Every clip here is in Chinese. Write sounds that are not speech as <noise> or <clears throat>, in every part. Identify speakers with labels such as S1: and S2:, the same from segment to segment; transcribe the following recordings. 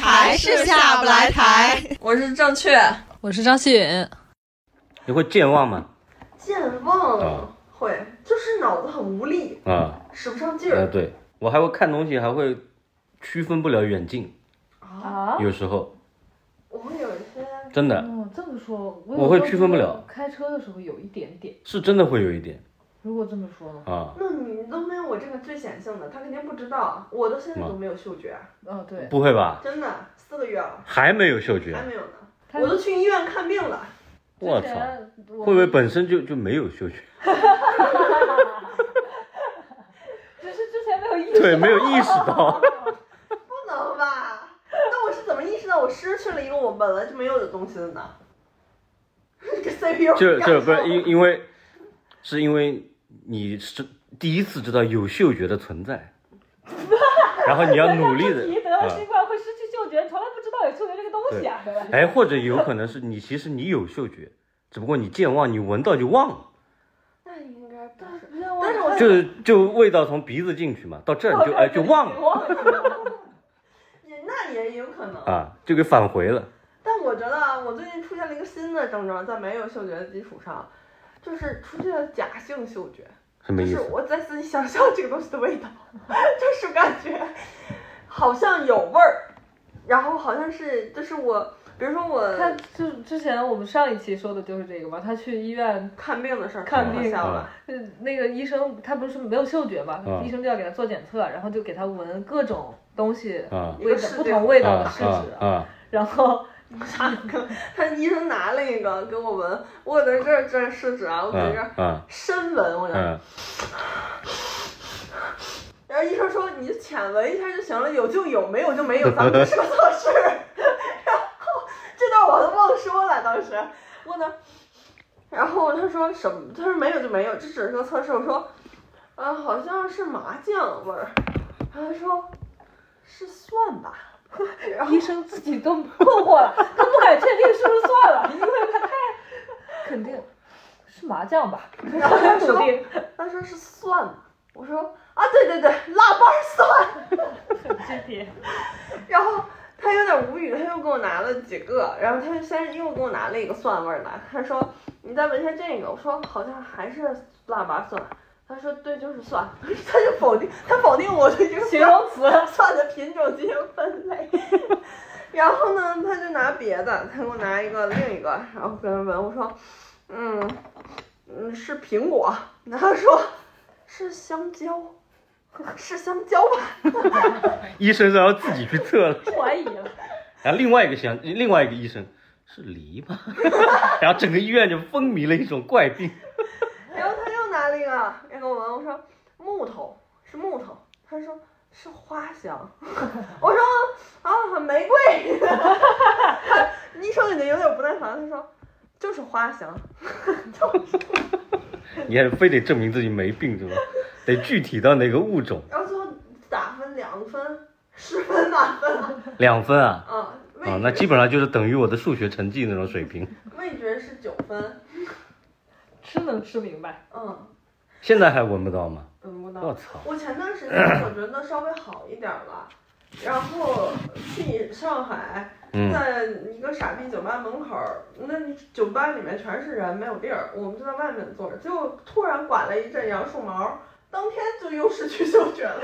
S1: 还是下不来台。
S2: 我是正确，
S3: 我是张希允，
S4: 你会健忘吗？
S5: 健忘、
S4: 啊
S5: 会，就是脑子很无力，
S4: 啊，
S5: 使不上劲
S4: 呃，
S5: 儿。
S4: 对我还会看东西，还会区分不了远近，
S6: 哦
S5: 啊，
S4: 有时候
S5: 我们有一些
S4: 真的
S6: 嗯，这么说，我
S4: 我
S6: 有
S4: 会
S6: 时候
S4: 区分不了
S6: 开车的时候有一点点，
S4: 是真的会有一点
S6: 如果这么说呢？
S4: 啊，
S5: 那你都没有我这个最显性的，他肯定不知道，我到现在都没有嗅觉，
S6: 嗯，对，
S4: 不会吧？
S5: 真的四个月了
S4: 还没有嗅觉
S5: 还，没有呢，
S6: 他
S5: 我都去医院看病了，
S4: 我
S6: 之
S4: 操，
S6: 前我
S4: 会不会本身就就没有嗅觉？ <laughs>
S6: 只是之前没有意识
S4: 对，没有意识
S6: <laughs>
S4: 到，
S5: 不能吧？那我是怎么意识到我失去了一个我本来就没有的东西的呢？ <laughs> 这 CPU
S4: 就就不是
S5: 感受
S4: 因因为是因为你是第一次知道有嗅觉的存在，然后你要努力
S6: <laughs>
S4: 的
S6: 提得了
S4: 啊
S6: 新冠会失去嗅觉，从来不知道有嗅觉这个东西啊，对吧？ <laughs>
S4: 哎，或者有可能是你其实你有嗅觉，只不过你健忘，你闻到就忘了，
S5: 那应该不是，
S6: 不要忘
S5: 但是我
S4: <laughs> 就就味道从鼻子进去嘛，到这儿你就哎就忘了
S6: <laughs> 了。
S5: 也那也有可能。
S4: 啊，就给返回了。
S5: 但我觉得啊我最近出现了一个新的症状，在没有嗅觉的基础上，就是出现了假性嗅觉，
S4: 什么
S5: 就
S4: 意
S5: 是
S4: 思？
S5: 我在自己想象这个东西的味道， <laughs> 就是感觉好像有味儿，然后好像是就是我，比如说
S6: 他
S5: 我
S6: 就之前我们上一期说的就是这个嘛，他去医院，
S5: 看病的事儿，
S6: 看
S5: 我
S6: 病
S5: 想了
S4: 啊，
S6: 呃那个医生他不是没有嗅觉嘛，
S4: 嗯
S6: 医生就要给他做检测，然后就给他闻各种东西
S4: 啊
S6: 味
S5: 一个
S6: 道
S5: 试
S6: 不
S5: 剂
S6: 同味道的
S4: 啊
S6: 试
S4: 啊
S6: 纸，
S4: 啊！
S6: 然后
S5: 他医生拿了一个给我闻，我在这儿这儿试纸啊，我
S4: 啊
S5: 在这儿
S4: 啊
S5: 深闻，我在这儿
S4: 啊！
S5: 然后医生说你就浅闻一下就行了，有就有，没有就没有，咱们这是个测试。 <laughs> 然后这段我都忘说了，当时我呢，然后他说什么？他说没有就没有，这只是个测试。我说，啊，好像是麻酱味儿。然后他说是蒜吧。 <laughs> 然后
S6: 医生自己都困惑了，他不敢确定是不是算了，因为他太肯定是麻将吧，
S5: 然后他
S6: 很笃
S5: 说
S6: 定，
S5: 他说是蒜吧。我说啊，对对对，腊八蒜。
S6: 很具 <laughs> 体。
S5: 然后他有点无语，他又给我拿了几个，然后他就先又给我拿了一个蒜味儿的，他说你再闻一下这个，我说好像还是腊八蒜，他说对，就是蒜， <laughs> 他就否定，他否定我对这个
S6: 形
S5: 蒜
S6: 容词，
S5: 蒜的品种进行分类。 <laughs> 然后呢，他就拿别的，他给我拿一个另一个，然后跟他闻，我说，嗯，嗯，是苹果。 <laughs> 然后他说是香蕉， <laughs> 是香蕉吧？
S4: 医生然后自己去测了， <laughs>
S6: 怀疑了，
S4: 然后另外一个想，另外一个医生是梨吧， <laughs> 然后整个医院就风靡了一种怪病。 <laughs>
S5: 然后他又拿了一个让给我闻，我说木头是木头，他说是花香， <laughs> 我说啊玫瑰， <laughs> 他医生已经有点不耐烦，他说就是花香，
S4: 你还非得证明自己没病是吧？得具体到哪个物种？
S5: 然后最后打分两分，十分满分了，
S4: 两分啊
S5: 啊，味
S4: 啊，那
S5: 觉
S4: 基本上就是等于我的数学成绩那种水平。
S5: 味觉是九分，
S6: 吃能吃明白，
S5: 嗯
S4: 现在还闻不到吗？
S5: 嗯，我
S4: 我
S5: 呢，
S4: 操！
S5: 我前段时间我觉得稍微好一点了，然后去上海。
S4: 嗯
S5: 在一个傻逼酒吧门口儿，那你酒吧里面全是人，没有地儿，我们就在外面坐着，结果突然刮了一阵杨树毛，当天就又失去嗅觉了。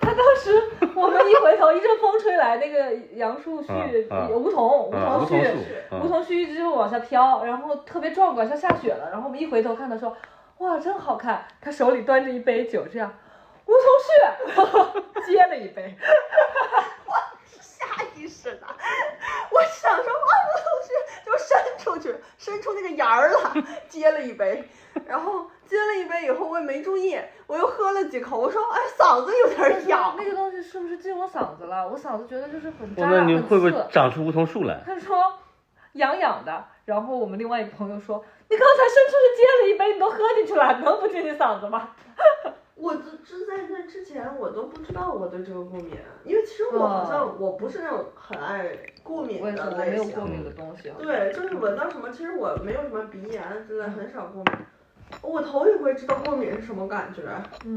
S6: 他当时我们一回头，一阵风吹来，那个杨树
S4: 啊
S6: 絮、
S4: 啊
S6: 梧桐、梧
S4: 啊，
S6: 桐
S4: 梧桐
S6: 絮、
S4: 树
S6: 梧
S4: 啊，
S6: 桐絮一直往下飘，然后特别壮观，像下雪了。然后我们一回头看他说，哇，真好看！他手里端着一杯酒，这样，梧桐絮 <laughs> 接了一杯，
S5: 下意识的，啊我想说啊，我同学就伸出去，伸出那个沿儿了，接了一杯，然后接了一杯以后我也没注意，我又喝了几口，我说哎嗓子有点痒，
S6: 那个东西是不是进我嗓子了？我嗓子觉得就是很扎，
S4: 哇，那你会不会
S6: 很刺。
S4: 长出梧桐树来？
S6: 他说痒痒的，然后我们另外一个朋友说，你刚才伸出去接了一杯，你都喝进去了，能不进你嗓子吗？
S5: 我这这在这之前我都不知道我对这个过敏，因为其实我好像我不是那种很爱过敏
S6: 哦我也是，
S5: 的
S6: 我没
S5: 类
S6: 有
S5: 型
S6: 过。敏的东西。啊
S5: 对，就是闻到什么，其实我没有什么鼻炎之类，很少过敏。我头一回知道过敏是什么感觉，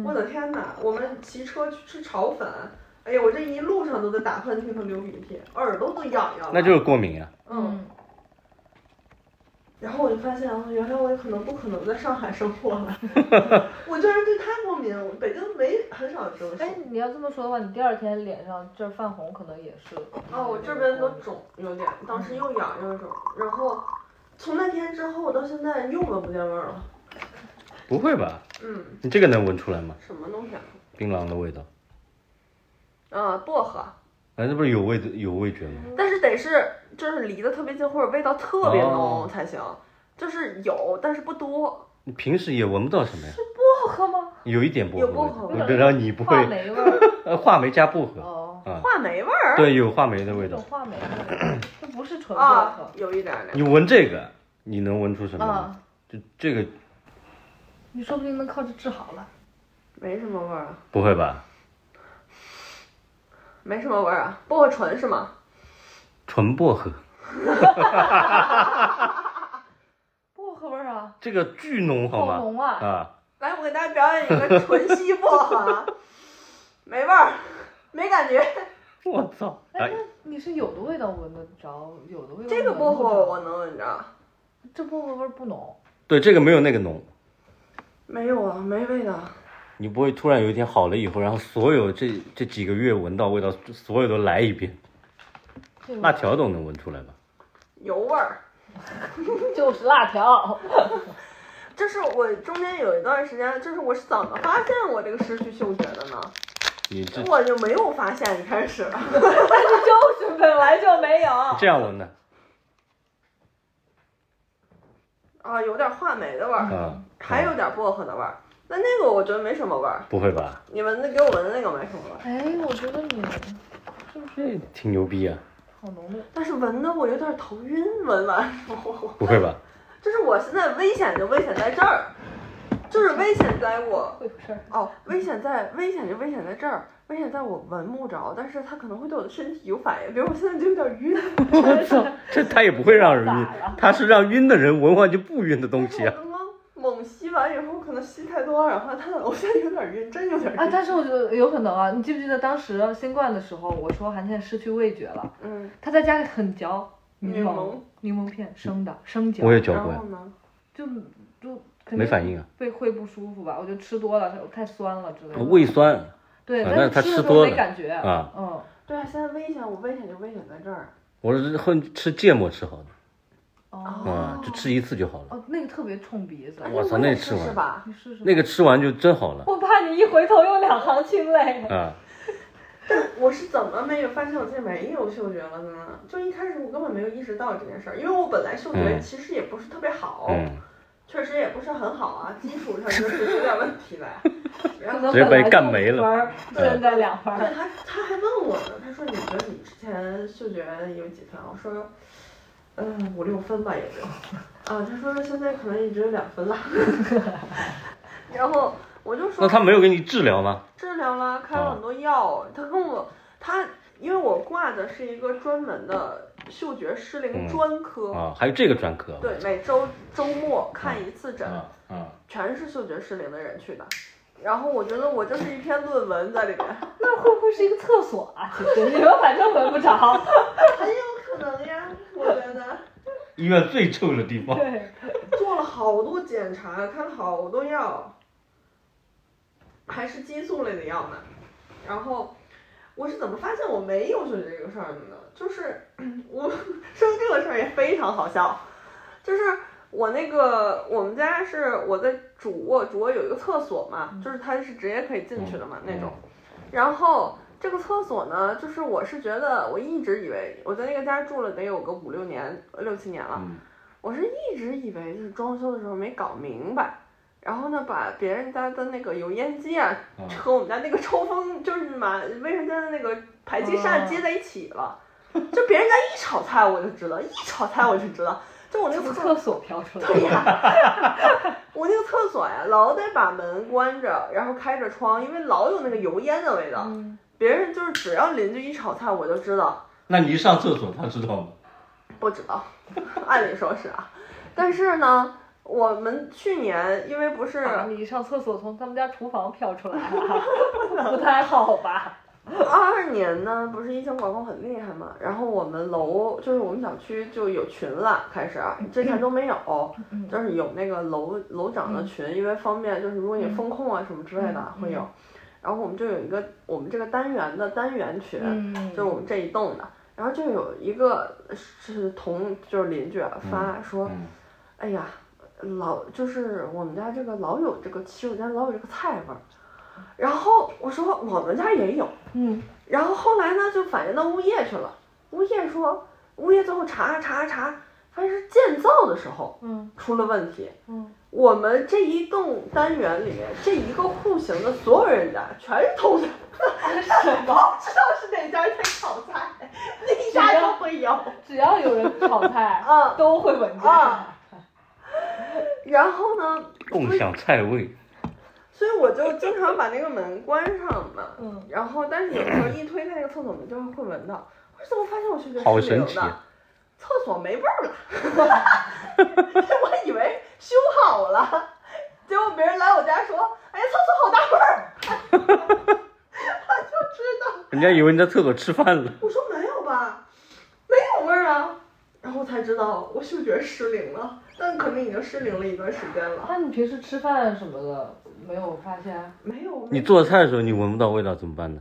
S5: 我
S6: 嗯，
S5: 的天呐，我们骑车去吃炒粉，哎呀，我这一路上都在打喷嚏和流鼻涕，耳朵都痒痒了。
S4: 那就是过敏啊。
S5: 嗯。然后我就发现，啊，原来我也可能不可能在上海生活
S6: <laughs>
S5: 了。我这人对太过敏，我北京没很少这种。
S6: 哎，你要这么说的话，你第二天脸上这儿泛红，可能也是。
S5: 哦，我这边都肿，有点，当时又痒又肿，然后从那天之后到现在又闻不见味儿了。
S4: 不会吧？
S5: 嗯，
S4: 你这个能闻出来吗？
S5: 什么东西啊？
S4: 槟榔的味道？
S5: 啊，薄荷，
S4: 哎，那不是有味的有味觉吗？
S5: 但是得是就是离得特别近或者味道特别浓
S4: 哦
S5: 才行，就是有，但是不多。
S4: 你平时也闻不到什么呀？
S6: 不好喝吗？
S4: 有一点薄荷
S5: 有
S4: 味
S5: 薄
S4: 道，
S5: 荷
S4: 我
S5: 味
S4: 知道你不
S6: 话
S4: 会，
S6: 梅味儿。
S4: 呃，话梅加薄荷，
S6: 哦，
S5: 话梅味儿
S4: 对，有话梅的味
S6: 这种
S4: 道。
S6: 话梅味
S4: <clears throat>
S6: 儿，这不是纯薄荷
S5: 啊。，有一点点。
S4: 你闻这个，你能闻出什么吗？
S6: 啊，
S4: 就这个
S6: 你说不定能靠这治好了。
S5: 没什么味儿啊，
S4: 不会吧？
S5: 没什么味儿啊，薄荷醇是吗？
S4: 纯薄荷，
S6: 薄荷味儿啊，
S4: 这个巨浓好
S6: 好
S4: 吗？
S6: 浓啊！
S4: 啊，
S5: 来，我给大家表演一个纯吸薄荷啊，没味儿，没感觉。
S4: 我操！
S6: 哎
S4: 哎，，
S6: 那你是有的味道闻得着，有的味道
S5: 这个
S6: 闻
S5: 薄
S6: 不
S5: 荷
S6: 着
S5: 我能闻着，
S6: 这薄荷味儿不浓，
S4: 对，这个没有那个浓。
S5: 没有啊，没味道。
S4: 你不会突然有一天好了以后，然后所有这这几个月闻到味道，所有都来一遍，
S6: 这个
S4: 辣条都能闻出来吧？
S5: 油味儿。
S6: <laughs> 就是辣条。 <laughs>
S5: 就是我中间有一段时间，就是我是怎么发现我这个失去嗅觉的呢？
S4: 你这
S5: 我就没有发现一开始，
S6: 就是本来就没有。
S4: 这样闻的
S5: 啊，有点话梅的味儿，
S4: 啊？
S5: 还有
S4: 啊
S5: 点薄荷的味儿。那那个我觉得没什么味儿，
S4: 不会吧？
S5: 你闻的给我闻的那个没什么味儿，
S6: 哎，我觉得你
S4: 这挺牛逼啊！
S6: 好浓的，
S5: 但是闻的我有点头晕，闻完之后，
S4: 不会吧？ <laughs>
S5: 就是我现在危险就危险在这儿，就是危险在我
S6: 会有事儿。
S5: 哦，危险在危险就危险在这儿，危险在我闻不着，但是它可能会对我的身体有反应，比如我现在就有点晕，
S4: 我操，这他也不会让人晕
S6: 咋了，
S4: 他是让晕的人闻完就不晕的东
S5: 但是
S4: 西
S5: 我
S4: 啊。
S5: 刚刚猛吸完以后，可能吸太多，然后它我现在有点晕，真有点
S6: 啊，
S5: 晕，
S6: 但是我觉得有可能啊，你记不记得当时新冠的时候，我说韩倩失去味觉了，
S5: 嗯，
S6: 她在家里很嚼柠
S5: 柠
S6: 檬
S5: 檬，
S6: 柠檬片生的生嚼，
S4: 我也嚼
S5: 然
S4: 过呀
S5: 后，呢？
S6: 就就肯定
S4: 没反应啊，
S6: 胃会不舒服吧？我就吃多了，它太酸了之类的。
S4: 胃酸
S6: 对，
S4: 啊
S6: 但
S4: 那
S6: 是
S4: 她
S6: 吃的
S4: 吃
S6: 时
S4: 多
S6: 候没
S4: 了
S6: 感觉。
S4: 啊！
S6: 嗯，
S5: 对啊，现在危险，我危险就危险在这儿。
S4: 我是后吃芥末吃好的
S6: 哦
S5: 哦
S4: 啊，就吃一次就好了。
S6: 哦，那个特别冲鼻子
S5: 哎，
S4: 我操
S5: 也
S4: 那吃
S5: 试
S4: 完
S5: 试吧。
S6: 你试试。
S4: 那个吃完就真好了
S6: 我怕你一回头又两行清泪。
S4: 啊！
S5: 我是怎么没有发现我自己没有嗅觉了呢？就一开始我根本没有意识到这件事儿，因为我本来嗅觉
S4: 嗯
S5: 其实也不是特别好，
S4: 嗯，
S5: 确实也不是很好啊，基础上
S4: <laughs>
S5: 就是有点问题呗。然
S6: 可
S5: 后
S6: 能
S4: <laughs> 直接
S6: 本来
S4: 被
S6: 就
S4: 干没了嗯
S6: 五分儿，现在两分
S5: 对
S6: 儿。
S5: 他他还问我呢，他说你觉得你之前嗅觉有几分？我说，嗯，五六分吧也 <laughs> 就。啊，他说现在可能也只有两分 <laughs> 了。然后我就说
S4: 那他没有给你哦治疗吗？
S5: 治疗啦，开了很多药。他跟我，他因为我挂的是一个专门的嗅觉失灵
S4: 嗯
S5: 专科，
S4: 啊，还有这个专科？
S5: 对，每周周末看一次诊，
S4: 啊啊！
S5: 全是嗅觉失灵的人去的。然后我觉得我就是一篇论文在里面，
S6: 那会不会是一个厕所啊？其实你们反正闻不着。
S5: <laughs> 很有可能呀，我觉得。
S4: 医院最臭的地方。
S6: 对，
S5: 做了好多检查，看了好多药，还是激素类的药呢。然后我是怎么发现我没有嗅觉这个事儿的呢？就是 <clears throat> 我说这个事儿也非常好笑，就是我那个我们家是我在主卧，主卧有一个厕所嘛，就是它是直接可以进去的嘛、
S4: 嗯
S5: 那种。然后这个厕所呢，就是我是觉得我一直以为我在那个家住了得有个五六年、六七年了。
S4: 嗯，
S5: 我是一直以为就是装修的时候没搞明白，然后呢，把别人家的那个油烟机啊
S4: 嗯
S5: 和我们家那个抽风，就是嘛卫生间的那个排气扇接在一起了。就别人家一炒菜我就知道，一炒菜我就知道，就我那
S6: 从
S5: 个
S6: 厕
S5: 厕，
S6: 所飘出来。啊
S5: 对呀，我那个厕所呀，老得把门关着，然后开着窗，因为老有那个油烟的味道。
S6: 嗯，
S5: 别人就是只要邻居一炒菜，我就知道，
S4: 那你一上厕所，他知道吗？
S5: 不知道， <laughs> 按理说是啊。但是呢，我们去年因为
S6: 啊
S5: 不是 <laughs>
S6: 啊你一上厕所从他们家厨房飘出来了，不太好吧？
S5: 二二年呢，不是疫情管控很厉害嘛，然后我们楼就是我们小区就有群了，开始啊之前都没有，就是有那个楼楼长的群，因为方便就是如果你风控啊什么之类的会有，然后我们就有一个我们这个单元的单元群，
S6: 嗯
S5: 就是我们这一栋的，然后就有一个是同就是邻居啊发说，
S4: 嗯
S5: 哎呀，老就是我们家这个老有这个洗手间老有这个菜味儿，然后我说我们家也有。
S6: 嗯
S5: 然后后来呢，就反映到物业去了。物业说，物业最后查啊查啊查，发现是建造的时候
S6: 嗯
S5: 出了问题。
S6: 嗯，
S5: 我们这一栋单元里面，这一个户型的所有人家全是偷的，
S6: <laughs> 什
S5: <laughs> 我
S6: 么？
S5: 不知道是哪家在炒菜，那家都会有。
S6: 只要有人炒
S5: <laughs>
S6: 菜，
S5: 嗯，
S6: 都会闻见。
S5: 啊然后呢，
S4: 共享菜味，
S5: 所以我就经常把那个门关上嘛。
S6: 嗯
S5: 然后，但是有时候一推开那个厕所门，就会闻到。我说怎么发现我去这
S4: 好
S5: 是没有
S4: 神奇啊
S5: 的？厕所没味儿了， <laughs> 我以为修好了，结果别人来我家说，哎呀，厕所好大味儿，我就知道。
S4: 人家以为你在厕所吃饭了。
S5: 我说没有吧，没有味儿啊，然后才知道我嗅觉失灵了，但可能已经失灵了一段时间了。
S6: 那你平时吃饭什么的没有发现？
S5: 没有，
S4: 你做菜的时候你闻不到味道怎么办呢？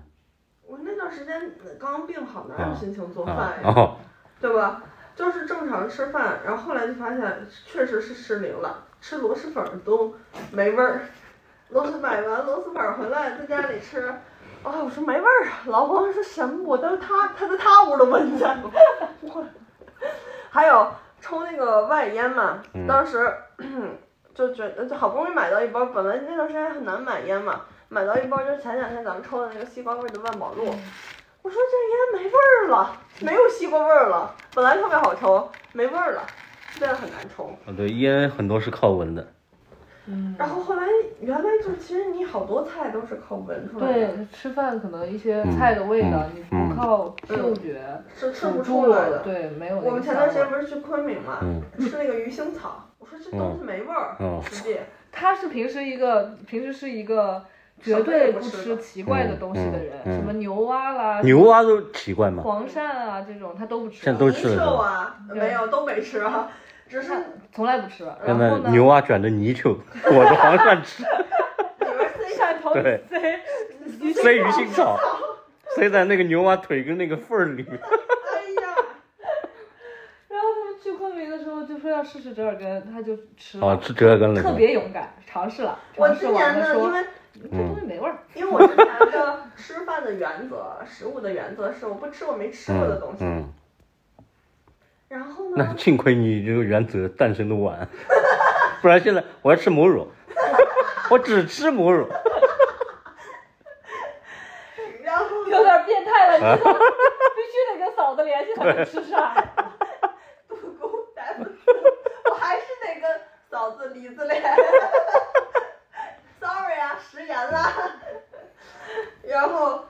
S5: 我那段时间呃刚病好，哪有
S4: 啊
S5: 心情做饭
S4: 啊
S5: 呀？
S4: 哦，
S5: 对吧？就是正常吃饭，然后后来就发现确实是失灵了，吃螺蛳粉儿都没味儿，螺蛳买完螺蛳粉儿回来在家里吃，啊、我说没味儿啊，老王说什么？我都他他在他屋都闻见了， <laughs> 我还有抽那个外烟嘛，
S4: 嗯
S5: 当时 <clears throat> 就觉得就好不容易买到一包，本来那段时间很难买烟嘛，买到一包就是前两天咱们抽的那个西瓜味儿的万宝路，我说这烟没味儿了，没有西瓜味儿了，本来特别好抽，没味儿了，变得很难抽。
S4: 啊对，烟很多是靠闻的。
S6: 嗯
S5: 然后后来原来就其实你好多菜都是靠闻出来的，
S6: 对，吃饭可能一些菜的味道，
S4: 嗯
S6: 你
S4: 嗯
S6: 不靠嗅觉
S5: 是吃
S6: 捕
S5: 不
S6: 捉
S5: 出来
S6: 了，
S5: 的。
S6: 对，没有那个
S5: 我们前段时
S6: 香
S5: 间
S6: 味
S5: 不是去昆明嘛，
S4: 嗯
S5: 吃那个鱼腥草，我说这东西没味儿，
S4: 哦，
S5: 师弟，
S6: 他是平时一个平时是一个绝对不吃奇怪的东西的人，
S4: 嗯嗯嗯
S6: 什么牛蛙啦、
S4: 牛蛙都奇怪嘛。
S6: 黄鳝啊这种他都不吃，
S4: 现在都
S5: 泥
S4: 吃哦了是吧
S5: 鳅啊，
S6: 对
S5: 没有都没吃啊，只 <laughs> 是
S6: 从来不吃。然
S4: 现
S6: 后
S4: 在
S6: 呢，
S4: 牛蛙卷着泥鳅，我的黄鳝吃，
S5: 里面塞
S6: 汕
S5: <laughs>
S6: 头
S5: 哦
S4: 对 <laughs>
S6: 塞鱼
S4: 塞鱼腥草，塞在那个牛蛙腿跟那个缝儿里面。
S5: 哎呀， <laughs>
S6: 然后他们去昆明的时候就说要试试折耳根，他就吃了，
S4: 哦，吃折耳根了是吧。
S6: 特别勇敢，尝试了，
S5: 我
S6: 尝试
S5: 之前
S6: 完了
S5: 呢，因
S6: 说
S5: 为
S6: 这东西没
S4: 嗯
S6: 味儿。
S5: 因为我之前的吃饭的原则，食物的原则是我不吃我没吃过的东西。
S4: 嗯，
S5: 然后
S4: 那
S5: 呢，
S4: 幸亏你这个原则诞生的晚， <laughs> 不然现在我要吃母乳， <laughs> 我只吃母乳。
S5: 然后
S4: <laughs>
S6: 有点变态了，你必须得跟嫂子联系才能吃啥。
S5: 杜姑咱们，我还是得跟嫂子李子脸 <laughs> ，sorry 啊，食言啦。然后，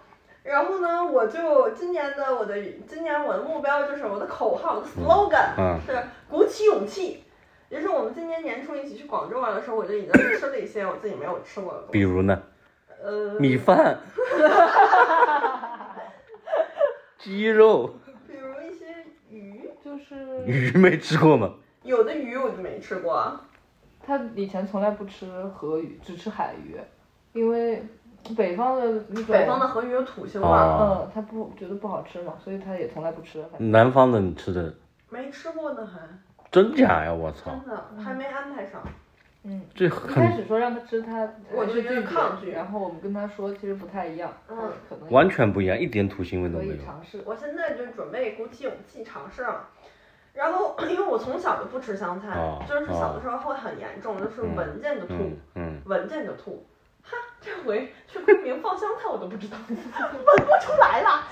S5: 然后呢，我就今年的我的今年我的目标就是我的口号，我的 slogan、
S4: 嗯
S5: 是鼓起勇气。也是我们今年年初一起去广州玩的时候，我就已经吃了一些我自己没有吃过的东
S4: 比
S5: 西。
S4: 如呢，
S5: 呃，
S4: 米
S5: <laughs>
S4: 饭，鸡肉，
S5: 比如一些鱼，
S6: 就是
S4: 鱼没吃过吗？
S5: 有的鱼我就没吃
S4: 嗯
S5: 过。
S6: 他以前从来不吃河鱼，只吃海鱼，因为北方的那种，
S5: 北方的河鱼有土腥味儿，
S4: 哦
S6: 嗯，他不觉得不好吃嘛，所以他也从来不吃。反正
S4: 南方的你吃的，
S5: 没吃过呢还，
S4: 真假呀？我操
S5: 真，的还没安排上。
S6: 嗯，
S4: 这
S6: 一开
S4: 很
S6: 始说让他吃，他
S5: 我就
S6: 就
S5: 有点抗拒
S6: 然后我们跟他说其实不太一样，
S5: 嗯，
S6: 可能
S4: 完全不一样，一点土腥味都
S6: 可
S4: 没
S6: 以
S4: 有。
S6: 尝试。
S5: 我现在就准备鼓起勇气尝试了。然后， <clears throat> 因为我从小就不吃香菜，
S4: 哦
S5: 就是小的时候会很严重，就是闻见就吐，
S4: 嗯嗯，
S5: 闻见就吐。哈，这回去昆明放香菜我都不知道， <laughs> 闻不出来了。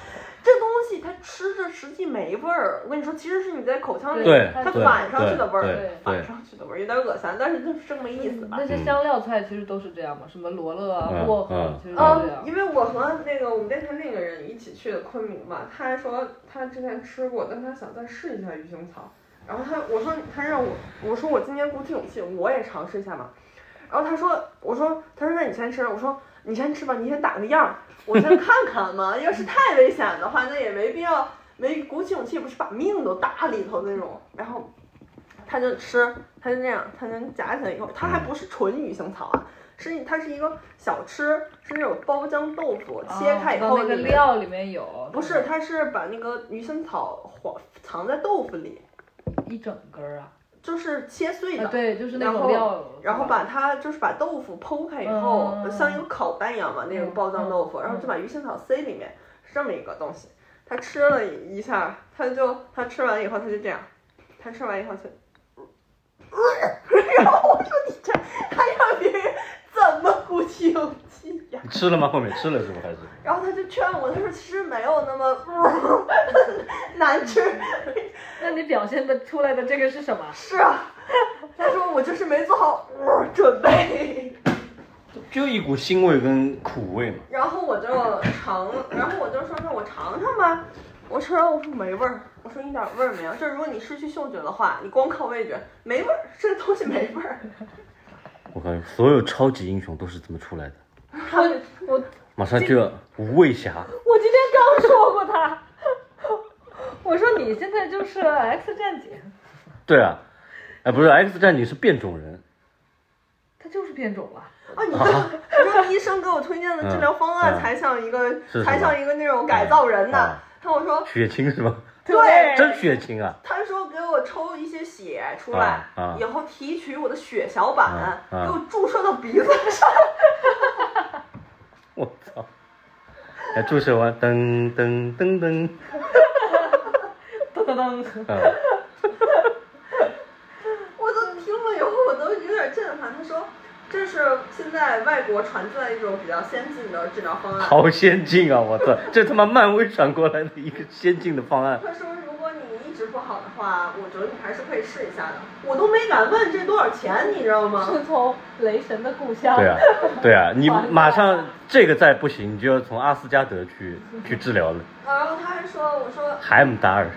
S5: 这东西它吃着实际没味儿，我跟你说，其实是你在口腔里
S4: 对，
S5: 它
S4: 对
S5: 反上去的味
S4: 对
S5: 儿，
S4: 对
S5: 反上去的味儿有点恶心，但是就是这么个意思吧。
S6: 那些香料菜其实都是这样嘛，什么罗勒啊、
S4: 嗯
S6: 薄荷
S4: 嗯，
S6: 其实都是这
S5: 嗯，
S6: 样。
S5: 因为我和那个我们电台另一个人一起去的昆明嘛，他还说他之前吃过，但他想再试一下鱼腥草。然后他我说他让我我哦说我今年鼓起勇气，我也尝试一下嘛。然后他说我说他说那你先吃，我说你先吃吧，你先打个样儿，我先看看嘛。要是太危险的话，那也没必要，没鼓起勇气，不是把命都搭里头那种。然后他就吃，他就那样，他能夹起来以后，它还不是纯鱼腥草啊，是它是一个小吃，是那种包浆豆腐，切开以
S6: 哦
S5: 后
S6: 那个
S5: 里面
S6: 料里面有，
S5: 不是，它是把那个鱼腥草黄藏在豆腐里，
S6: 一整根儿啊，
S5: 就是切碎
S6: 啊
S5: 的。
S6: 对，就是那
S5: 然
S6: 种
S5: 后
S6: 料，
S5: 哦然后
S6: 是吧
S5: 把它就是把豆腐剖开以后，
S6: 嗯嗯嗯嗯
S5: 像一个烤蛋一样嘛，那种
S6: 嗯
S5: 包装豆腐，然后就把鱼腥草塞里面，是这么一个东西。他吃了一下，他就他吃完以后他就这样，他吃完以后就， <laughs> 然后我说你这还让别人怎么鼓起勇气呀？
S4: 你吃了吗？后面吃了是不是还是？
S5: 然后他就劝我，他说其实没有那么 <laughs> 难吃， <laughs>
S6: 那你表现的出来的这个是什么？
S5: 是啊，他说我就是没做好 <laughs> 准备。
S4: 就一股腥味跟苦味嘛。
S5: 然后我就尝， <clears throat> 然后我就说那我尝尝吧。我吃完我说没味儿，我说一点味儿没有。就是如果你失去嗅觉的话，你光靠味觉没味儿，这个东西没味儿。
S4: 我感觉所有超级英雄都是这么出来的，
S6: 我我
S4: 马上就要无畏侠，
S6: 我今天刚说过他， <laughs> 我说你现在就是 X 战警，
S4: 对啊，哎，不是 X 战警是变种人，
S6: 他就是变种了。
S5: 啊，你这你说医生给我推荐的治疗方案
S4: 嗯
S5: 才像一个
S4: 是什么
S5: 才像一个那种改造人呢
S4: 啊。
S5: 他我说
S4: 血清是吗？
S5: 对
S4: 真血清啊！
S5: 他说给我抽一些血出来
S4: 啊啊，
S5: 以后提取我的血小板，
S4: 啊啊
S5: 给我注射到鼻子上。
S4: <laughs> 我操！哎，注射完噔噔噔噔，
S6: 噔噔噔，
S4: 啊，
S5: 我都听了以后，我都有点震撼。他说，这是现在外国传进来一种比较先进的治疗方案。
S4: 好先进啊！我操，这他妈漫威转过来的一个先进的方案，
S5: 他说，如果你一直不好的话，我觉得你还是可以试一下的。我都没敢问这多少钱，你知道吗？
S6: 是从雷神的故乡。
S4: 对啊，对啊，你马上这个再不行，你就要从阿斯加德去去治疗了，
S5: 然后他还说，我说
S4: 海姆达尔。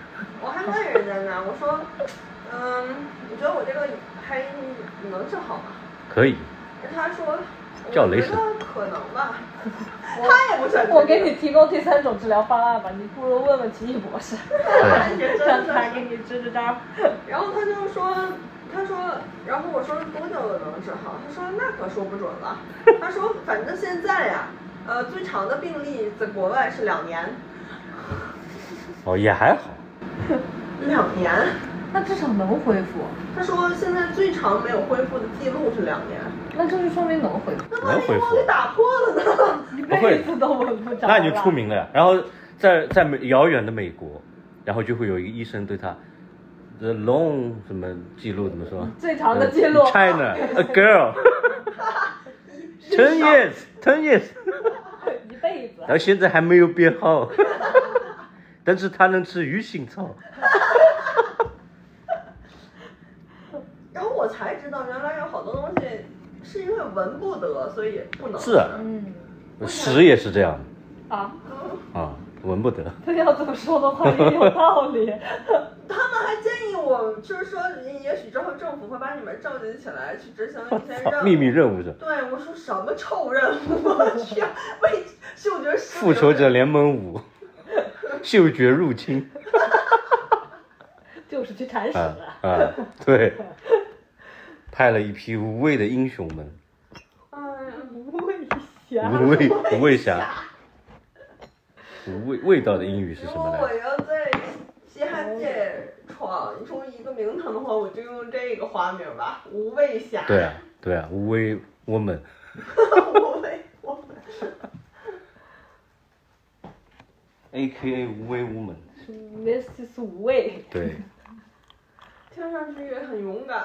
S5: 我还问人家呢，我说，嗯，你觉得我这个还能治好吗？
S4: 可以，
S5: 他说，
S4: 叫
S5: 我
S4: 雷
S5: 觉
S4: 神
S5: 得可能
S6: <laughs>
S5: 吧。他也不想，
S6: 我给你提供第三种治疗方案吧，你不如问问奇异博士，
S4: 啊
S5: 感觉
S6: 让
S5: 真的
S6: 他给你支支招。
S5: 然后他就说，他说，然后我说多久能治好？他说那可说不准
S4: <laughs>
S5: 了。他说反正现在呀、呃，最长的病例在国外是两年，
S4: 哦，也还好，
S5: 两年。
S6: 那至少能恢复，
S5: 他说现在最长没有恢复的记录是两年，
S6: 那就是说明能恢复。
S5: 那
S4: 能
S5: 万一
S4: 恢
S5: 我
S4: 复
S5: 给打破了
S4: <laughs>
S5: 呢？
S6: 一
S4: 不会
S6: 辈子都闻不着。
S4: 那你就出。名了呀。然后在在美遥远的美国，然后就会有一个医生对他，the long 什么记录怎么说？
S6: 嗯
S4: 呃
S6: 最长的记录
S4: China a
S6: <laughs>
S4: girl 10 years 10 years， <laughs>
S6: 一辈子
S4: 然。后现在还没有变好， <laughs> 但是他能吃鱼腥草，
S5: 然后我才知道，原来有好多东西是因为闻不得，所以不能
S4: 是啊
S5: 吃
S6: 嗯，
S4: 屎也是这样
S6: 啊，
S4: 的啊，闻不得。
S6: 他要这么说的
S4: <laughs>
S6: 话也有道理。
S5: 他们还建议我，就是说，也许之后政府会把你们召集起来去执行一些
S4: <laughs>
S5: 任务。
S4: 秘密任务是
S5: 对，我说什么臭任务？我去，为嗅觉失
S4: 复仇者联盟
S6: <laughs>
S4: 五，嗅觉入侵
S6: 就是去铲屎
S4: 啊
S6: 了。
S4: 啊，对，派了一批无畏的英雄们，
S5: 嗯，
S6: 无畏侠，
S4: 无畏无畏侠，无味味道的英语是
S5: 如
S4: 什
S5: 果
S4: 么来
S5: 我
S4: 着？
S5: 要在嘻哈界闯出一个名堂的话，我就用这个花名吧，无畏侠。
S4: 对啊，对啊，无畏 woman。
S5: <laughs> 无畏我
S4: A K A 无为无门。
S6: ，This is 无畏。
S4: 对，
S5: 听上去也很勇敢，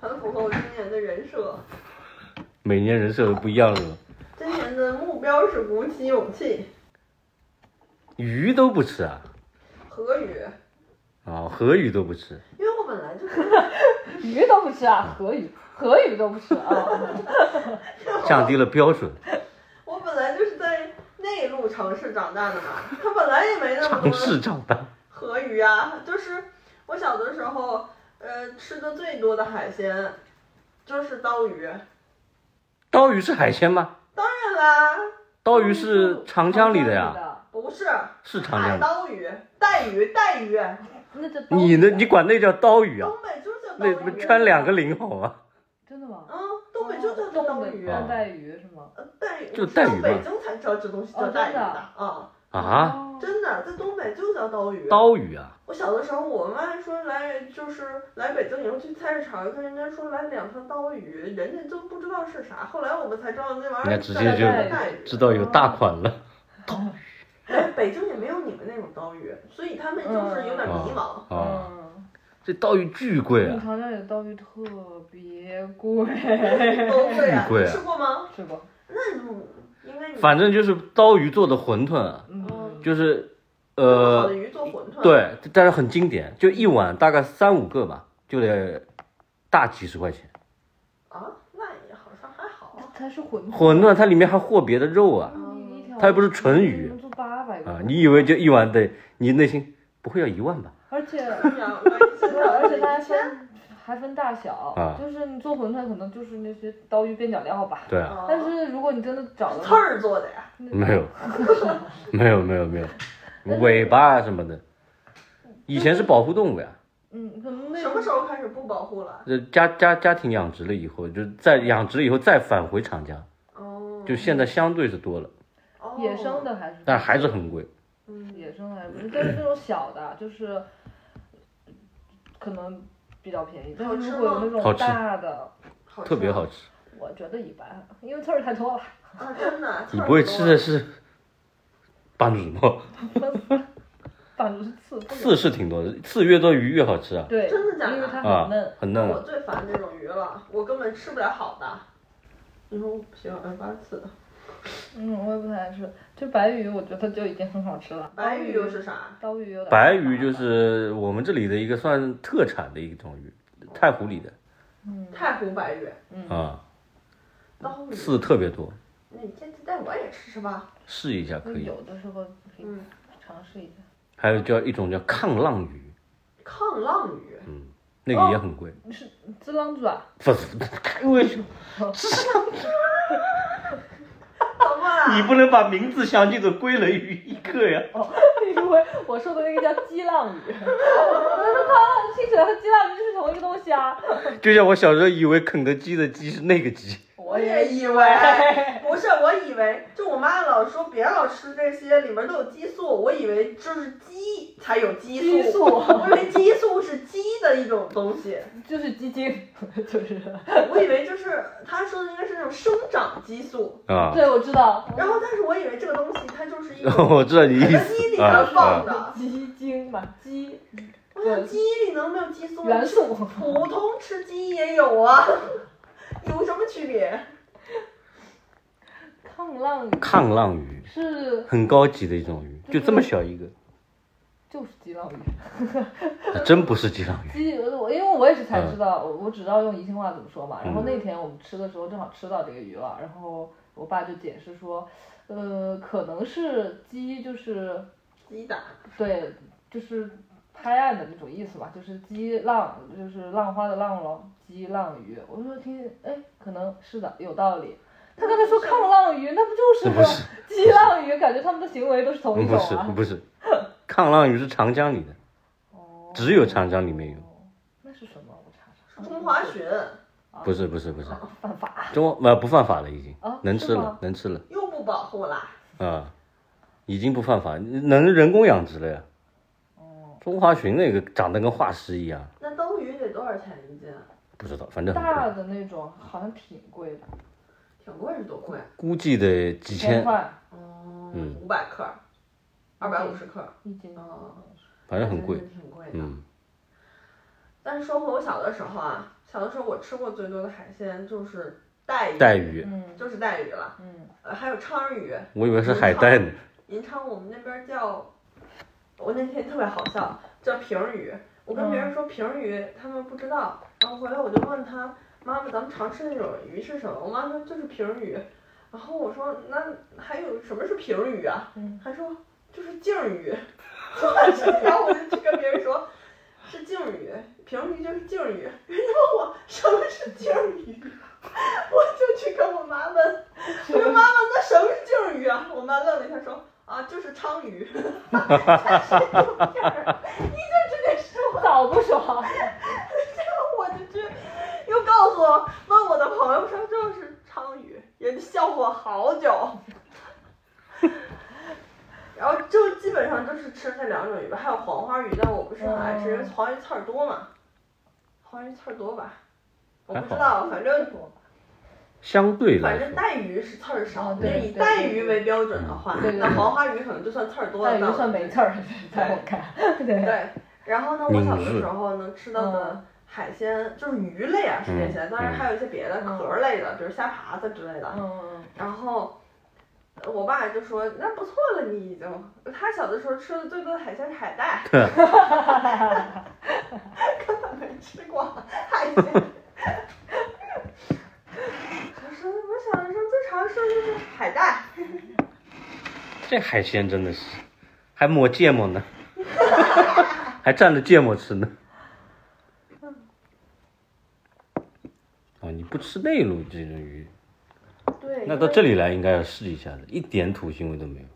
S5: 很符合我今年的人设。
S4: 每年人设都不一样了。
S5: 今年的目标是鼓起勇气。
S4: 鱼都不吃啊，
S5: 何宇，
S4: 啊，河鱼都不吃，
S5: 因为我本来就 <laughs>
S6: 鱼都不吃啊，河鱼，河鱼都不吃啊。
S4: 降低了标准。
S5: 我本来就是在内陆城市长大的嘛，他本来也没那么
S4: 尝
S5: 多。
S4: 试长大，
S5: 河鱼啊， <laughs> 就是我小的时候，呃，吃的最多的海鲜就是刀鱼。
S4: 刀鱼是海鲜吗？
S5: 刀啦，
S4: 刀鱼是长江里的呀，
S5: 不是
S4: 是长
S5: 海
S4: 江的。
S5: 刀鱼、带鱼、带鱼，
S6: 那这刀啊
S4: 你呢？你管那叫刀鱼啊？
S5: 东北就叫刀
S4: 那
S5: 鱼。
S4: 他妈圈两个零好啊吗？
S6: 真的吗？哦
S5: 嗯，东北就叫刀鱼，
S4: 啊
S6: 三带鱼是吗？
S5: 呃带鱼
S4: 就带鱼吧哦
S5: 只有北京才知道这东西叫带鱼的啊、
S4: 啊，
S6: 哦，
S5: 真的，在东北就叫刀鱼。
S4: 刀鱼啊，
S5: 我小的时候，我妈还说来就是来北京以后去菜市场，看人家说来两条刀鱼，人家都不知道是啥。后来我们才知道那玩
S4: 人
S5: 意儿
S4: 家直
S5: 叫
S4: 接就
S5: 带鱼。
S4: 知道有大款了。
S5: 哎， <laughs> 北京也没有你们那种刀鱼，所以他们就是有点迷茫。
S4: 啊，
S6: 嗯，
S4: 这刀鱼巨贵
S6: 你
S4: 啊！
S6: 嗯长江里的刀鱼特别贵，
S5: <laughs> 哦，对啊，
S4: 巨 <laughs> 贵
S5: 你
S4: 啊
S5: 吃过吗？
S6: 是吧？
S5: 那你应该你
S4: 反正就是刀鱼做的馄饨啊，
S6: 嗯，
S4: 就是，
S5: 好
S4: 呃
S5: 的，鱼做馄饨，，
S4: 对，但是很经典，就一碗大概三五个吧，就得大几十块钱。
S5: 啊，那也好像还好 <laughs> 啊。
S6: 它是馄饨，
S4: 馄饨它里面还和别的肉啊
S6: 你一条
S4: 它又不是纯鱼
S6: 能做八百个
S4: 啊！你以为就一碗得，你内心不会要一万吧？
S6: 而且 <laughs>
S5: 哎呀我一直
S6: 而且它还
S5: 以前
S6: 分还分大小
S4: 啊，
S6: 就是你做馄饨可能就是那些刀鱼边角料吧，
S4: 对啊，
S6: 但是如果你真的找
S5: 哦
S6: 了
S5: 刺儿做的呀，
S4: 没有， <laughs> 没有，没有，没有，尾巴啊什么的，以前是保护动物呀，
S6: 嗯，可能那
S5: 什么时候开始不保护了？
S4: 这家家家庭养殖了以后，就再养殖了以后再返回长江，
S5: 哦，
S4: 就现在相对是多了，
S5: 哦
S6: 野生，的还是
S4: 但还是很贵。
S5: 嗯，
S6: 野生还是不是，但是那种小的，就是可能比较便宜，但
S5: 好
S6: 是
S5: 吃
S6: 如果有
S5: 吗
S6: 那
S4: 好
S6: 种
S4: 吃
S6: 大的，
S5: 好吃啊
S4: 特
S5: 吗
S4: 别好吃，
S6: 我觉得一般，因为刺儿太多了。
S5: 啊，真的。
S4: 你不会吃的是 <laughs> 斑竹吗？
S6: 反正是刺不能
S4: 刺是挺多的，刺越多鱼越好吃啊，
S6: 对，
S5: 真的假的
S6: 因为它
S4: 啊
S6: 很嫩，，
S4: 很
S5: 那
S4: 嫩
S5: 我
S4: 啊。
S5: 最烦这种鱼了，我根本吃不了好的。你说我不喜欢八刺，
S6: 嗯，我也不太爱吃。就白鱼，我觉得就已经很好吃了。
S5: 白鱼又是啥？
S6: 刀鱼有点
S4: 白鱼就是我们这里的一个算特产的一种鱼，太湖里的
S6: 嗯
S5: 太湖白鱼，
S4: 啊，
S5: 刀鱼。
S4: 刺特别多，
S5: 那你下次带我也吃吃吧。
S4: 试一下可以。
S6: 有的时候可以
S5: 嗯
S6: 尝试一下。
S4: 还有叫一种叫抗浪鱼，
S5: 抗浪鱼，
S4: 那个也很贵。
S6: 滋浪爪，
S4: 不是， <laughs> 开玩笑，
S5: 怎么啦？
S4: 你不能把名字相近的归类于一个呀。
S6: <laughs> 你以为我说的那个叫激浪鱼？我说它听起来和激浪鱼就是同一个东西啊。
S4: 就像我小时候以为肯德基的鸡是那个鸡，
S5: 我
S6: 我
S5: 也
S6: 也
S5: 以为，不是，我以为就我妈老说别老吃这些，里面都有激素，我以为就是鸡才有激素，
S6: 激素
S5: 我以为激素是鸡的一种东西，
S6: 就是鸡精， <laughs> 就是。
S5: 我以为就是她说的应该是那种生长激素，
S4: 啊。
S6: 对，我知道。
S5: 然后但是我以为这个东西它就是一种
S4: <laughs> 我知道你意
S5: 肯德基里
S4: 思啊
S5: 面放
S4: 啊，
S5: 的，
S6: 鸡精嘛，鸡
S5: 我想鸡里能没有激素？
S6: 元素。
S5: 普通吃鸡也有啊，有什么区别？
S6: 抗浪鱼
S4: 抗浪鱼
S6: 是
S4: 很高级的一种鱼，就这么小一个，
S6: 就是激浪鱼。
S4: 还真不是激浪鱼。
S6: 鸡，呃我因为我也是才知
S5: 嗯
S6: 道，我我只知道用宜兴话怎么说嘛。然后那天我们吃的时候正好吃到这个鱼了，然后我爸就解释说，呃，可能是鸡就是
S5: 鸡打
S6: 对，就是拍岸的那种意思吧，就是激浪，就是浪花的浪咯，激浪鱼。我说听，哎，可能是的，有道理。他刚才说抗浪鱼，那不就是
S4: 不是
S6: 个 <laughs> 激浪鱼？感觉他们的行为都是同一
S4: 不
S6: 种
S4: 是
S6: 啊。
S4: 不是，抗浪鱼是长江里的，
S6: 哦，
S4: 只有长江里面有。
S6: 那是什么？我查查。哦
S5: 中华鲟
S4: 不是不是不是，
S6: 犯法
S4: 中国呃不犯法了已经
S6: 啊，
S4: 能吃
S6: 是
S4: 了
S6: 吗
S4: 能吃了
S5: 又不保护啦。
S4: 啊，已经不犯法，能人工养殖了呀。
S6: 哦
S4: 中华鲟那个长得跟化石一样，
S5: 那刀鱼得多少钱一斤？啊
S4: 不知道，反正很
S6: 大
S4: 贵，
S6: 的那种好像挺贵的，
S5: 挺贵是多贵？啊
S4: 估计得几千，
S6: 块
S5: 嗯
S4: 嗯，
S5: 五百克，二百五十克，
S6: 一斤。
S5: 哦
S4: 反正很贵
S5: 真。的挺贵的。
S4: 嗯，
S5: 但是说回我小的时候啊，小的时候我吃过最多的海鲜就是带鱼，
S4: 带鱼，
S6: 嗯
S5: 就是带鱼了，
S6: 嗯， <laughs>
S5: 呃，还有鲳鱼，
S4: 我以为是海带呢。
S5: 银鲳我们那边叫，我那天特别好笑，叫平鱼。我跟别人说平鱼，他们不知道，然后回来我就问他妈妈，咱们常吃的那种鱼是什么？我妈说就是平鱼。然后我说那还有什么是平鱼啊？
S6: 嗯
S5: 她说就是净鱼。然 <laughs> 后我就去跟别人说。是净鱼，平鱼就是净鱼。人家问我 <laughs> 什么是净鱼，我就去跟我妈问，我说妈妈，那什么班愣了一下说啊，就是鲳鱼， <laughs> 才是有劲儿，你就直接说，
S6: 早不说，
S5: 我就这又告诉我问我的朋友说就是鲳鱼，人家笑我好久。 <laughs> 然后就基本上就是吃这两种鱼吧，还有黄花鱼，但我不是很爱吃，因为黄鱼刺儿多嘛，黄鱼刺儿多吧，我不知道，反正
S4: 相对来
S5: 反正
S4: 说，
S5: 带鱼是刺儿少，
S6: 哦
S5: 就
S6: 对
S5: 是以带鱼为标准的话
S6: 对对，对
S5: 那黄花鱼可能就算刺儿多
S6: 那
S5: 了。
S6: 鱼算没刺儿， <laughs> 在我看，
S5: <laughs>
S6: 对，
S5: 对，然后呢，我小的
S4: 拧
S5: 时候能吃到的
S6: 嗯
S5: 海鲜就是鱼类啊，是这些，当然还有一些别的
S6: 嗯
S5: 壳儿类的，比如虾爬子之类的。
S6: 嗯，
S5: 然后呃我爸就说：“那不错了，你已经。”他小的时候吃的最多的海鲜是
S4: <laughs>
S5: 海带，根本没吃过海鲜。 <laughs> 我说，我小的时候最常吃的就是海带。
S4: 这海鲜真的是还抹芥末呢，还蘸着芥末吃呢。哦，你不吃内陆这种鱼，
S5: 对，
S4: 那
S5: 因
S4: 到
S5: 为
S4: 这里来应该要试一下的，一点土腥味都没有。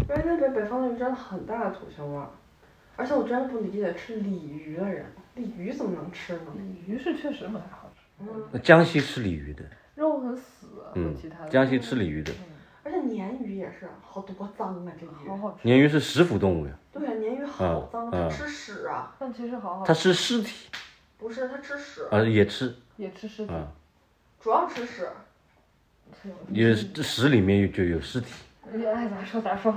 S5: 因为那边北方的鱼真的很大的土腥味儿，而且我真的不理解吃鲤鱼的人，鲤鱼怎么能吃呢？
S6: 嗯鱼是确实不太好吃，
S4: 那江西吃鲤鱼的，
S6: 肉很死，啊和
S4: 嗯
S6: 其他的，
S4: 江西吃鲤鱼的，
S5: 而且鲶鱼也是，好多脏啊这
S6: 好
S5: 鱼。
S6: 好吃，
S4: 鲶鱼是食腐动物呀，
S5: 对啊，鲶鱼好脏，
S4: 嗯
S5: 它
S4: 嗯
S5: 吃屎啊！
S6: 但其实好好
S4: 它吃
S6: 吃，
S4: 尸体
S5: 不是，它吃屎，
S4: 啊，也吃
S6: 也吃尸体，
S4: 啊，
S5: 主要吃屎。
S6: 是有
S4: 也是屎里面就有尸体。
S6: 你爱哎咋说咋说，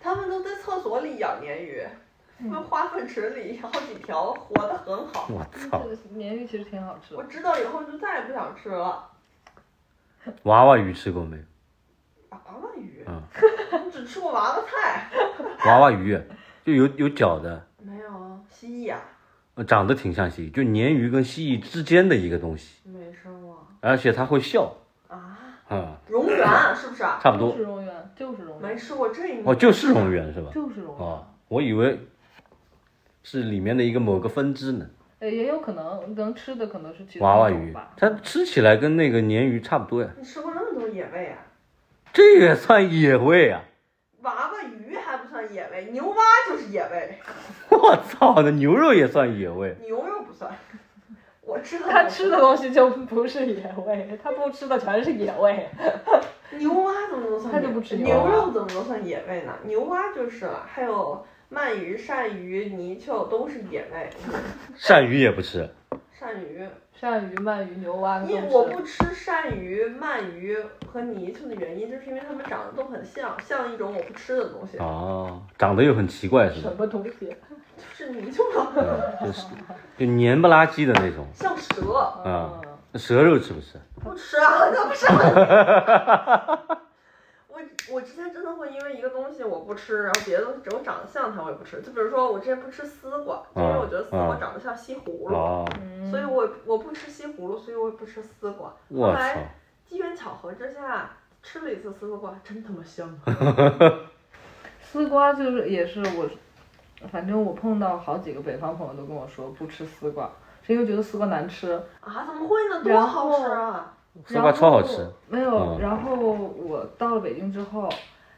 S5: 他们都在厕所里养鲶鱼，那
S6: 嗯
S5: 花粪池里好几条，活得很好。
S4: 我
S6: 这
S4: <laughs> 操，
S6: 个鲶鱼其实挺好吃
S5: 我
S6: 的，
S5: 知道以后就再也不想吃了。
S4: 娃娃鱼吃过没有？
S5: 娃娃啊鱼，
S4: 嗯
S5: 我只吃过娃娃菜。
S4: 娃娃鱼啊就有有脚的，
S5: 没有啊，蜥蜴啊，
S4: 呃长得挺像蜥蜴，就鲶鱼跟蜥蜴之间的一个东西，
S5: 没吃过
S4: 而且它会笑，
S5: 啊。
S4: 啊、
S5: 蝾螈是不是啊？
S4: 差不
S6: 就
S4: 多
S6: 是。蝾螈，就是蝾
S5: 没
S6: 螈，
S5: 吃过这一
S4: 哦，就是蝾螈是吧？
S6: 就是蝾螈
S4: 哦，，我以为是里面的一个某个分支呢。
S6: 呃，也有可能能吃的可能是其他
S4: 娃娃
S6: 一种
S4: 鱼
S6: 吧，
S4: 它吃起来跟那个鲶鱼差不多呀，
S5: 你吃过那么多野味啊？
S4: 这也算野味啊！ <laughs>
S5: 娃娃鱼还不算野味，牛蛙就是野味，
S4: 我操，那牛肉也算野味，
S5: 牛肉不算。我吃的
S6: 他吃的东西就不是野味，他不吃的全是野
S5: <laughs>
S6: 味。
S5: 牛蛙怎么能算野？
S6: 他就不吃
S5: 牛
S6: 牛蛙
S5: 肉怎么能算野味呢？牛蛙就是了，还有鳗鱼、鳝鱼、泥鳅都是野味。
S4: 鳝鱼也不吃，
S5: 鳝鱼，
S6: 鳝鱼、鳗鱼、牛蛙
S5: 因
S6: 都
S5: 为我
S6: 吃。
S5: 不吃鳝鱼、鳗鱼和泥鳅的原因，就是因为它们长得都很像，像一种我不吃的东西，
S4: 哦，长得又很奇怪是吧
S6: 什？么东西？
S5: 就是泥鳅嘛，
S4: 嗯，就是就黏不拉几的那种，
S5: 像蛇，
S4: 啊
S6: 嗯，
S4: 蛇肉吃不吃？
S5: 不吃啊，那不是。我我之前真的会因为一个东西我不吃，然后别的东西只有长得像它我也不吃。就比如说我之前不吃丝瓜，因为我觉得丝瓜
S4: 嗯嗯
S5: 长得像西葫芦，
S4: 哦，
S6: 嗯
S5: 所以我我不吃西葫芦，所以我也不吃丝瓜。
S4: 我
S5: 后来
S4: 操！
S5: 机缘巧合之下吃了一次丝瓜，真他妈香啊！
S6: 丝瓜就是也是我，反正我碰到好几个北方朋友都跟我说不吃丝瓜，是因为觉得丝瓜难吃。
S5: 啊，怎么会呢？多好吃啊！
S4: 丝瓜超好吃
S6: 然后。没有，
S4: 嗯
S6: 然后我到了北京之后，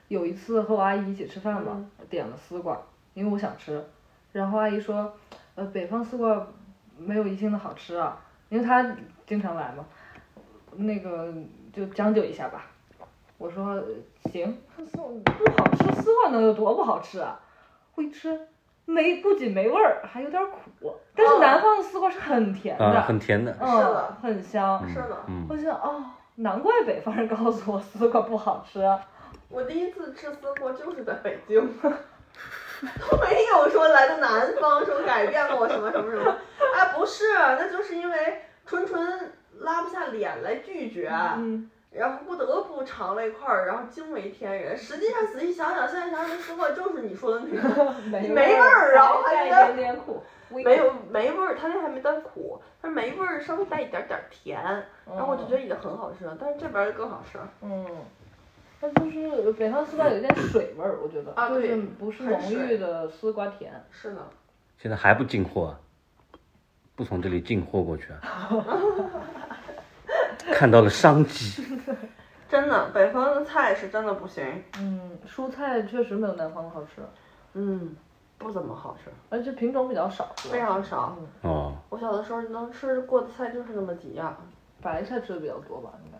S6: 有一次和我阿姨一起吃饭嘛，
S5: 嗯
S6: 点了丝瓜，因为我想吃，然后阿姨说，呃，北方丝瓜没有宜兴的好吃啊，因为她经常来嘛，那个就将就一下吧。我说呃行，不好吃，丝瓜能有多不好吃啊？我一吃，没不仅没味儿，还有点苦。但是
S5: 哦
S6: 南方的丝瓜是很甜的，
S4: 啊，很甜的。
S5: 是的
S6: 嗯，很香。
S5: 是的，
S4: 嗯
S6: 我，就想哦，难怪北方人告诉我丝瓜不好吃，啊
S5: 我第一次吃丝瓜就是在北京， <laughs> 都没有说来的南方说改变了我什么什么什么。哎，不是，那就是因为纯纯拉不下脸来拒绝，
S6: 嗯，
S5: 然后不得不尝了一块儿，然后惊为天人。实际上仔细想想，现在想想那丝瓜就是你说的那种。 <laughs>
S6: 没
S5: 没味儿啊我还
S6: 带
S5: 觉得
S6: 一点点苦，
S5: 没有没味儿，它那还没带苦，它没味儿，稍微带一点点甜，
S6: 嗯，
S5: 然后我就觉得已经很好吃了，但是这边儿就更好吃了。
S6: 嗯。但就是北方丝瓜有一点水味儿，我觉得，
S5: 啊
S6: 就是
S5: 对
S6: 不是
S5: 很
S6: 浓
S5: 水
S6: 郁的丝瓜甜，
S5: 是的，
S4: 现在还不进货啊？不从这里进货过去啊？看到了商机，
S5: 真的，北方的菜是真的不行。
S6: 嗯，蔬菜确实没有南方好吃，
S5: 嗯，不怎么好吃，
S6: 而且品种比较少，是吧
S5: 非常少。
S6: 嗯，
S4: 哦，
S5: 我小的时候能吃过的菜就是那么几样，
S6: 白菜吃的比较多吧，应该。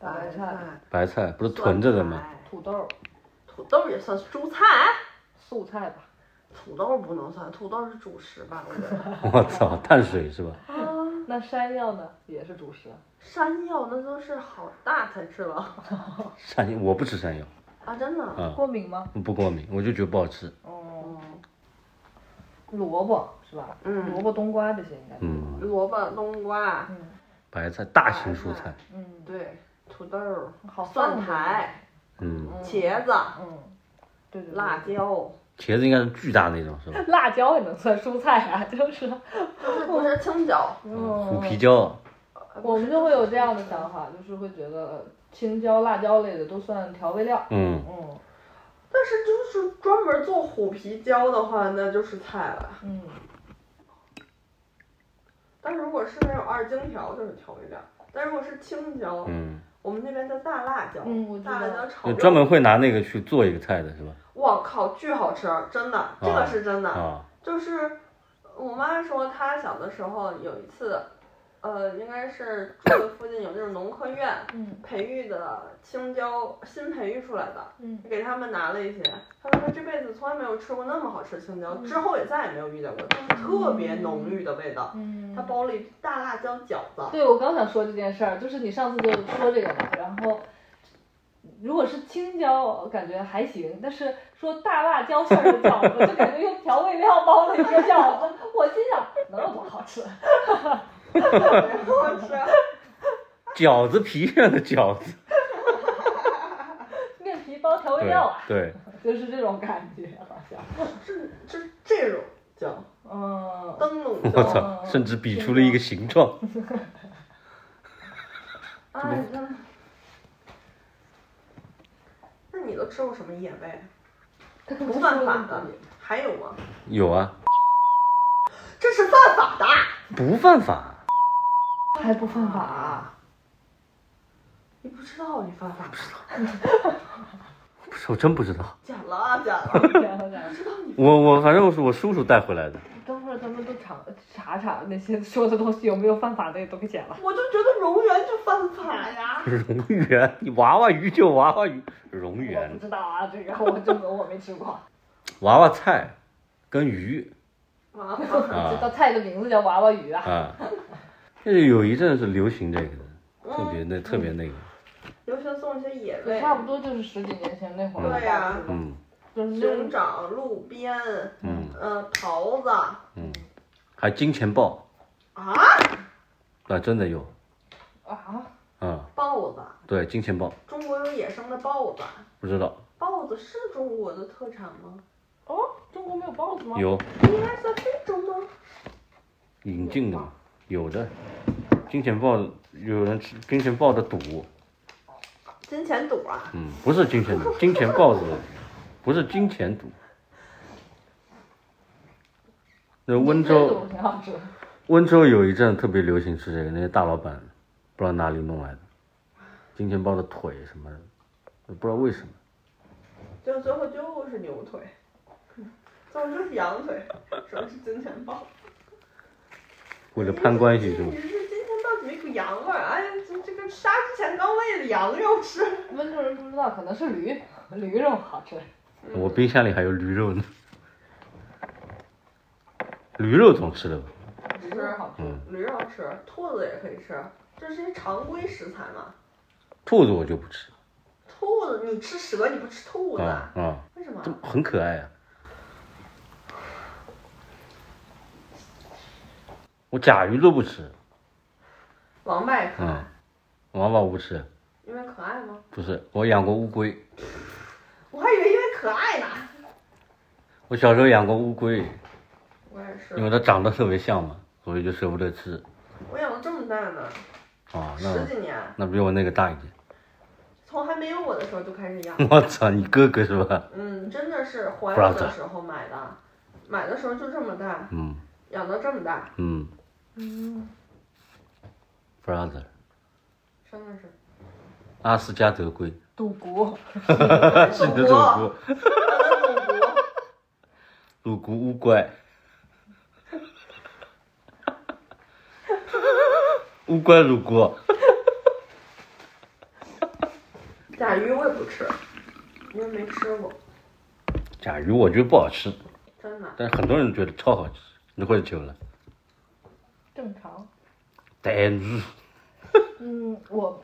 S5: 白
S6: 菜、
S5: 菜、
S4: 白菜不是囤着的吗？
S5: 酸菜？
S6: 土豆、
S5: 土豆也算蔬菜，
S6: 素菜吧，
S5: 土豆不能算，土豆是主食吧？我觉得。
S4: 我操，碳水是吧？
S5: 啊，
S6: 那山药呢也是主食。
S5: 山药那都是好大才吃了
S4: 山药我不吃山药
S5: 啊，真的。
S4: 啊，
S6: 过敏吗？
S4: 不过敏，我就觉得不好吃。
S6: 哦，
S5: 嗯
S6: 萝卜是吧？萝
S5: 嗯，
S6: 卜、冬瓜这些应该。
S4: 嗯，
S5: 萝卜、冬瓜，
S6: 嗯
S4: 白菜大型蔬菜，
S6: 嗯，
S5: 对，土豆、
S6: 好
S5: 蒜
S6: 放着
S5: 苔
S4: 嗯，
S6: 嗯
S5: 茄子、
S6: 嗯，对对对，
S5: 辣椒，
S4: 茄子应该是巨大那种是吧？
S6: 辣椒也能算蔬菜啊， <laughs> 就是，
S5: 就是不是青椒，
S6: 嗯，
S4: 胡皮椒，
S6: 我们就会有这样的想法，就是会觉得青椒、辣椒类的都算调味料。
S4: 嗯，
S6: 嗯
S5: 但是就是专门做虎皮椒的话，那就是菜了。
S6: 嗯，
S5: 但是如果是那种二荆条，就是调味料。但如果是青椒，
S4: 嗯，
S5: 我们那边叫大辣椒，
S6: 嗯我知道
S5: 大辣椒炒
S4: 就
S5: 肉，
S4: 专门会拿那个去做一个菜的是吧？
S5: 哇靠，巨好吃，真的，这个是真的。
S4: 啊，
S5: 就是我妈说，她小的时候有一次，呃，应该是住的附近有那种农科院
S6: 嗯
S5: 培育的青椒，新培育出来的，
S6: 嗯
S5: 给他们拿了一些，他说他这辈子从来没有吃过那么好吃的青椒，
S6: 嗯
S5: 之后也再也没有遇见过，就是特别浓郁的味道。
S6: 嗯
S5: 他包了一大辣椒饺子， <laughs>
S6: 对，我刚想说这件事儿，就是你上次就说这个嘛，然后如果是青椒，感觉还行，但是说大辣椒馅儿的饺子，就感觉用调味料包了一个饺子，我心想能有多好吃？
S5: 特别好吃。
S4: 饺子皮上的饺子，
S6: 面皮包调味
S4: 对
S6: 料啊，
S4: 对，
S6: <laughs> 就是这种感觉，好像，
S5: 是就是这种叫
S6: 嗯，
S5: 灯笼
S4: <laughs> 我
S5: 椒，
S4: 操，甚至比出了一个形状，
S5: 哎，真的。那你都吃过什么野味？不犯法的，还有吗？
S4: 有啊，
S5: 这是犯法的。
S4: 不犯法，
S6: 还嗯不犯
S5: <laughs>
S6: 法、啊？
S5: 你不知道你犯法，
S4: 不是我真不知道，
S5: <laughs> 假了啊假了，
S6: 这样的
S5: 不知道你
S4: 我我反正我是我叔叔带回来的，
S6: 等会儿咱们都查查查那些说的东西有没有犯法的啊都给剪了。
S5: 我就觉得蝾螈就犯法 <laughs> 呀。
S4: <laughs> 蝾螈，你娃娃鱼就娃娃鱼，蝾
S6: 我不
S4: 螈，
S6: 知道啊，这个我这个我没吃
S4: <laughs> 啊
S6: 过。
S4: 娃娃菜跟鱼
S5: 啊，
S6: 这
S4: 啊
S6: 道菜的名字叫娃娃鱼啊。
S4: 啊，那就有一阵是流行这个的，特
S5: 嗯，
S4: 别那特别那个，
S5: 留学送一些野味，
S6: 差不多就是十几年前那会儿，
S5: 对啊呀
S4: 嗯
S6: 就是那
S5: 熊
S6: 种
S5: 掌、路边，
S4: 嗯
S5: 呃，桃子
S4: 嗯，还金钱豹，
S5: 啊，
S4: 啊，真的有，
S5: 嗯
S6: 啊，
S4: 啊，
S5: 豹子，
S4: 对，金钱豹，
S5: 中国有野生的豹子，
S4: 不知道
S5: 豹子是中国的特产吗？
S6: 哦，中国没有豹子吗？
S4: 有
S5: 应该算非洲吗？
S4: 引进的吗？有的，金钱豹有人吃金钱豹的肚，
S5: 金钱肚啊，
S4: 嗯，不是金钱肚，金钱豹子，不是金钱肚。那温
S6: 这
S4: 州
S6: 种挺好吃的。
S4: 温州有一阵特别流行吃这个，那些大老板不知道哪里弄来的，金钱豹的腿什么的，不知道为什么。
S5: 就最后就是牛腿，最后就是羊腿，说是金钱豹。
S4: 为了攀关系是吗
S5: 你？是今天到底一股羊味儿？哎呀，这这个杀之前刚喂的羊肉吃。
S6: 温州人不知道，可能是驴，驴肉好吃。
S4: 我冰箱里还有驴肉呢，驴肉总吃的吧？
S6: 驴肉好吃，
S4: 嗯，
S5: 驴肉吃，兔子也可以吃，这是一些常规食材嘛。
S4: 兔子我就不吃
S5: 兔子，你吃蛇，你不吃兔子？
S4: 啊啊，
S5: 为什么？
S4: 这很可爱啊。我甲鱼都不吃
S5: 王八也可爱，
S4: 啊，王八我不吃，
S5: 因为可爱吗？
S4: 不是我养过乌龟，
S5: 我还以为因为可爱呢。
S4: 我小时候养过乌龟，
S5: 我也是
S4: 因，为它长得特别像嘛，所以就舍不得吃
S5: 我养了这么大呢，
S4: 啊。
S5: 十
S4: 那
S5: 几年，
S4: 那比我那个大一点。 <laughs>
S5: 从还没有我的时候就开始养。
S4: 我操，你哥哥是吧？
S5: 嗯，真的是怀我的时候买的，买的时候就这么大，
S4: 嗯
S5: 养到这么大，
S4: 嗯
S6: 嗯，
S4: ，brother，
S5: 真的是。
S4: 阿斯加德龟，
S6: 赌博，
S4: <laughs> 是你的
S5: 赌
S4: 赌
S5: 博
S4: 博，
S5: 我的
S4: <laughs> 鲁古乌龟。乌龟乳锅，
S5: 赌甲鱼我也不吃，因为没吃过，
S4: 甲鱼我觉得不好吃，
S5: 真的。
S4: 但是很多人觉得超好吃。你会求了？
S6: 正常。
S4: 带鱼，
S6: 嗯，我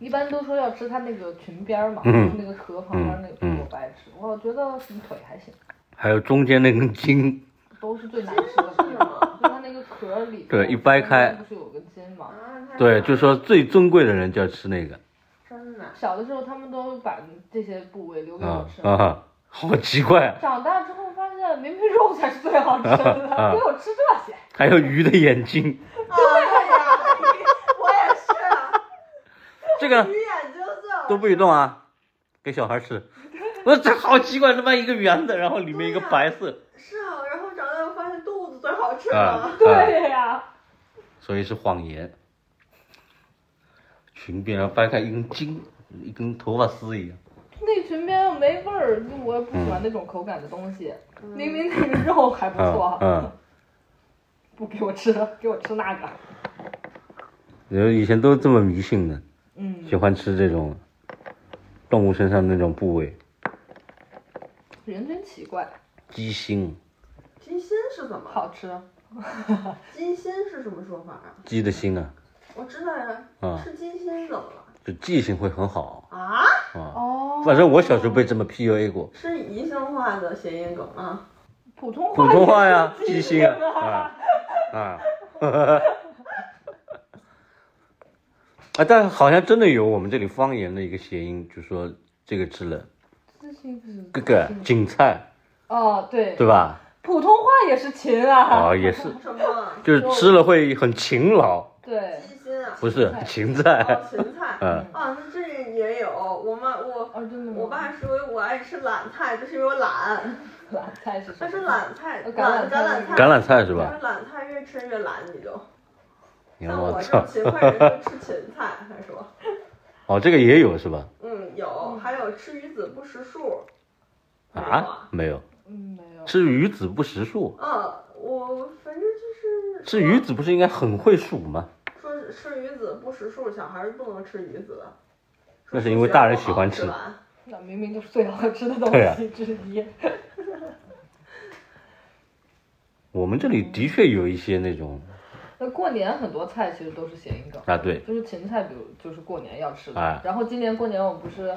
S6: 一般都说要吃它那个裙边儿嘛，
S4: 嗯
S6: 就是那个壳旁边那个，
S4: 嗯嗯
S6: 我不爱吃。我觉得腿还行，
S4: 还有中间那根筋，
S6: 都是最难吃的部分。就它那个壳儿里头，
S4: 对一掰开
S6: 中间不是有个筋嘛？
S5: 啊，太
S4: 对，
S5: 好
S4: 就说最尊贵的人就要吃那个
S5: 真的，啊
S6: 小的时候他们都把这些部位留给我
S4: 啊
S6: 吃。
S4: 啊，好奇怪啊，
S6: 长大之后发现，明明肉才是最好吃
S4: 啊
S6: 的，给我吃这些。
S4: 还有鱼的眼睛，
S5: 啊，对呀，我也是啊，
S4: 这个
S5: 鱼眼睛色
S4: 都不许动啊，给小孩吃。我这好奇怪，他妈一个圆的，然后里面一个白色
S5: 是啊，然后长大后发现肚子最好吃
S4: 啊
S5: 了，，
S4: 啊，
S6: 对呀，
S4: 所以是谎言。裙边然后掰开一根筋，一根头发丝一样。
S6: 那裙边没味儿，就我也不喜欢那种口感的东西。明明那个肉还不
S4: 嗯
S6: 错，
S4: 嗯，
S6: 不给我吃，给我吃那个。
S4: 人以前都这么迷信的，
S6: 嗯，
S4: 喜欢吃这种动物身上的那种部位，
S6: 人真奇怪，
S4: 鸡心、
S5: 鸡心是怎么？
S6: 好吃。
S5: 鸡心是什么说法啊？
S4: 鸡的心啊，
S5: 我知道呀，
S4: 啊，
S5: 吃鸡心怎么了？
S4: 就记性会很好
S5: 啊？
S4: 啊。
S6: 哦
S4: 反正我小时候被这么 PUA 过，
S5: 是宜兴话的谐音梗啊。
S6: 普通话
S4: 普通话呀，
S6: 也
S4: 鸡
S6: 是
S4: 心
S6: <laughs>
S4: 啊啊啊！ <laughs> 啊，但好像真的有我们这里方言的一个谐音，就说这个吃了
S6: 自信自
S4: 哥哥
S6: 嗯
S4: 芹菜，
S6: 哦，对，
S4: 对吧？
S6: 普通话也是勤啊，
S4: 哦，也是，
S5: 什么？
S4: 就是吃了会很勤劳，
S6: 对，
S5: 鸡心啊？
S4: 不是芹
S5: 哦
S4: 菜，，
S5: 芹菜。
S4: 嗯，
S5: 啊，那这也有。我妈我
S6: 哦，真的吗？
S5: 我爸说我爱吃懒菜，就是因为我懒。
S6: 懒菜是什么？
S5: 他说懒菜，懒
S6: 呃橄
S5: 嗯哦榄
S6: 榄
S5: 菜，
S6: 菜
S4: 橄榄菜是
S5: 他
S4: 吧？
S5: 说懒菜越吃越懒，你就。
S4: 你看
S5: 像我
S4: 我
S5: 这种
S4: 操，
S5: 勤快人就吃芹菜，他说。
S4: 哦，这个也有是吧？
S5: 嗯，有，还有吃鱼子不识数。
S4: 啊，没有，
S6: 嗯，没有，
S4: 吃鱼子不识数，
S5: 嗯，我反正就是
S4: 吃鱼子不是应该很会数吗？
S5: 说是吃鱼子不识数，小孩儿不能吃鱼子的。
S4: 那是因为大人喜欢吃
S5: 说数学不好完
S6: 那明明就是最好吃的东
S4: 对啊
S6: 西之一。 <laughs>
S4: 我们这里的确有一些那种
S6: 那过年很多菜其实都是谐音梗，
S4: 啊，对，
S6: 就是芹菜，比如就是过年要吃的。
S4: 哎
S6: 然后今年过年我不是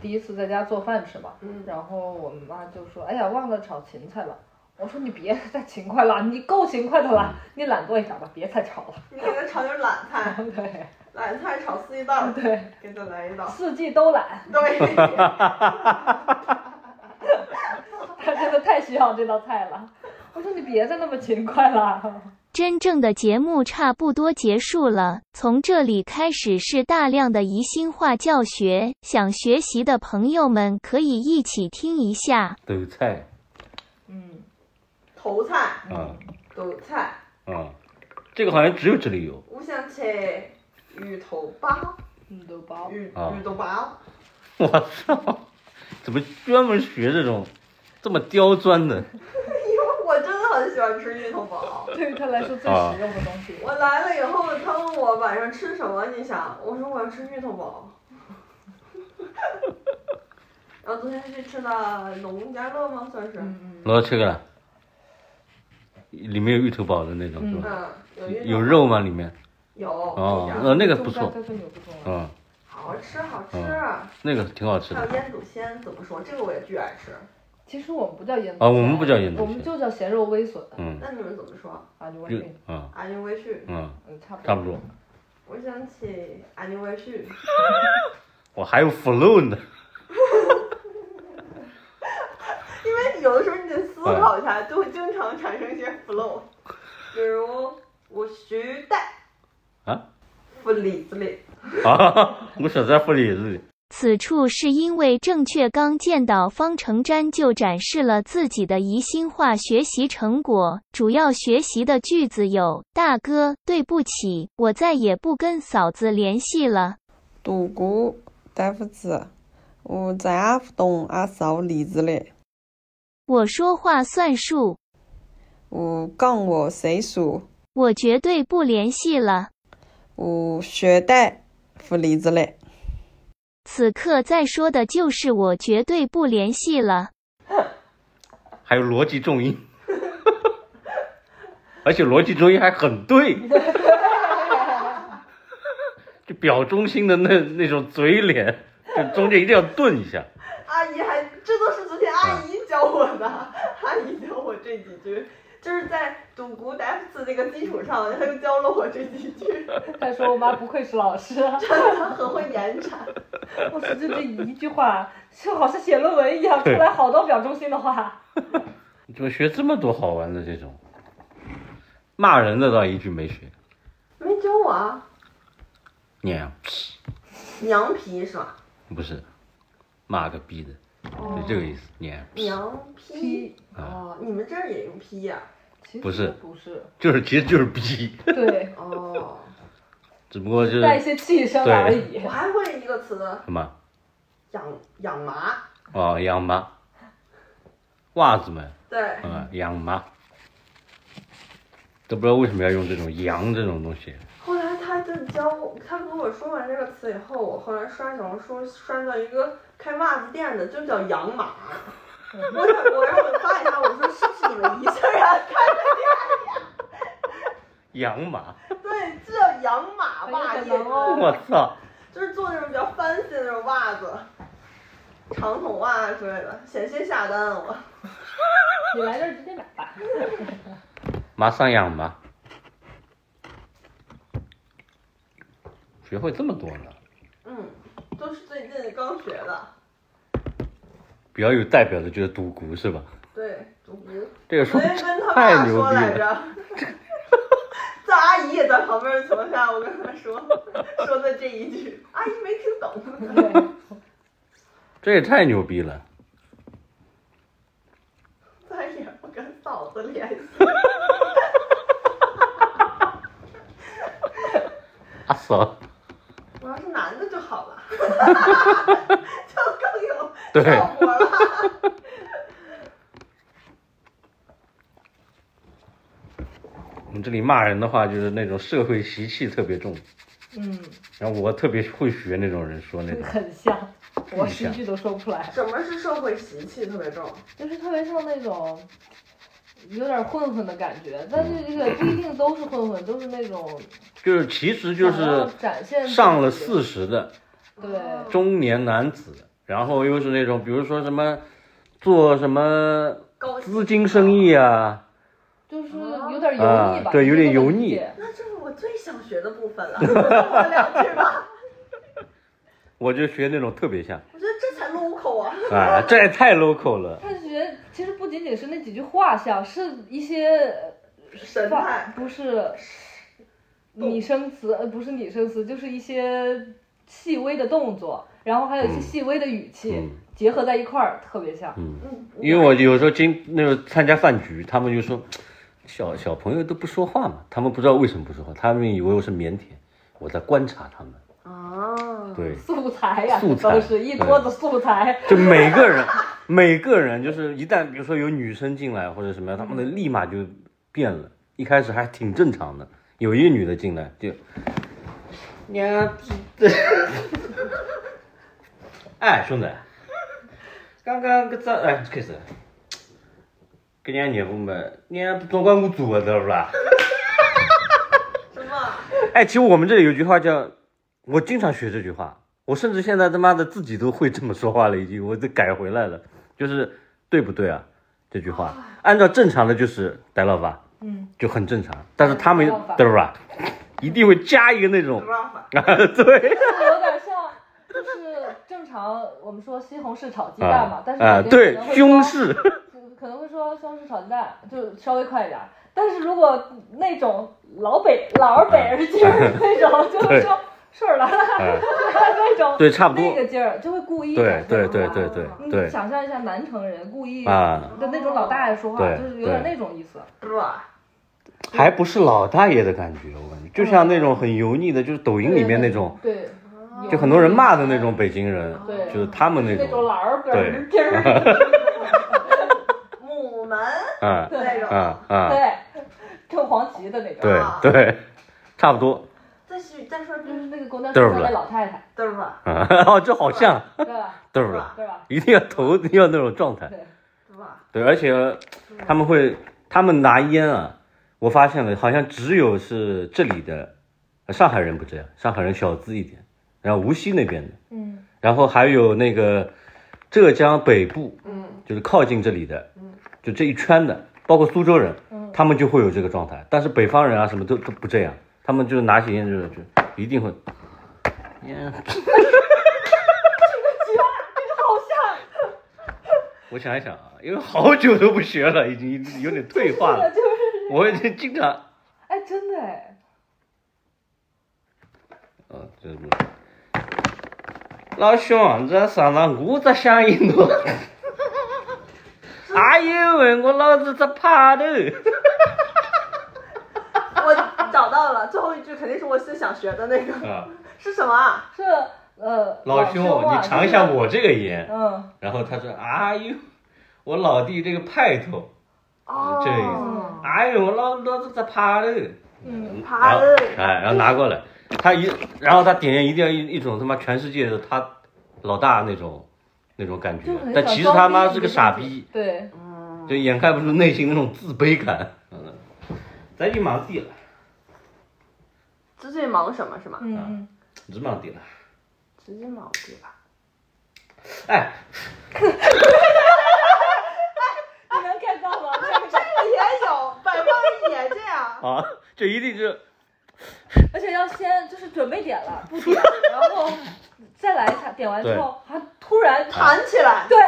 S6: 第一次在家做饭吃嘛，
S5: 嗯
S6: 然后我妈就说：“哎呀，忘了炒芹菜了。”我说：“你别再勤快了，你够勤快的了，
S4: 嗯
S6: 你懒惰一点吧，别再炒了。
S5: 你给他炒点懒” <laughs> 菜，
S6: <laughs> 对
S5: 懒菜炒四季豆，
S6: 对，
S5: 给他来一道。
S6: 四季都懒，
S5: 对，
S4: <laughs>
S6: 她真的太需要这道菜了。我说：“你别再那么勤快了。
S2: 真正的节目差不多结束了，从这里开始是大量的宜兴话教学，想学习的朋友们可以一起听一下。
S4: 抖菜，”
S6: 嗯，
S5: 头菜、
S4: 啊
S5: 韭菜、
S4: 啊，这个好像只有这里有，
S5: 五香菜、芋头包、
S6: 嗯，都包。
S5: 芋
S4: 啊
S5: 芋头包。
S4: <laughs> 我操，怎么专门学这种这么刁钻的？
S5: 我真的很喜欢吃芋头包。
S6: 对于她来说最
S4: 啊
S6: 实用的东西。
S5: 我来了以后，他问我晚上吃什么，你想，我说我要吃芋
S4: <laughs>
S5: 头包。然后昨天去吃的农家乐吗？算是，嗯，
S6: 嗯嗯，
S4: 我要吃个了，里面有芋头堡的那种是吧？
S5: 嗯有芋头，
S4: 有，肉吗？里面？
S5: 有，
S4: 哦
S5: 有，
S4: 呃，那个不
S6: 中
S4: 错
S6: 间，这个牛不错。
S4: 嗯，
S5: 好吃好吃。
S4: 嗯那个挺好吃
S5: 还
S4: 的
S5: 有。腌笃鲜怎么说？这个我也巨爱吃。
S6: 其实我们不叫腌
S4: 啊我们不叫腌
S6: 我
S4: 笃
S6: 们
S4: 鲜
S6: 就叫咸肉微笋
S4: 嗯，
S5: 那你们怎么说？
S6: 啊，就微
S4: 就
S6: 饼，
S4: 嗯
S5: 安牛微絮，
S4: 嗯，
S6: 嗯，差不
S4: 差
S6: 多。
S4: 不多。
S5: 我想起安牛微絮，
S4: 我还有 flow 呢， <laughs>
S5: 因为 <laughs> 有的时候你得思考一下，就会经常产生一些 flow。比如我徐代
S4: 啊，
S5: 不理子里，
S4: 啊，我小在副里也是。
S2: 此处是因为正确刚见到方程瞻就展示了自己的宜兴话学习成果，主要学习的句子有：“大哥，对不起，我再也不跟嫂子联系了。”
S1: 大哥，对不起，我再也不懂阿嫂例子了。
S2: 我说话算数，
S1: 我跟我谁说？
S2: 我绝对不联系了。
S1: 我绝对不例子了。
S2: 此刻在说的就是我绝对不联系了。
S4: 还有逻辑重音， <laughs> 而且逻辑重音还很对， <laughs> 就表忠心的那那种嘴脸，就中间一定要顿一下。
S5: 阿姨还这都是昨天阿姨教我的，阿姨教我这几句，就是在赌谷 F 这个基础上，她又教了我这几句，
S6: 再说我妈不愧是老师，啊
S5: 她很会延展。
S6: 我说就这一句话，就好像写论文一样，出来好多表忠心的话。
S4: 你怎么学这么多好玩的这种？骂人的倒一句没学，
S5: 没教我啊，
S4: 娘，
S5: 娘皮是吧？
S4: 啊不是，骂个逼的，就这个意思，啊娘，
S5: 娘批
S6: 一
S5: 哦，你们这儿也用批呀、
S6: 其实
S4: 不是
S6: 不是，
S4: 就是其实就是逼，
S6: 对，
S5: 哦，
S4: 只不过就是
S6: 带一些气声而已
S5: 我。还会一个词，
S4: 什么
S5: 养养麻。
S4: 哦，养妈，袜子们。
S5: 对，
S4: 啊，羊嘛，都不知道为什么要用这种羊这种东西。
S5: 后来他就教我，他跟我说完这个词以后，我后来刷小红书刷到一个开袜子店的，就叫养马。我想我让我发给他，我说是不是你们宜兴人开的
S4: 羊马，
S5: 店？ <laughs> 对，这叫养哎马袜
S6: 很有可
S5: 业，
S6: 能哦
S4: 我操！
S5: 就是做那种比较 fancy 的那种袜子，长筒袜之类的，险些下单了我。
S6: 你来这儿直接买吧。
S4: 马上养嘛，学会这么多呢，
S5: 嗯，都是最近刚学的。
S4: 比较有代表的就是独孤是吧？
S5: 对，赌博。
S4: 这个说
S5: 昨天跟他
S4: 太
S5: 爸
S4: 牛
S5: 说
S4: 逼
S5: 来
S4: 了，
S5: 着， <laughs> 在阿姨也在旁边的情况下，我跟他说说的这一句，阿姨没听懂。
S4: 这也太牛逼了！
S5: 再也不跟嫂子联系。
S4: 阿嫂，
S5: 我要是男的就好了， <laughs> 就更有
S4: 对
S5: 效果了。
S4: 我们这里骂人的话就是那种社会习气特别重，
S6: 嗯，
S4: 然后我特别会学那种人说那
S6: 这
S4: 种
S6: 个，很像，我
S4: 很
S6: 一
S4: 像
S6: 句都说不出来，
S5: 什么是社会习气特别重？
S6: 就是特别像那种。有点混混的感觉，但是
S4: 嗯
S6: 也不一定都是混混，都是那种
S4: 就是其实就
S6: 想要
S4: 是
S6: 展现自己
S4: 上了四十的，
S6: 对
S4: 中年男子，然后又是那种比如说什么做什么
S5: 高级
S4: 资金生意啊，
S6: 就是有点油腻吧，
S4: 啊对有点油腻
S6: 这个理解
S5: 那这是我最想学的部分了， <laughs> 我两句吧。
S4: 我就学那种特别像，
S5: 我觉得这才 local 啊。
S4: 啊，这也太 local 了，
S6: 他学其实不仅仅是那几句画像，是一些
S5: 神
S6: 发
S5: 态
S6: 不是拟声词，呃，不是拟声词，就是一些细微的动作，然后还有一些
S4: 嗯
S6: 细微的语气、
S4: 嗯
S6: 结合在一块儿，特别像。
S4: 嗯，
S5: 嗯，
S4: 因为我有时候经那个参加饭局，他们就说小小朋友都不说话嘛，他们不知道为什么不说话，他们以为我是腼腆，我在观察他们，
S5: 啊，
S4: 对，
S6: 素材呀、
S4: 素材
S6: 都是一桌子素材，
S4: 就每个人每个人就是一旦比如说有女生进来或者什么样，他们的立马就变了，一开始还挺正常的，有一个女的进来就。
S1: 娘
S4: 哎，兄弟，刚刚搿只哎开始，搿娘热乎嘛，娘总归我做的是吧？
S5: 什么？
S4: 哎，其实我们这里有句话叫，我经常学这句话，我甚至现在他妈的自己都会这么说话了，已经我都改回来了，就是对不对啊？这句话按照正常的就是逮老吧，
S6: 哦嗯，
S4: 就很正常，但是他们
S6: 逮老吧
S4: 对吧？一定会加一个那种
S6: <laughs>
S5: 什么法？
S4: 啊，对
S6: 就是有点像。就是正常，我们说西红柿炒鸡蛋嘛，
S4: 啊
S6: 但是
S4: 啊，
S6: 有的人
S4: 对
S6: 可能会说
S4: 胸
S6: <laughs>
S4: 式，
S6: 可能会说西红柿炒鸡蛋，就稍微快一点儿。但是如果那种老北老北儿劲儿那种，就会说顺儿来了
S4: 啊
S6: 那
S4: <laughs>
S6: 种，
S4: 对，差不
S6: 那
S4: 多，
S6: 个劲儿就会故意
S4: 对
S6: 展现
S4: 对
S6: 出来
S4: 对对对
S6: 你
S4: 对
S6: 想象一下南城人故意
S4: 啊。
S6: 跟那种老大爷说话，
S4: 对
S6: 就是有点
S4: 对
S6: 那种意思。
S5: 是吧？
S4: 还不是老大爷的感觉，我感觉就像那种很油腻的，就是抖音里面那种
S6: 对，
S5: 啊
S4: 就很多人骂的那种北京人，
S6: 对
S4: 就是他们那
S6: 那种
S4: 种，
S6: 老儿
S4: 对
S6: 本地儿，
S5: 木门
S4: 嗯
S5: 那种，
S4: 嗯嗯，
S6: 对，正黄旗的那种，
S4: 对对，差不多， <laughs>
S5: 再去再说就
S6: 就是是那个共产
S4: 嘚儿
S6: 党
S4: 不
S6: 上
S4: 来
S6: 的老太太，
S5: 嘚儿吧，
S4: 嗯，哦，这好像
S6: 对吧？
S4: 对不对？
S6: 对啊吧？
S4: 一定要头要那种状态，
S6: 对，
S5: 是吧？
S4: 对，而且他们会，他们拿烟啊，我发现了，好像只有是这里的呃上海人不这样，上海人小资一点，然后无锡那边的，
S6: 嗯，
S4: 然后还有那个浙江北部，
S5: 嗯，
S4: 就是靠近这里的，就这一圈的，包括苏州人，他们就会有这个状态，但是北方人啊什么都都不这样，他们就是拿起烟就是就一定会，烟，
S5: 好像
S4: 我想一想啊，因为好久都不学了，已经有点退化了，
S6: 就是，
S4: 我已经经常。
S6: 哎，真的哎，
S4: 啊，这是不是老兄，这上上我只想一弄。哎呦喂，我老子只怕头。
S5: 我找到了，最后一句肯定是我最想学的那个，
S4: 啊，
S5: <laughs> 是什么啊？
S6: 是呃，
S4: 老兄，
S6: 啊
S4: 你尝一下，我这个烟。
S6: 嗯，
S4: 然后他说：“哎呦，我老弟这个派头，啊
S5: 哦，
S4: 这
S6: 嗯
S4: 哎呦，我老老子只怕头。”嗯，
S5: 怕头
S4: 然后哎，然后拿过来，他一，然后他点烟一定要一一种他妈全世界的他老大那种那种感觉
S6: 就很，
S4: 但
S6: 想
S4: 其实
S6: 装
S4: 他妈
S6: 逼
S4: 是
S6: 一
S4: 个
S6: 个
S4: 傻
S6: 样子
S4: 逼。
S6: 对，嗯
S4: 就掩盖不住内心那种自卑感。嗯，咱已经忙地了，
S5: 最近忙什么是吗？
S6: 嗯嗯。
S4: 只忙地了。
S5: 直接忙对吧？
S4: 哎，
S6: 你能 get 到吗？
S5: 这个也有，北方人也 <laughs> 这样。
S4: 啊，这一定是
S6: 而且要先就是准备点了，不点，然后再来一下，点完之后还突
S4: 啊
S6: 然他
S5: 弹起 <laughs> 来，
S6: 对，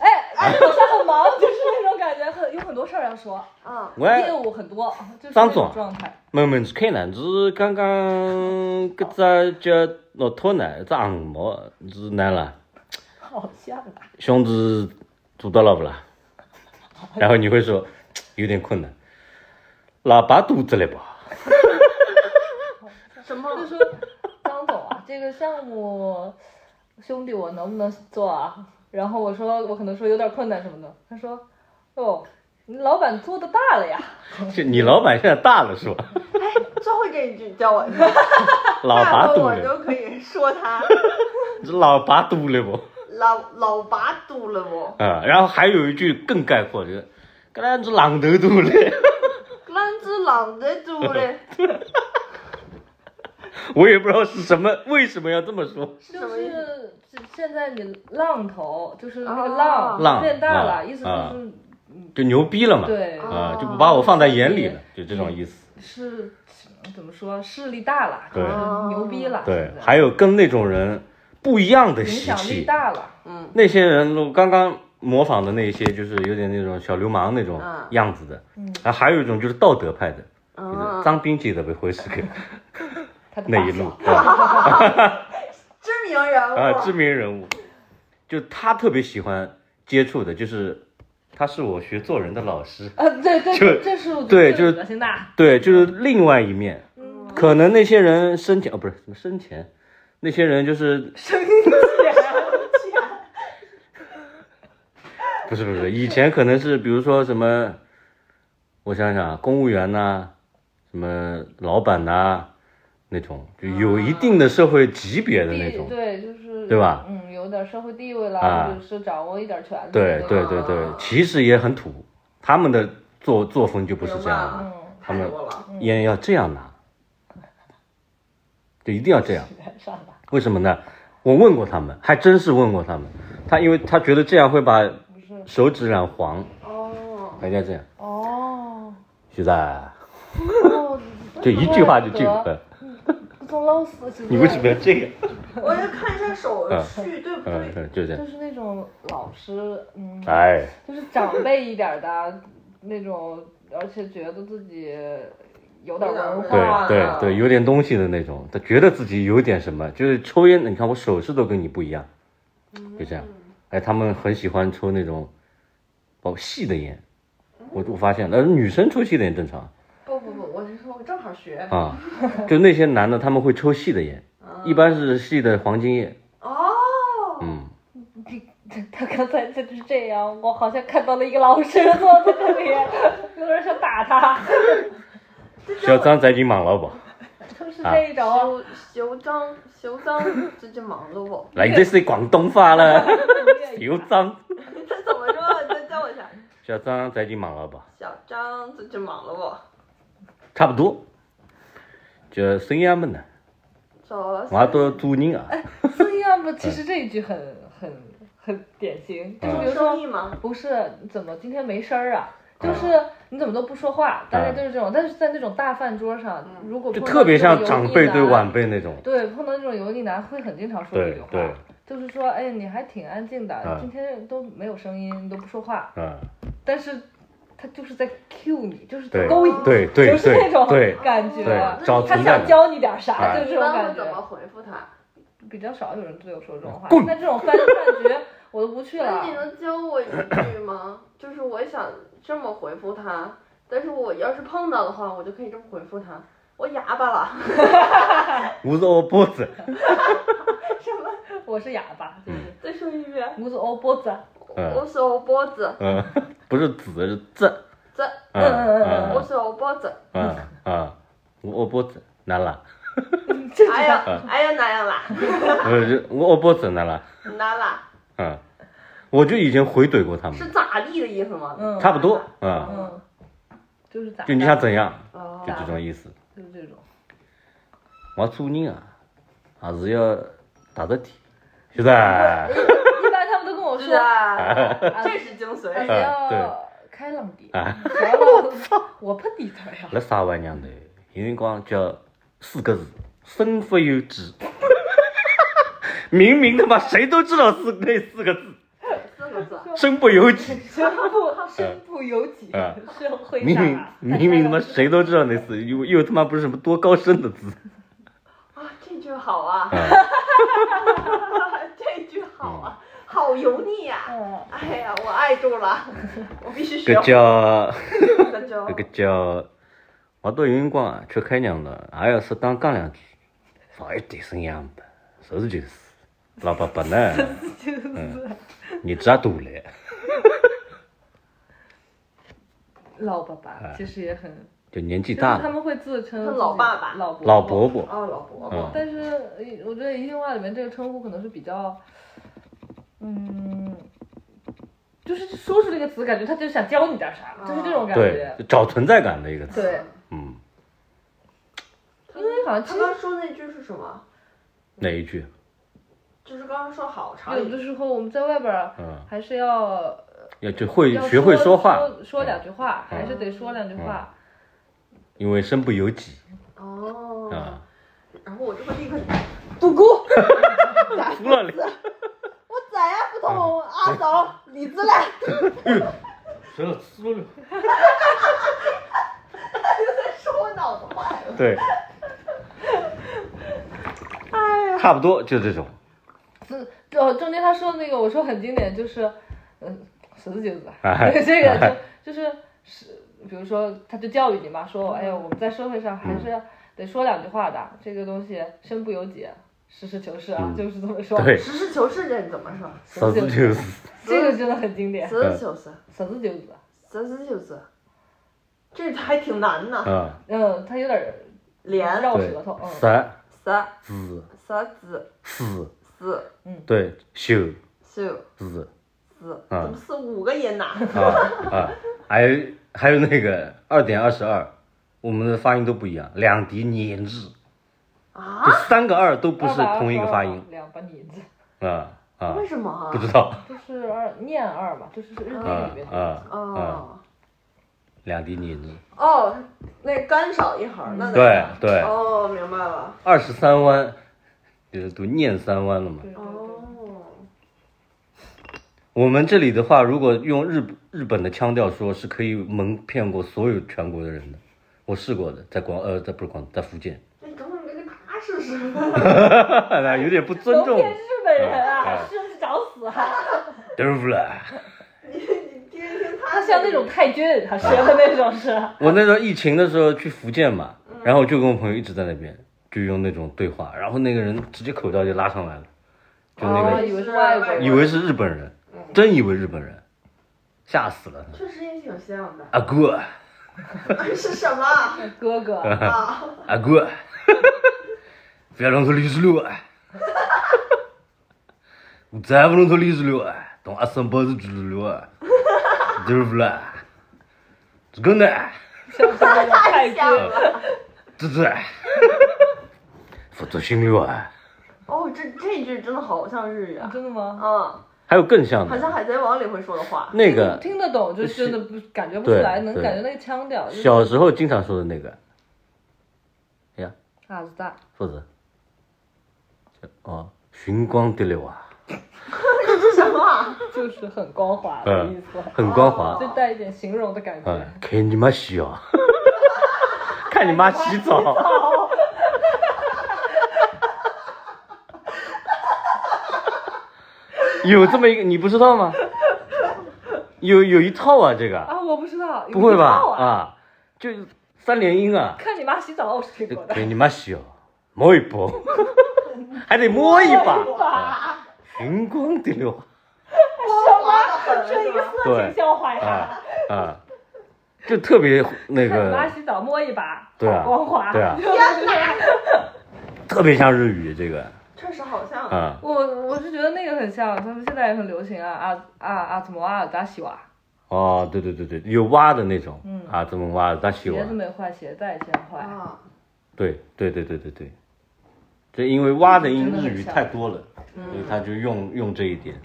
S6: 哎，而且我现在很忙，就是那种感觉，很有很多事儿要说，
S5: 嗯，
S6: 业
S4: 我
S6: 务很多，就是
S4: 哎张
S6: 那
S4: 总
S6: 种状态。
S4: 问问看呢，是刚刚搿只叫骆驼呢，只红毛是哪了？
S6: 好像啊，
S4: 兄弟做到了不啦？然后你会说有点困难，喇叭堵着了吧？
S5: 什么
S6: 就？
S5: <laughs>
S6: 说张总啊，这个项目，兄弟我能不能做啊？然后我说我可能说有点困难什么的，他说，哦，你老板做的大了呀，
S4: 就你老板现在大了是吧？
S5: 哎最后这一句教我一下，
S4: 喇叭
S5: <laughs> 大了
S4: 堵
S5: 我
S4: 了，
S5: 就可以
S4: <laughs>
S5: 说他
S4: 是喇叭堵了不？
S5: 老老拔肚了我，
S4: 啊，然后还有一句更概括，就是“搿两只榔头堵了”，
S5: 咱只狼在肚嘞，
S4: <laughs> 我也不知道是什么，为什么要这么说？
S5: 什
S6: 就
S5: 么意
S6: 是现在你浪头就是那个
S5: 啊
S6: 浪
S4: 浪
S6: 变大了，
S4: 啊
S6: 意思
S4: 啊
S6: 就是
S4: 就牛逼了嘛，
S6: 对，
S5: 啊
S4: 啊，就不把我放在眼里了，就这种意思。
S6: 是怎么说势力大了，
S4: 对
S6: 就是牛逼了，
S4: 对
S6: 现，在
S4: 还有跟那种人不一样的
S6: 影
S4: 习
S6: 响力
S4: 气，
S6: 大了，
S5: 嗯，
S4: 那些人我刚刚模仿的那些，就是有点那种小流氓那种
S5: 嗯
S4: 样子的。啊，还有一种就是道德派的，
S6: 啊
S4: 就是
S5: 嗯，
S4: 张斌记得不会
S6: <laughs>
S4: 是个
S6: 他的
S4: 那一
S6: 发
S4: 路
S6: 小
S4: 啊
S5: <laughs> 知名人物，
S4: 啊知名人物，就他特别喜欢接触的，就是他是我学做人的老师，
S6: 啊，对对，
S4: 就
S6: 这是我
S4: 对
S6: 最
S4: 就是
S6: 恶心的，
S4: 对，就是另外一面。
S6: 嗯，
S4: 可能那些人生前哦，不是什么生前，那些人就是
S5: 生气，
S4: <laughs> 不是不是以前可能是比如说什么，我想想啊，公务员呐、什么老板呐、那种就有一定的社会级别的那
S6: 地
S4: 种，
S6: 对就是
S4: 对吧？
S6: 嗯，有点社会地位
S4: 啊
S6: 了，或者是掌握一点权力，
S4: 对对对对，其实也很土，他们的作作风就不是这样的，
S6: 嗯，
S4: 他
S5: 太
S4: 们
S5: 多了，
S4: 烟要这样拿，就一定要这样。
S6: 上吧，
S4: 为什么呢？我问过他们，还真是问过他们。他因为他觉得这样会把
S6: 不是
S4: 手指染黄，
S5: 哦，
S4: 人家这样，
S6: 哦，
S4: 徐仔
S6: 哦
S4: 就一句话就进去
S6: 怪
S4: 了。
S6: 不得总老死起来，
S4: 你为什么要这样？ <laughs>
S5: 我要看一下手续对不
S4: 嗯，
S5: 对，
S4: 嗯就这
S6: 就
S4: 样。
S6: 是那种老师，嗯，
S4: 哎，
S6: 就是长辈一点儿的那种，而且觉得自己有点文
S5: 有点
S6: 化，啊
S4: 对对对，有点东西的那种，他觉得自己有点什么，就是抽烟的。你看我手势都跟你不一样，就这样。哎，他们很喜欢抽那种，包括细的烟。我我发现了，呃女生抽细的烟正常
S5: 不不不，我是说我正好学，
S4: 啊，就那些男的他们会抽细的烟，
S6: 嗯
S4: 一般是系的黄金叶，
S5: 哦，
S4: 嗯，
S6: <laughs> 他刚才就是这样，我好像看到了一个老师坐在那里， <laughs> 有人想打他， <laughs>
S4: 小张宅急忙了不？
S6: 就是
S4: 啊
S6: 这种。
S5: 修修脏修脏，这就忙碌不？
S4: 来，这是广东话了，小张，
S5: 这 <laughs> 怎么说？你再教我一下。
S4: 小张宅急忙了不？
S5: 小张，这就忙了不？
S4: 差不多，就这样么呢？
S5: 走了。
S4: 我也都要做人啊，
S6: 孙杨不，
S4: 嗯
S6: 其实这一句很很很典型，就是比如
S5: 生
S6: 说
S5: 意吗？
S6: 不是你怎么今天没声儿啊，
S4: 嗯
S6: 就是你怎么都不说话，大概就是这种。但是在那种大饭桌上，
S5: 嗯
S6: 如果
S4: 就
S6: 碰到
S4: 特别
S6: 那种
S4: 像
S6: 油
S4: 长
S6: 腻
S4: 辈对
S6: 男
S4: 晚辈那种，
S6: 对，碰到那种油腻男会很经常说这
S4: 对
S6: 句话，
S4: 对，
S6: 就是说，哎，你还挺安静的，
S4: 嗯
S6: 今天都没有声音，你都不说话，
S4: 嗯，
S6: 但是他就是在 cue 你，就是在
S4: 对
S6: 勾引你，
S4: 对对
S6: 就是那种
S4: 对
S6: 感觉，
S4: 对，找
S6: 他
S4: 存在
S6: 想
S4: 感，
S6: 教你点啥，
S4: 哎
S6: 就
S5: 你
S6: 这
S5: 一
S6: 种
S5: 般
S6: 感
S5: 会怎么
S6: 觉。
S5: 回复他？
S6: 比较少有人对我说这种话
S4: 滚，
S6: 那
S4: <laughs>
S6: 这种饭饭局我都不去
S5: 那你
S6: 了。
S5: 能教我一句吗？ <clears throat> 就是我想这么回复他，但是我要是碰到的话，我就可以这么回复他。我哑巴了，
S4: 我是我波子，
S5: 什么？
S6: 我是哑巴，对对
S5: 再说一遍。
S6: 对，我是欧脖子，啊
S4: 嗯
S5: 我是我脖子，
S4: 嗯，不是子是这，
S5: 这，
S4: 嗯嗯
S5: 我
S4: 嗯
S5: 是我脖子。
S4: 嗯嗯，我波子哪啦？
S5: 哎 <laughs> 呀，哎呀，哪样啦？
S4: 呃，就我波子哪啦？
S5: 哪啦？
S4: 嗯，我就以前回怼过他们，
S5: 是咋地的意思吗？
S6: 嗯
S4: 差不多，嗯，
S6: 嗯，就是咋的，
S4: 就你想怎样，
S5: 哦
S4: 就这种意思。
S6: 就是这种，
S4: 我做人啊，还是要踏实点，晓得？
S6: 一般他们都跟我
S5: 是
S6: 说，
S5: 啊，<laughs>
S6: 啊
S5: 这是精
S6: 而
S5: 髓。
S6: 且
S4: 哎对
S6: 要
S4: <laughs>
S6: 开朗点。
S4: 啊
S6: 然后我喷你腿
S4: <laughs>
S6: 呀！
S4: 辣沙湾娘头，有人讲叫四个字“身不由己”，明明他妈谁都知道是那四个字
S5: 四个字。
S4: “身不由己
S6: 身不身不由己
S4: 啊，
S6: 社”，会
S4: 嗯明明
S6: 大
S4: 明明他妈谁都知道那四，又又他妈不是什么多高深的字，
S5: 啊，这句好 <laughs> 啊，
S4: 啊
S5: 这句好啊，好油腻呀、
S6: <laughs> 嗯，
S5: 哎呀，我爱住
S4: <laughs>
S5: 了，我必须学
S4: 搿
S5: 会
S4: 叫
S5: 这就
S4: 搿叫，我到有辰光啊，吃开娘了，也要适当讲两句，少一点声音也没得，就是就是，老伯伯
S6: <laughs>
S4: 呢，嗯
S6: 就是
S4: 日子也大了，
S6: 老爸爸，其实也很，
S4: 就年纪
S6: 就是
S4: 嗯大
S6: 他
S4: 了，
S6: 们会自称
S5: 他老爸爸
S6: 老伯
S4: 老伯伯。
S5: 哦，老伯伯，
S4: 嗯
S6: 但是呃我觉得宜兴话里面这个称呼可能是比较，嗯，就是说出这个词，感觉他就想教你点啥，就是这种感
S4: 对
S6: 觉。，
S4: 找存在感的一个词。
S6: 对，
S4: 嗯，
S6: 因为好像其
S5: 他
S6: 实
S5: 刚说那句是什么？
S4: 哪一句？
S5: 就是刚刚说好长
S6: 有
S5: 一句，
S6: 的时候我们在外边儿
S4: 嗯，
S6: 还是要
S4: 要就会
S6: 要
S4: 学会
S6: 说
S4: 话，
S6: 说说两句话，
S4: 嗯
S6: 还是得说两句话。
S4: 因为身不由己
S5: 哦，
S4: 啊。
S5: 然后我就会立刻
S4: 嗯
S5: 独孤，
S4: <laughs> 服了你，
S5: <laughs> 我咋也不懂阿嫂李子来，
S4: 服嗯了，输了。
S5: 说 <laughs> 我脑子坏了，
S4: 对，
S6: 哎
S4: 差不多就这种。
S6: 嗯，哦，中间他说的那个，我说很经典，就是，嗯，十字九字，
S4: 哎
S6: 对 <laughs> 这个就就是是，比如说他就教育你嘛，说，哎呀，我们在社会上还
S4: 嗯
S6: 是得说两句话的，这个东西身不由己，实事求是啊，
S4: 嗯
S6: 就是这么说。
S4: 对，
S5: 实事求是这怎么说？
S4: 实事求是。
S6: <laughs> 这个真的很经
S4: 嗯
S6: 典，
S5: 实事求是，
S6: 十字九字，
S5: 实事求是，这还挺难呢。
S4: 嗯，
S6: 嗯，他有点儿
S5: 连
S6: 绕
S4: 对
S6: 舌头，嗯，
S4: 实
S5: 啥
S4: 字
S5: 啥子
S4: 是，
S5: 是
S4: 对，修
S5: 是
S4: 是
S5: 是，
S4: 嗯
S5: 怎么是五个音呐？
S4: 啊啊，还有还有那个二点二十二，我们的发音都不一样，两叠碾字，
S5: 啊
S4: 这？三个二都不是
S6: 222
S4: 同一个发音
S6: 嘛，两把你字，
S4: 啊啊
S5: 为，什么啊？
S4: 不知道。
S6: 就是二念二嘛，就是日
S4: 啊
S6: 内里面的，
S4: 啊啊！
S5: 哦
S4: 两滴碾子，
S5: 哦，那干少一横那得
S4: 对对，
S5: 哦，明白了。
S4: 二十三弯，就是读念三弯了嘛。
S6: 对对对。
S5: 哦，
S4: 我们这里的话，如果用日日本的腔调说，是可以蒙骗过所有全国的人的。我试过的，在广呃，在不是广，在福建，
S5: 那你哎等会儿跟他试试。
S4: 有点不尊重
S6: 都，骗日本人
S4: 啊
S6: 啊，是不是找死啊？
S4: 对不啦？
S5: 你你听一听他
S6: 他像那种太君，他学的那种是。
S4: <laughs> 我那时候疫情的时候去福建嘛，然后我就跟我朋友一直在那边，就用那种对话，然后那个人直接口罩就拉上来了，就那
S6: 哦
S4: 个、
S5: 哦
S6: 以为是外国人，
S4: 以为是日本人，真以为日本人，吓死了。
S5: 确实也挺像的。 <laughs>
S4: 阿姑，
S5: 是什 <laughs> 么啊？
S6: 哥哥，
S4: 阿姑， <laughs> 不要弄错历史了啊！我再不弄错历史了啊，当阿三八是猪了啊，对不啦？这个呢，
S6: 像是那种
S4: <laughs>
S6: 泰
S5: 像
S6: 哥，
S5: 了。
S4: 这这，不足心了啊！
S5: 哦，这这句真的好像日语啊。
S6: 真的吗？
S5: 嗯，
S4: 还有更像
S5: 好像
S4: 的，
S5: 海贼王里会说的话。 <laughs>
S4: 那个
S6: 听得懂，就真的不感觉不出来，
S4: 对
S6: 能
S4: 对
S6: 感觉那个腔调。就是
S4: 小时候经常说的那个，哎呀，
S6: 啥子大？
S4: 说的，这哦，寻光的了啊，
S5: 是什么啊？
S6: 就是很光滑的意思，
S4: 很光滑。
S6: 就带一点形容的感觉
S4: 嗯。，看你妈洗哦， <laughs> 看你妈洗澡， <laughs> 有这么一个你不知道吗？有有一套啊，这个
S6: 啊，我不知道，
S4: 不会吧？
S6: 有一套啊？
S4: 啊，就三连音
S6: <laughs>
S4: 啊，
S6: 看你妈洗澡，我是听过的。
S4: 看你妈洗哦，摸一波， <laughs> 还得摸一把，
S6: <laughs>
S4: 啊寻光的 <laughs> 了，
S5: <laughs> 这一个
S4: 对
S6: 笑话呀！
S4: 啊啊，就特别那
S6: 看你妈
S4: 个，
S6: 洗澡摸一把，
S4: 对啊
S6: 好光滑。
S4: 对啊
S6: 就是
S4: 特别像日语这个
S5: <laughs> 确实好像。
S4: 啊。
S6: <laughs> 我我是觉得那个很像，他们现在也很流行啊啊啊啊，怎么啊达西瓦，
S4: 哦，对对对对，有挖的那种，啊，这么挖的，大西
S6: 鞋
S4: 瓦
S6: 子，没坏，鞋带先坏。
S5: 啊，
S4: 对对对对对对，这因为挖的音
S6: 真的
S4: 日
S6: 很
S4: 语
S6: 像
S4: 太多了，所以他就用用这一点。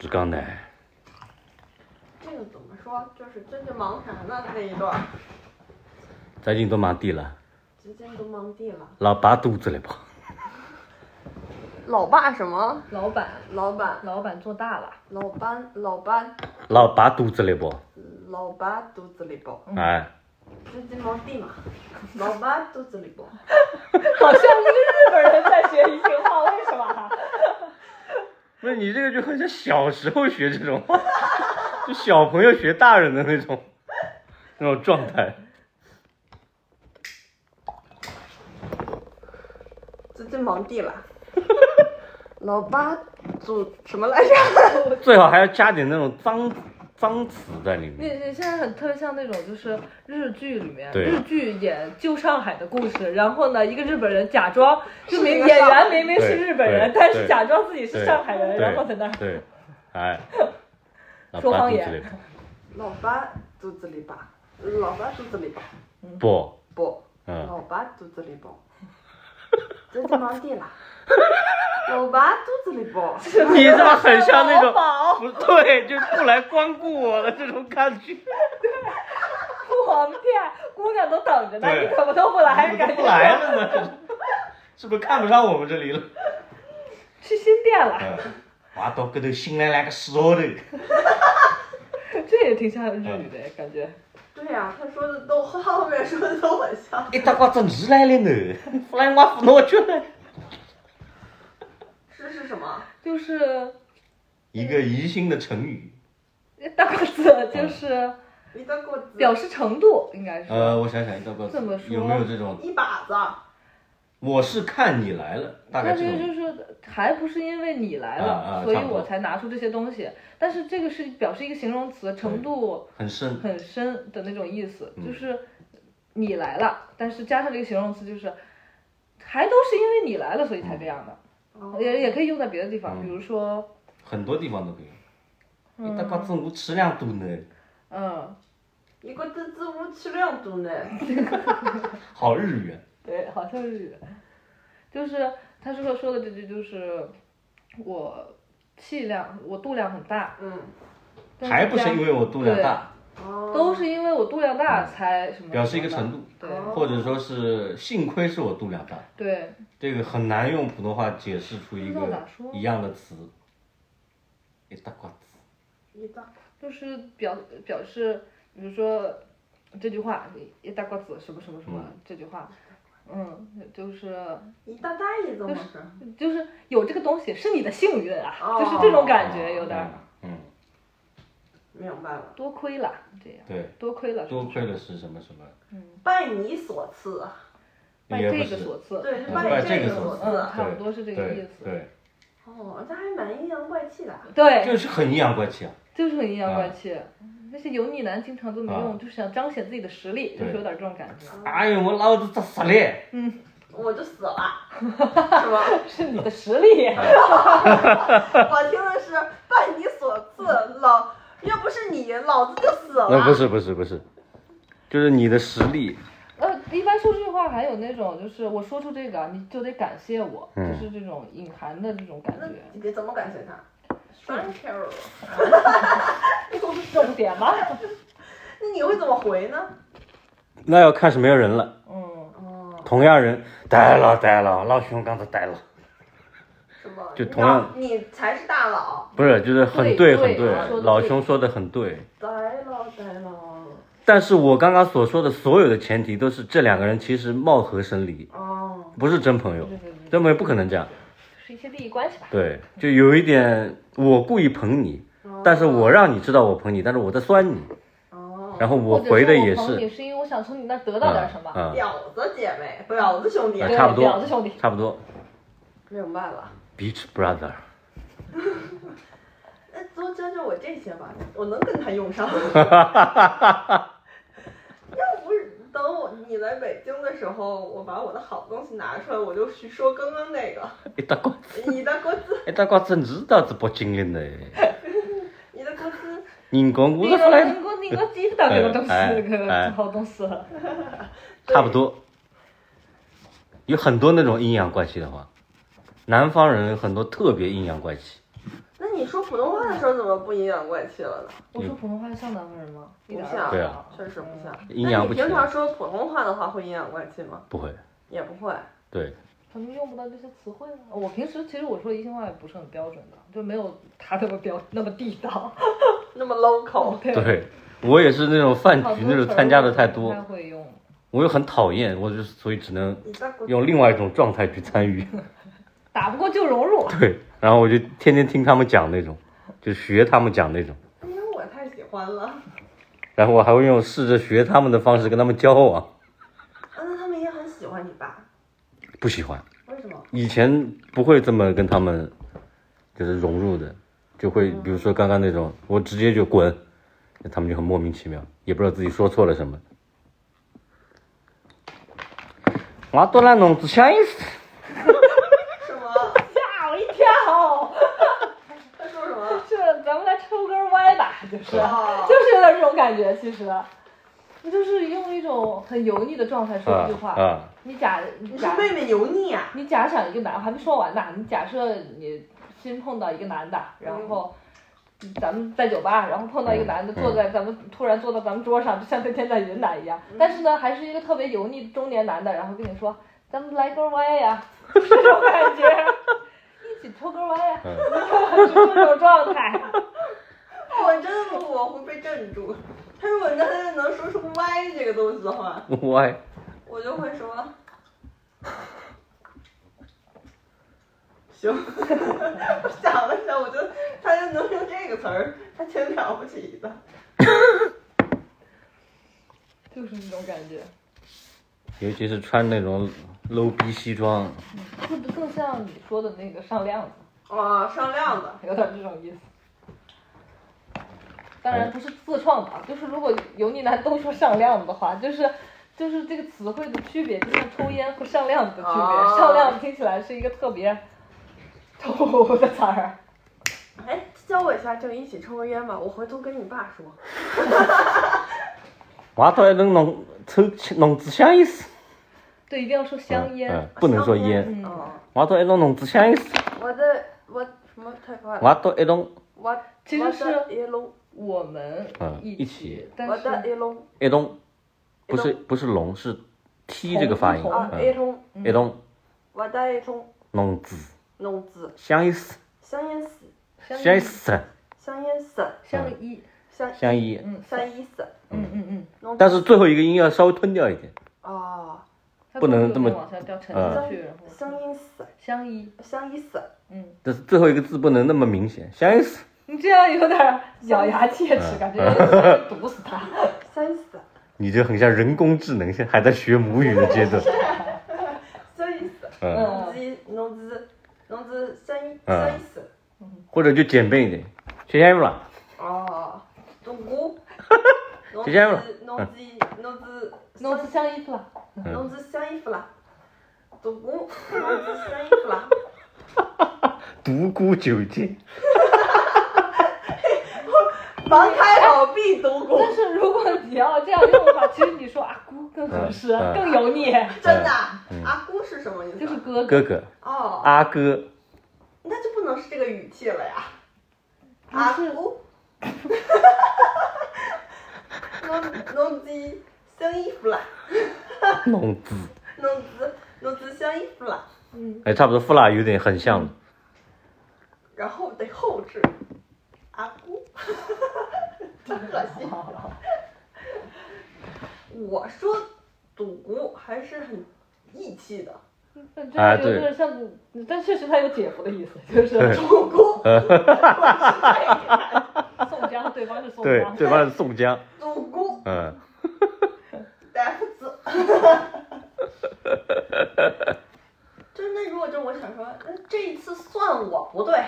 S4: 这刚才
S5: 这个怎么说？就是真正忙啥呢？那一段儿，
S4: 咱已经都忙地了，
S5: 直接都忙地了。
S4: 老拔肚子了吧？
S5: 老爸什么？
S6: 老板，
S5: 老板，
S6: 老板做大了，
S5: 老班，老班，
S4: 老拔肚子了不？
S5: 老爸肚子里包。
S4: 哎，
S5: 直接忙地 <laughs> 嘛。老爸肚子里包。
S6: 好像一个日本人在学移情话，为什么啊？
S4: 不是你这个就很像小时候学这种， <laughs> 就小朋友学大人的那种那种状态。
S5: 直接忙地 <laughs> 了。老爸祖什么 <laughs> 来着？
S4: 最好还要加点那种脏脏词在里
S6: 你
S4: 面。
S6: 你现在很特别像那种就是日剧里面，
S4: 对
S6: 日剧演旧上海的故事，然后呢，一个日本人假装就是明
S5: 一个
S6: 演
S5: 上海
S6: 员
S5: 人
S6: 明明是
S4: 对
S6: 日本人，
S4: 对
S6: 但是
S4: 对
S6: 假装自己是
S4: 对
S6: 上海人，
S4: 对
S6: 然后在那儿
S4: 对，
S6: <laughs>
S4: 哎，老
S6: 说
S4: 爸
S6: 方
S4: 肚
S6: 言
S4: 子里
S5: 老爸肚子里吧，老爸肚子里吧，
S4: 不，
S5: 不，
S4: 嗯，
S6: 哦
S5: 老爸肚子里 <laughs> 包，这就忙地了。 <laughs> 老爸肚子里包，
S4: 你这么很像那
S6: <laughs>
S4: 种，不对，就不来光顾我的这种感觉，
S6: 我们店姑娘都等着呢，
S4: 对
S6: 你怎么都不来？
S4: 怎么
S6: 感
S4: 不
S6: 觉
S4: 来 <laughs> 了呢？是不是看不上我们这里了？
S6: 去新店了，
S4: 我嗯到搿头新来来个石头头，嗯
S6: <laughs> 这也挺像日语的感觉。
S5: 对呀、他说的都和后面说的都很像。
S4: 一大瓜子你 <laughs> 来了呢，不然我扶侬就来。
S5: 这是什么？
S6: 就是 <laughs>
S4: 一个宜兴的成语，
S6: 大瓜子，
S4: 嗯
S6: 就是
S5: 一个果子，
S6: 表示程度，应该是。
S4: 呃，我想想，一大瓜子
S6: 怎么说
S4: 有没有这种？
S5: 一把子，啊
S4: 我是看你来了，大概
S6: 但
S4: 这
S6: 是就
S4: 种。
S6: 是还不是因为你来了，
S4: 啊啊
S6: 所以
S4: 差不多
S6: 我才拿出这些东西。但是这个是表示一个形容词，程度
S4: 很深，
S6: 很深的那种意思，
S4: 嗯
S6: 就是你来了，但是加上这个形容词，就是还都是因为你来了，所以才这样的。
S5: 哦哎
S4: 嗯
S6: 也也可以用在别的地方，比如说，
S4: 很多地方都可以。一大瓜子我吃两多呢，
S6: 嗯，
S5: 一个子子无吃量度呢。
S4: 好日语啊。
S6: 对，好像是，就是他这个说的这句就是我气量，我肚量很大，
S5: 嗯，
S6: 但
S4: 还不
S6: 这
S4: 是
S6: 样
S4: 因为我肚量大，
S5: 哦，
S6: 都是因为我肚量大才什么
S4: 嗯表示一个
S6: 什么的
S4: 程度，
S6: 对
S5: 哦
S4: 或者说是幸亏是我肚量大，
S6: 对，
S4: 这个很难用普通话解释出一
S6: 不知道
S4: 个
S6: 咋说
S4: 一样的词。一大瓜子，
S5: 一大
S6: 就是表表示，比如说这句话一大瓜子什么什么什么、这句话，嗯，就是
S5: 一大袋子么是？
S6: 就是有这个东西是你的幸运啊，
S5: 哦
S6: 就是这种感觉有点儿、
S4: 嗯，
S5: 明白
S3: 哦
S5: 了，
S6: 多亏了这样，
S4: 对，
S6: 多亏了
S4: 多亏了是什么什么，
S5: 拜你所赐，
S6: 拜
S3: 应该
S6: 这
S3: 不
S6: 个
S3: 是
S6: 所赐，
S5: 对，就
S3: 嗯
S5: 拜
S3: 拜
S5: 这个
S3: 这个
S5: 所
S3: 所
S5: 赐
S6: 嗯，。差不多是这个意
S3: 对
S6: 思。
S3: 对，
S5: 哦，那还蛮阴阳怪气 <laughs> 的啊。
S6: 对，
S4: 就是很阴阳怪气啊。
S6: 就是很阴阳怪气。那些油腻男经常这么用，就是想彰显自己的实力，就
S3: 啊对
S6: 是有点这种感觉。
S4: 哎呦，我老子咋死嘞？
S5: 我就死了，是吗？
S6: 是你的实力，
S5: 我听的是拜你所赐，老要不是你，老子就死了。
S4: 那呃不是不是不是，就是你的实力，
S6: 呃，一般说这句话还有那种，就是我说出这个，啊你就得感谢我，
S4: 嗯
S6: 就是这种隐含的这种感
S5: 那
S6: 觉。
S5: 你得怎么感谢他？Thank 啊 you。
S6: 重点吗？
S5: 那你会怎么回呢？
S4: 那要看是没有人了。
S6: <laughs> 嗯，
S5: 哦，
S4: 同样人，呆了呆了，老兄刚才呆了，
S5: 什么？
S4: 就同样
S5: 你你才是大佬，
S4: 不是，就是很
S6: 对
S4: 很
S6: 对啊说
S4: 对，
S6: 得
S4: 老
S6: 对
S4: 兄说的很对。
S5: 呆佬呆佬。
S4: 但是我刚刚所说的所有的前提都是这两个人其实貌合神离，
S5: 哦，
S4: 不是真朋友
S6: 对，对对，
S4: 真朋友不可能这样。
S6: 就是一些利益关系吧。
S4: 对，就有一点我故意捧你，
S6: 哦
S4: 但是我让你知道我捧你，但是我在酸你，
S5: 哦，
S4: 然后我
S6: 或者
S4: 回的
S6: 说我
S4: 也
S6: 捧你
S4: 是，
S6: 是因为我想从你那儿得到点
S4: 啊
S6: 什么。
S4: 啊，
S5: 婊子姐妹，婊子兄弟，
S4: 哎差不多
S6: 婊子兄弟，
S4: 差不多
S5: 明白了。
S4: ，Beach Brother，
S5: 那多教教我这些吧，我能跟他 <laughs> 用上。要不是等我你来北京的时候，我把我的好东西拿出来，我就去说刚刚那个，
S4: 一哎大瓜，
S5: 你的工资，
S4: 哎一大瓜真知道是北京人呢， <laughs>
S5: 你的工资，
S4: 人讲我
S6: 你
S4: 是过
S6: 给我
S4: 来的，
S6: 你给我你给我记得这个东
S4: <laughs>
S6: 西，
S4: 哎
S6: 这个
S4: 哎
S6: 好东西。
S4: 差不多。有很多那种阴阳怪气的话，南方人有很多特别阴阳怪气，
S5: 那你说普通话的时候怎么不阴阳怪气了呢？
S6: 我说普通话像南方人吗？一点儿
S5: 不像
S6: 都
S4: 对
S6: 像嗯
S4: 啊
S5: 确实不像。
S4: 阴阳不
S5: 那
S4: 气
S5: 你平常说普通话的话会阴阳怪气吗？
S4: 不会，
S5: 也不会。
S4: 对，
S6: 可能用不到这些词汇啊。我平时其实我说宜兴话也不是很标准的，就没有他那么标那么地道。
S5: 那么 local，
S6: 对
S4: 对我也是那种饭
S6: 好多
S4: 局那种
S6: 词儿
S4: 参加的太
S6: 我不
S4: 多
S5: 嗯
S6: 太，会用。
S4: 我又很讨厌，我就所以只能
S5: 你的工资
S4: 用另外一种状态去参与。 <laughs>
S6: 打不过就融入。
S4: 对，然后我就天天听他们讲那种，就学他们讲那种，
S5: 因为哎我太喜欢了。啊
S4: 然后我还会用试着学他们的方式跟他们交往。
S5: 啊，那他们也很喜欢你吧？
S4: 不喜欢，
S5: 为什么？
S4: 以前不会这么跟他们就是融入的，就会比如说刚刚那种，我直接就滚，他们就很莫名其妙，也不知道自己说错了什么。我多了侬子想意思，
S5: 是吗？
S6: 吓我一跳！
S5: 他说什么？
S6: <laughs> 这咱们来抽根歪吧，就是
S5: 啊
S6: <laughs> 就是有点这种感觉，其实。你就是用一种很油腻的状态说
S4: 啊
S6: 一句话，
S4: 啊，
S6: 你假
S5: 你说
S6: 你假
S5: 妹妹油腻啊？
S6: 你假想一个男，我还没说完呢。你假设你新碰到一个男的，然后咱们在酒吧，然后碰到一个男的
S4: 嗯嗯
S6: 坐在咱们突然坐到咱们桌上，就像那天在云南一样。但是呢，还是一个特别油腻的中年男的，然后跟你说：“咱们来根歪呀、这种感觉，一起抽根歪呀、
S4: 嗯
S6: 是这种状态。
S5: 我真的我会被镇住。他如果刚才能说出歪这个东西的话，
S4: 我爱
S5: 我就会说，行。我想了想，我觉得他就能用这个词儿，他挺了不起的。
S6: 就是这种感觉，
S4: 尤其是穿那种 low 逼西装，
S6: 是不是更像你说的那个上量子？
S5: 哇，上哦量的，
S6: 有点这种意思。当
S4: 哎
S6: 然不是自创的啊，就是如果油腻男都说上量的话，就是就是这个词汇的区别，就像抽烟和上量的区别。
S5: 哦
S6: 上量听起来是一个特
S5: <laughs>
S6: 别臭的词儿，
S5: 哎，教我一下，就一起抽根烟吧。我回头跟你爸说。
S4: 我到一能弄抽弄子想意思，
S6: 对，一定要说香烟。
S4: 嗯，不能说烟，
S6: 嗯
S5: 哦，
S4: 我到一弄弄子想意思，
S5: 我的我什么太快了。
S4: 我到一弄
S5: 我
S6: 其实是
S5: 我的一龙，
S6: 我们
S4: 嗯
S6: 一
S4: 一
S6: 起
S4: 起，
S6: 但
S5: 我的
S6: 是
S5: 一龙
S4: 一弄，不
S5: 一
S4: 是
S5: 弄
S4: 不是龙是 t 这个发音，
S6: 同
S5: 啊，
S4: 嗯
S5: 一龙，
S4: 一弄
S5: 我的一龙
S4: 弄子
S5: 弄子，
S4: 想意思，
S5: 香烟死，
S4: 想意
S6: 香
S4: 思，
S5: 香烟死，
S4: 嗯
S6: 香一，
S5: 香
S4: 想意，
S6: 嗯
S5: 香烟死，
S6: 嗯嗯嗯，
S5: 弄
S4: 但是最后一个音要稍微吞掉一点，
S5: 啊，
S6: 它
S4: 不能
S6: 会
S4: 这么
S6: 往下掉沉
S4: 嗯
S6: 下去，然后
S5: 香烟死，
S6: 香一，
S5: 香烟死，
S6: 嗯，
S4: 但是最后一个字不能那么明显，想意思，
S6: 你这样有点咬牙切
S4: 嗯
S6: 齿，感觉要毒死他。
S5: 香烟死，
S4: 你就很像人工智能，现在还在学母语的阶段， <laughs> 嗯，
S5: 侬
S6: 嗯，
S5: 是侬是侬是啥意
S4: 嗯
S5: 啥意思？
S4: 或者就简便一点，谢谢啦。
S5: 哦，中国。
S4: <laughs>
S5: 侬
S4: 就这样吧
S5: 是侬是侬是
S6: 侬去想衣服了，
S4: 嗯
S5: 侬是啥衣服啦？中国，侬是啥衣服啦？ <laughs>
S4: 独孤九剑，
S5: 房开好必读古，
S6: 但是如果你要这样用
S4: <laughs>
S6: 法，其实你说阿姑更合适，
S4: 嗯嗯
S6: 更油腻，
S5: 真的啊
S4: 嗯？
S5: 阿姑是什么意思？啊
S6: 就是哥
S4: <laughs>
S6: 哥。
S4: 哥哥，
S5: 哦，
S4: 阿哥，
S5: 那就不能是这个语气了呀。阿姑，侬侬是啥衣服啦？
S4: 弄子，
S5: 侬是侬是啥衣服啦？
S4: 哎，差不多，父啦有点很像了。
S5: 然后得后置。阿姑， <laughs> 真恶心。我说赌姑还是很义气的，
S6: 但
S4: 哎
S6: 这个有
S4: 对
S6: 点像古，但确实他有姐夫的意思，就是
S4: 对
S5: 赌姑，
S6: 宋江，对方是宋
S4: 对
S6: 江，，
S4: 对方是宋江，
S5: 赌姑，
S4: 嗯，
S5: 大夫子。 <laughs> 就是那如果就我想说，那这一次算我不对，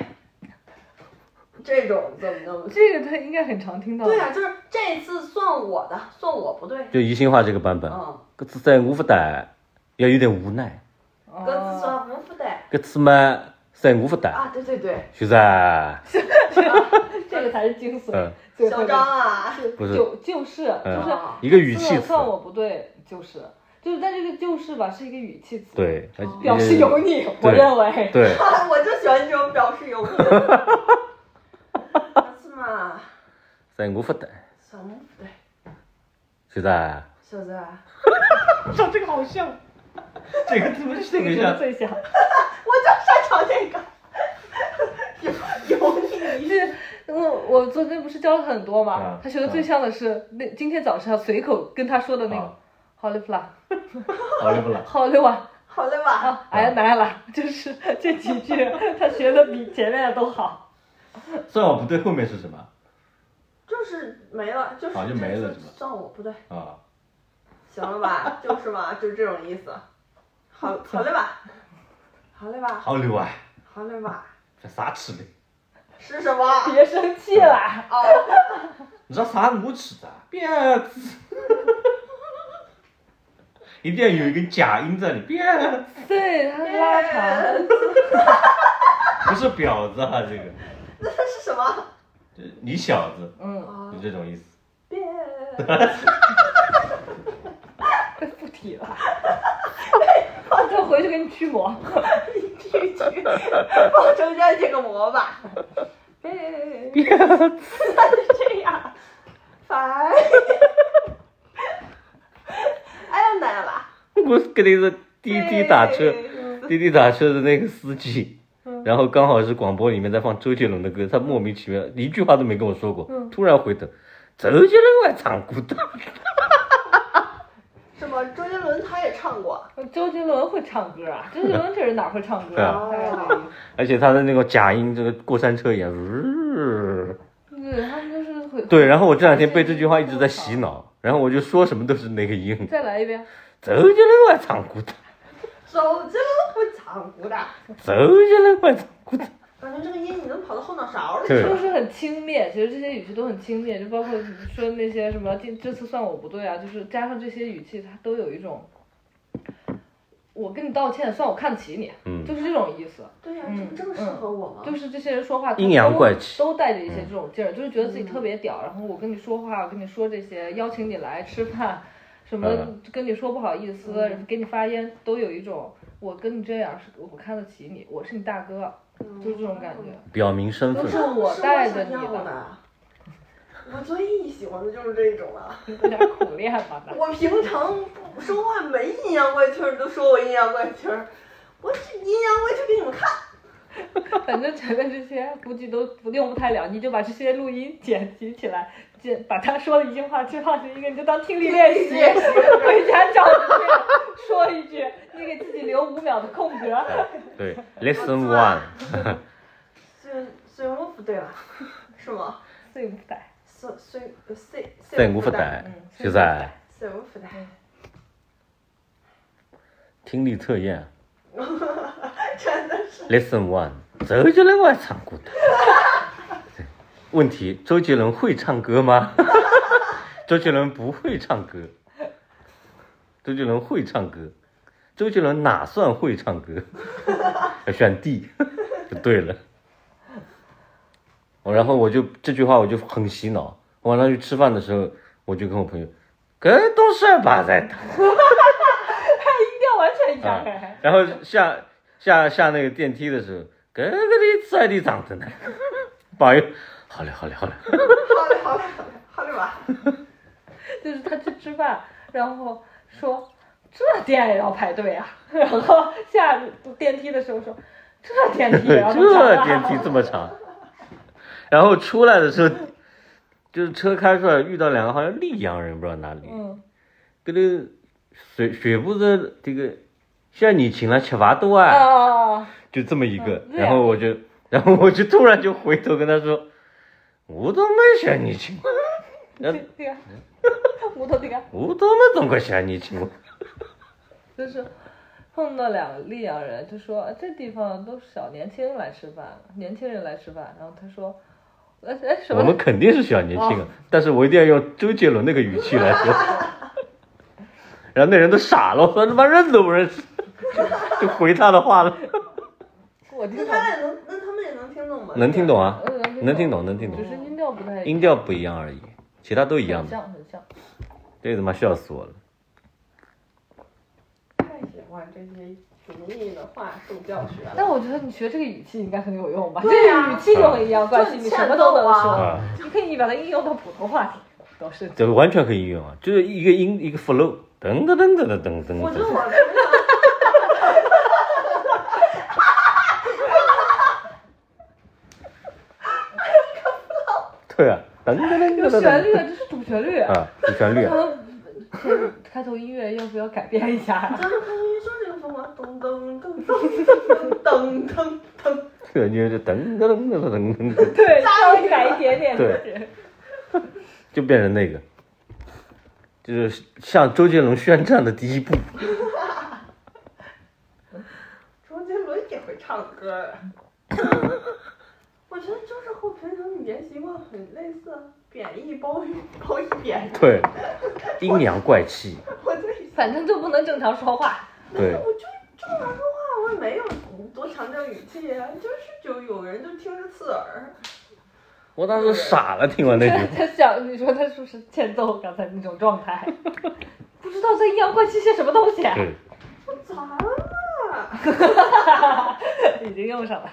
S5: 这种怎么弄？
S6: 这个他应该很常听到。
S5: 对啊，就是这一次算我的，算我不对。
S4: 就宜兴话这个版本，
S5: 嗯，
S4: 搿次在我不带，也有点无奈。
S6: 哦，
S5: 鸽子算我不对
S4: 搿次嘛，在我不带，
S5: 啊，对对对，
S4: 就是啊，
S6: 这个才是精髓。
S4: 嗯，
S6: 最后
S5: 嚣
S6: 的
S5: 张啊，
S6: 就
S4: 不是
S6: 就就是
S4: 嗯
S6: 就是
S5: 啊
S4: 一个语
S6: 算
S4: 气
S6: 了
S4: 词，
S6: 算我不对，就是就是但这个就是吧，是一个语气词，，
S4: 对，
S6: 表示油腻，我
S4: 对
S6: 认为。
S4: 对，
S5: <laughs> 我就喜欢这种表示 <laughs> 有误的。是嘛？
S4: 在我不带，
S5: 什么不对？
S4: 就是啊，
S5: 小子啊，
S6: 说这个好像，
S4: 这个怎么这
S6: 这个最像，
S5: 我就擅长这个。有有你，
S6: 就是我我昨天不是教了很多嘛
S4: 嗯，
S6: 他学的最像的是那今天早上随口跟他说的那个
S4: 啊。
S6: 好嘞不啦，
S4: 好嘞不啦，
S6: 好嘞哇，
S5: 好嘞吧？
S6: 啊，
S4: 嗯
S6: 哎呀奶啦，就是这几句，他学的比前面的都好。
S4: 算我不对，后面是什么
S5: 就是没了，就是
S4: 好就没了
S5: 这
S4: 是吧
S5: 算我不对，
S4: 啊？
S5: 行了吧？ <laughs> 就是嘛，就是这种意思。好，好嘞吧？好嘞吧？
S4: 好溜啊，
S5: 好嘞吧？
S4: 这啥吃的？
S5: 是什么？ <laughs>
S6: 别生气啦，
S5: 哦，
S4: 你知道啥我吃的？辫子，一定要有一个假音在里边，辫子
S6: <laughs> 对他拉长，
S4: 不是婊子啊，这个，
S5: 那是什么？
S4: 这你小子，
S6: 嗯，
S5: 啊
S4: 就，这种意思。
S5: 变。
S6: 附体了，我再回去给你驱魔。
S5: 去去，保证让这个魔吧。
S4: <laughs>
S5: 别，这样，烦。哎呀，奶了。哎
S4: 我肯定是滴滴打车，滴滴打车的那个司机，然后刚好是广播里面在放周杰伦的歌，他莫名其妙一句话都没跟我说过，突然回头，周杰伦我还唱过的，
S5: 什么？周杰伦他也唱过。
S6: 周杰伦会唱歌啊？周杰伦这人哪会唱歌
S4: 啊
S6: 啊？
S5: 哎
S6: 大概这个意思
S4: <laughs> 而且他的那个假音，这个过山车一样。呜
S6: 对，他们就是
S4: <laughs>
S6: 会。
S4: 嗯对，然后我这两天被这句话一直在洗。脑，然后我就说什么都是那个音。
S6: 再来一遍。
S4: 周杰伦我唱过的，
S5: 周杰伦会唱歌的，
S4: 周杰伦我唱过的。
S5: 感觉这个音你能跑到后脑勺里。
S4: 对
S6: 都是很轻蔑，其实这些语气都很轻蔑，就包括你说那些什么这这次算我不对啊，就是加上这些语气，它都有一种，我跟你道歉，算我看得起你，啊 <laughs>
S4: 嗯
S6: 就是这种意思。
S5: 对呀、这
S6: 嗯
S5: 不这么适合我吗？
S6: 就是这些人说话
S4: 阴阳怪气嗯
S6: 都，都带着一些这种劲儿，就是觉得自己特别屌。然后我跟你说话，我跟你说这些，邀请你来吃饭，什么
S4: 嗯
S6: 跟你说不好意思，给你发烟，都有一种我跟你这样是我看得起你，我是你大哥，就是这种感觉。
S4: 表明身
S6: 都
S4: 份
S6: 是，我带着你
S5: 是我想要
S6: 的，
S5: 的。我最喜欢的就是这种了。
S6: 有点苦练吧。
S5: 我平常不说话没阴阳怪气儿，都说我阴阳怪气儿，我这阴阳怪气儿给你们看。
S6: 反正前面这些估计都不用不太了，你就把这些录音剪辑起来，剪把他说的一句话切换成一个，你就当听力练习，回家找一遍，说一句，你给自己留五秒的空格。
S4: 对，Lesson One，
S5: 虽虽然我不对了， <laughs> 是吗？
S6: 最无代，
S5: 虽虽呃虽
S4: 在
S5: 虽
S4: 我
S5: 我
S4: 不
S5: 不
S4: 带
S5: 对，
S6: 嗯，
S4: 就在
S5: 嗯虽我不对。
S4: 听力测验，
S5: 真的是
S4: Lesson one，周杰伦我也唱过的。 <laughs> 问题：周杰伦会唱歌吗？ <laughs> 周杰伦不会唱歌。周杰伦会唱歌，周杰伦哪算会唱歌？ <laughs> 要选 D <laughs> 就对了。我然后我就这句话我就很洗脑。我晚上去吃饭的时候，我就跟我朋友，跟都是吧在的。
S6: 音调完全一样
S4: <laughs> 啊
S6: 哎，，
S4: 然后下下下那个电梯的时候，跟个里在里长 <laughs> 着呢，朋友，好嘞好嘞好嘞，
S5: 好嘞好嘞好嘞好嘞吧，
S6: <laughs> 就是他去吃饭，然后说这店也要排队啊，然后下电梯的时候说 <laughs> 这电梯也
S4: <laughs>
S6: 要么长
S4: 这
S6: 啊
S4: 电梯这么长，然后出来的时候，就是车开出来遇到两个好像溧阳人，不知道哪里，
S6: 嗯，
S4: 跟那水水部的这个像你请了吃饭多
S6: 啊
S4: 啊，
S6: 啊啊，
S4: 就这么一个，
S6: 嗯对啊
S4: 然后我就然后我就突然就回头跟他说，我都没想你请，然后
S6: 对对啊， <laughs> 木头对啊，
S4: 我都没怎么想你请。
S6: 就是碰到两个溧阳人，就说、啊、这地方都是小年轻人来吃饭，年轻人来吃饭，然后他说，哎哎什
S4: 我
S6: 么
S4: 们？肯定是小年轻
S6: 哦
S4: 啊，但是我一定要用周杰伦那个语气来
S6: <laughs>
S4: 说。然后那人都傻了，我说他妈认都不认识，就 <laughs> 回他的话了。
S6: 我听
S5: <laughs> 那
S6: 懂
S5: 他也能，那他们也能听懂吗？
S4: 能听懂啊？<laughs>
S6: 嗯
S4: 能听懂，能听
S6: 只
S4: 懂，
S6: 是音调不太一样
S4: 音调不一样而已，其他都一样
S6: 很
S4: 的。
S6: 像很
S5: 嗯
S6: 像。
S4: 这他妈笑死我了。
S5: 太喜欢这些主义的话术教学了。
S6: 但我觉得你学这个语气应该很有用吧？
S5: 对呀
S6: 这个语气就很阴阳怪气，
S5: 就
S6: 你
S5: 你
S6: 什么都能
S5: 欠揍
S6: 说，
S4: 啊
S6: 你可以把它应用到普通话里，都是
S4: 这完全可以应用啊，就是一个音一个 flow，噔噔噔噔噔噔
S5: 我
S4: 噔
S5: 觉得
S4: 噔。
S5: 我平常
S4: <laughs> 对啊，噔噔噔
S6: 有
S4: 噔
S6: 旋律
S4: 噔
S6: 的，这是主旋律。
S4: 噔。啊，有旋律啊，
S6: 然后这开头音乐要不要改变一
S5: <laughs>
S6: 下？
S5: 咱们可以说这个风吗？噔噔噔噔噔噔噔噔，
S4: 对，你就噔噔噔噔噔噔噔，
S6: 对，稍微改一点点。
S4: 对
S6: 就是
S4: 就变成那个，就是向周杰伦宣战的第一步。
S5: 周杰伦也会唱歌。啊我觉得就是和平常语言习惯很类似，贬义褒义褒义贬义。
S4: 对，阴阳怪气，
S5: 我最烦，
S6: 反正就不能正常说话。
S4: 对
S5: 我就正常说话，我也没有多强调语气啊，就是就有人就听着刺耳。
S4: 我当时傻了，听完那句话，
S6: <laughs> 他想，你说他是不是欠揍？刚才那种状态， <laughs> 不知道在阴阳怪气些什么东西，啊
S4: 对，
S5: 我咋了？
S6: <laughs> 已经用上了。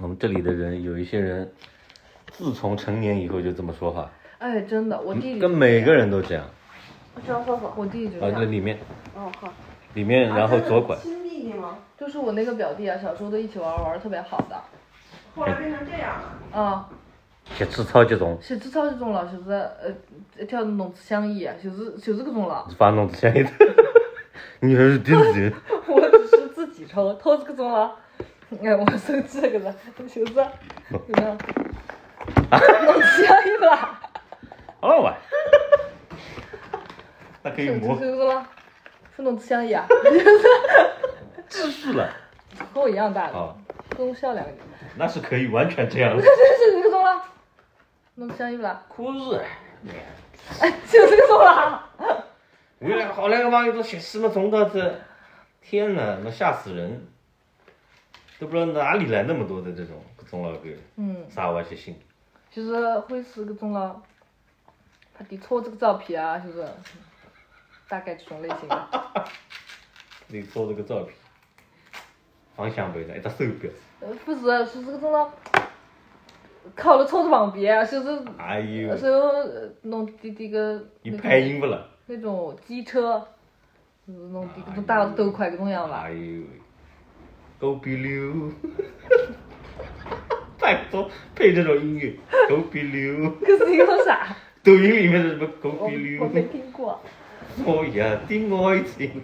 S4: 我们这里的人有一些人，自从成年以后就这么说话，
S6: 哎，真的，我弟
S4: 嗯
S6: 弟
S4: 跟每个人都这样。
S5: 我上厕所。
S6: 我弟弟
S4: 啊，
S6: 就这
S4: 那
S6: 样，
S4: 里面，
S5: 哦好。
S4: 里面，然后左拐
S5: 啊。亲弟弟吗？
S6: 就是我那个表弟啊，小时候都一起玩玩，玩得特别好的。
S5: 后来变成这样了。
S6: 啊，
S4: 铁子操这种，
S6: 是至少是中了，就是呃，跳那种相啊依，就是就是搿种了。 <laughs>
S4: 发弄之前一你还是第一人，
S6: 我只是自己抽，偷是搿种了。哎，我生气了，搿个就是，怎
S4: <laughs>
S6: 么样？弄相依了，
S4: 好了吧？那可以
S6: 就是
S4: 磨
S6: 搿种了，是弄相依啊，
S4: 技术了
S6: 和我一样大的，
S4: 啊，
S6: 跟我小两个年。
S4: 那是可以完全这样的。
S6: <laughs> 就是搿种了，弄相依了，
S4: 可是，
S6: 哎，就是搿种了。
S4: 未来好两个网友都学什么中到这，天哪，那吓死人！都不知道哪里来那么多的这种各种老歌，
S6: 嗯，
S4: 啥玩意性？
S6: 就是会是搿种了，他点错这个照片啊，就是大概这种类型的。
S4: 你做这个照片，方向盘的一只手表，
S6: 呃，不是，就是搿种了，靠了车子旁边，啊就是
S4: 哎呦，
S6: 是呃弄点点个
S4: 一
S6: 那
S4: 拍
S6: 种
S4: 音不了，
S6: 那种机车，就是弄点搿种大的斗快搿种样伐
S4: 哎？呦，狗逼溜， <laughs> 拜托配这种音乐，狗逼溜，
S6: 搿是一个啥？
S4: 抖音里面的什么狗
S6: 我
S4: 逼溜
S6: 我，没听过，
S4: 我呀的爱情，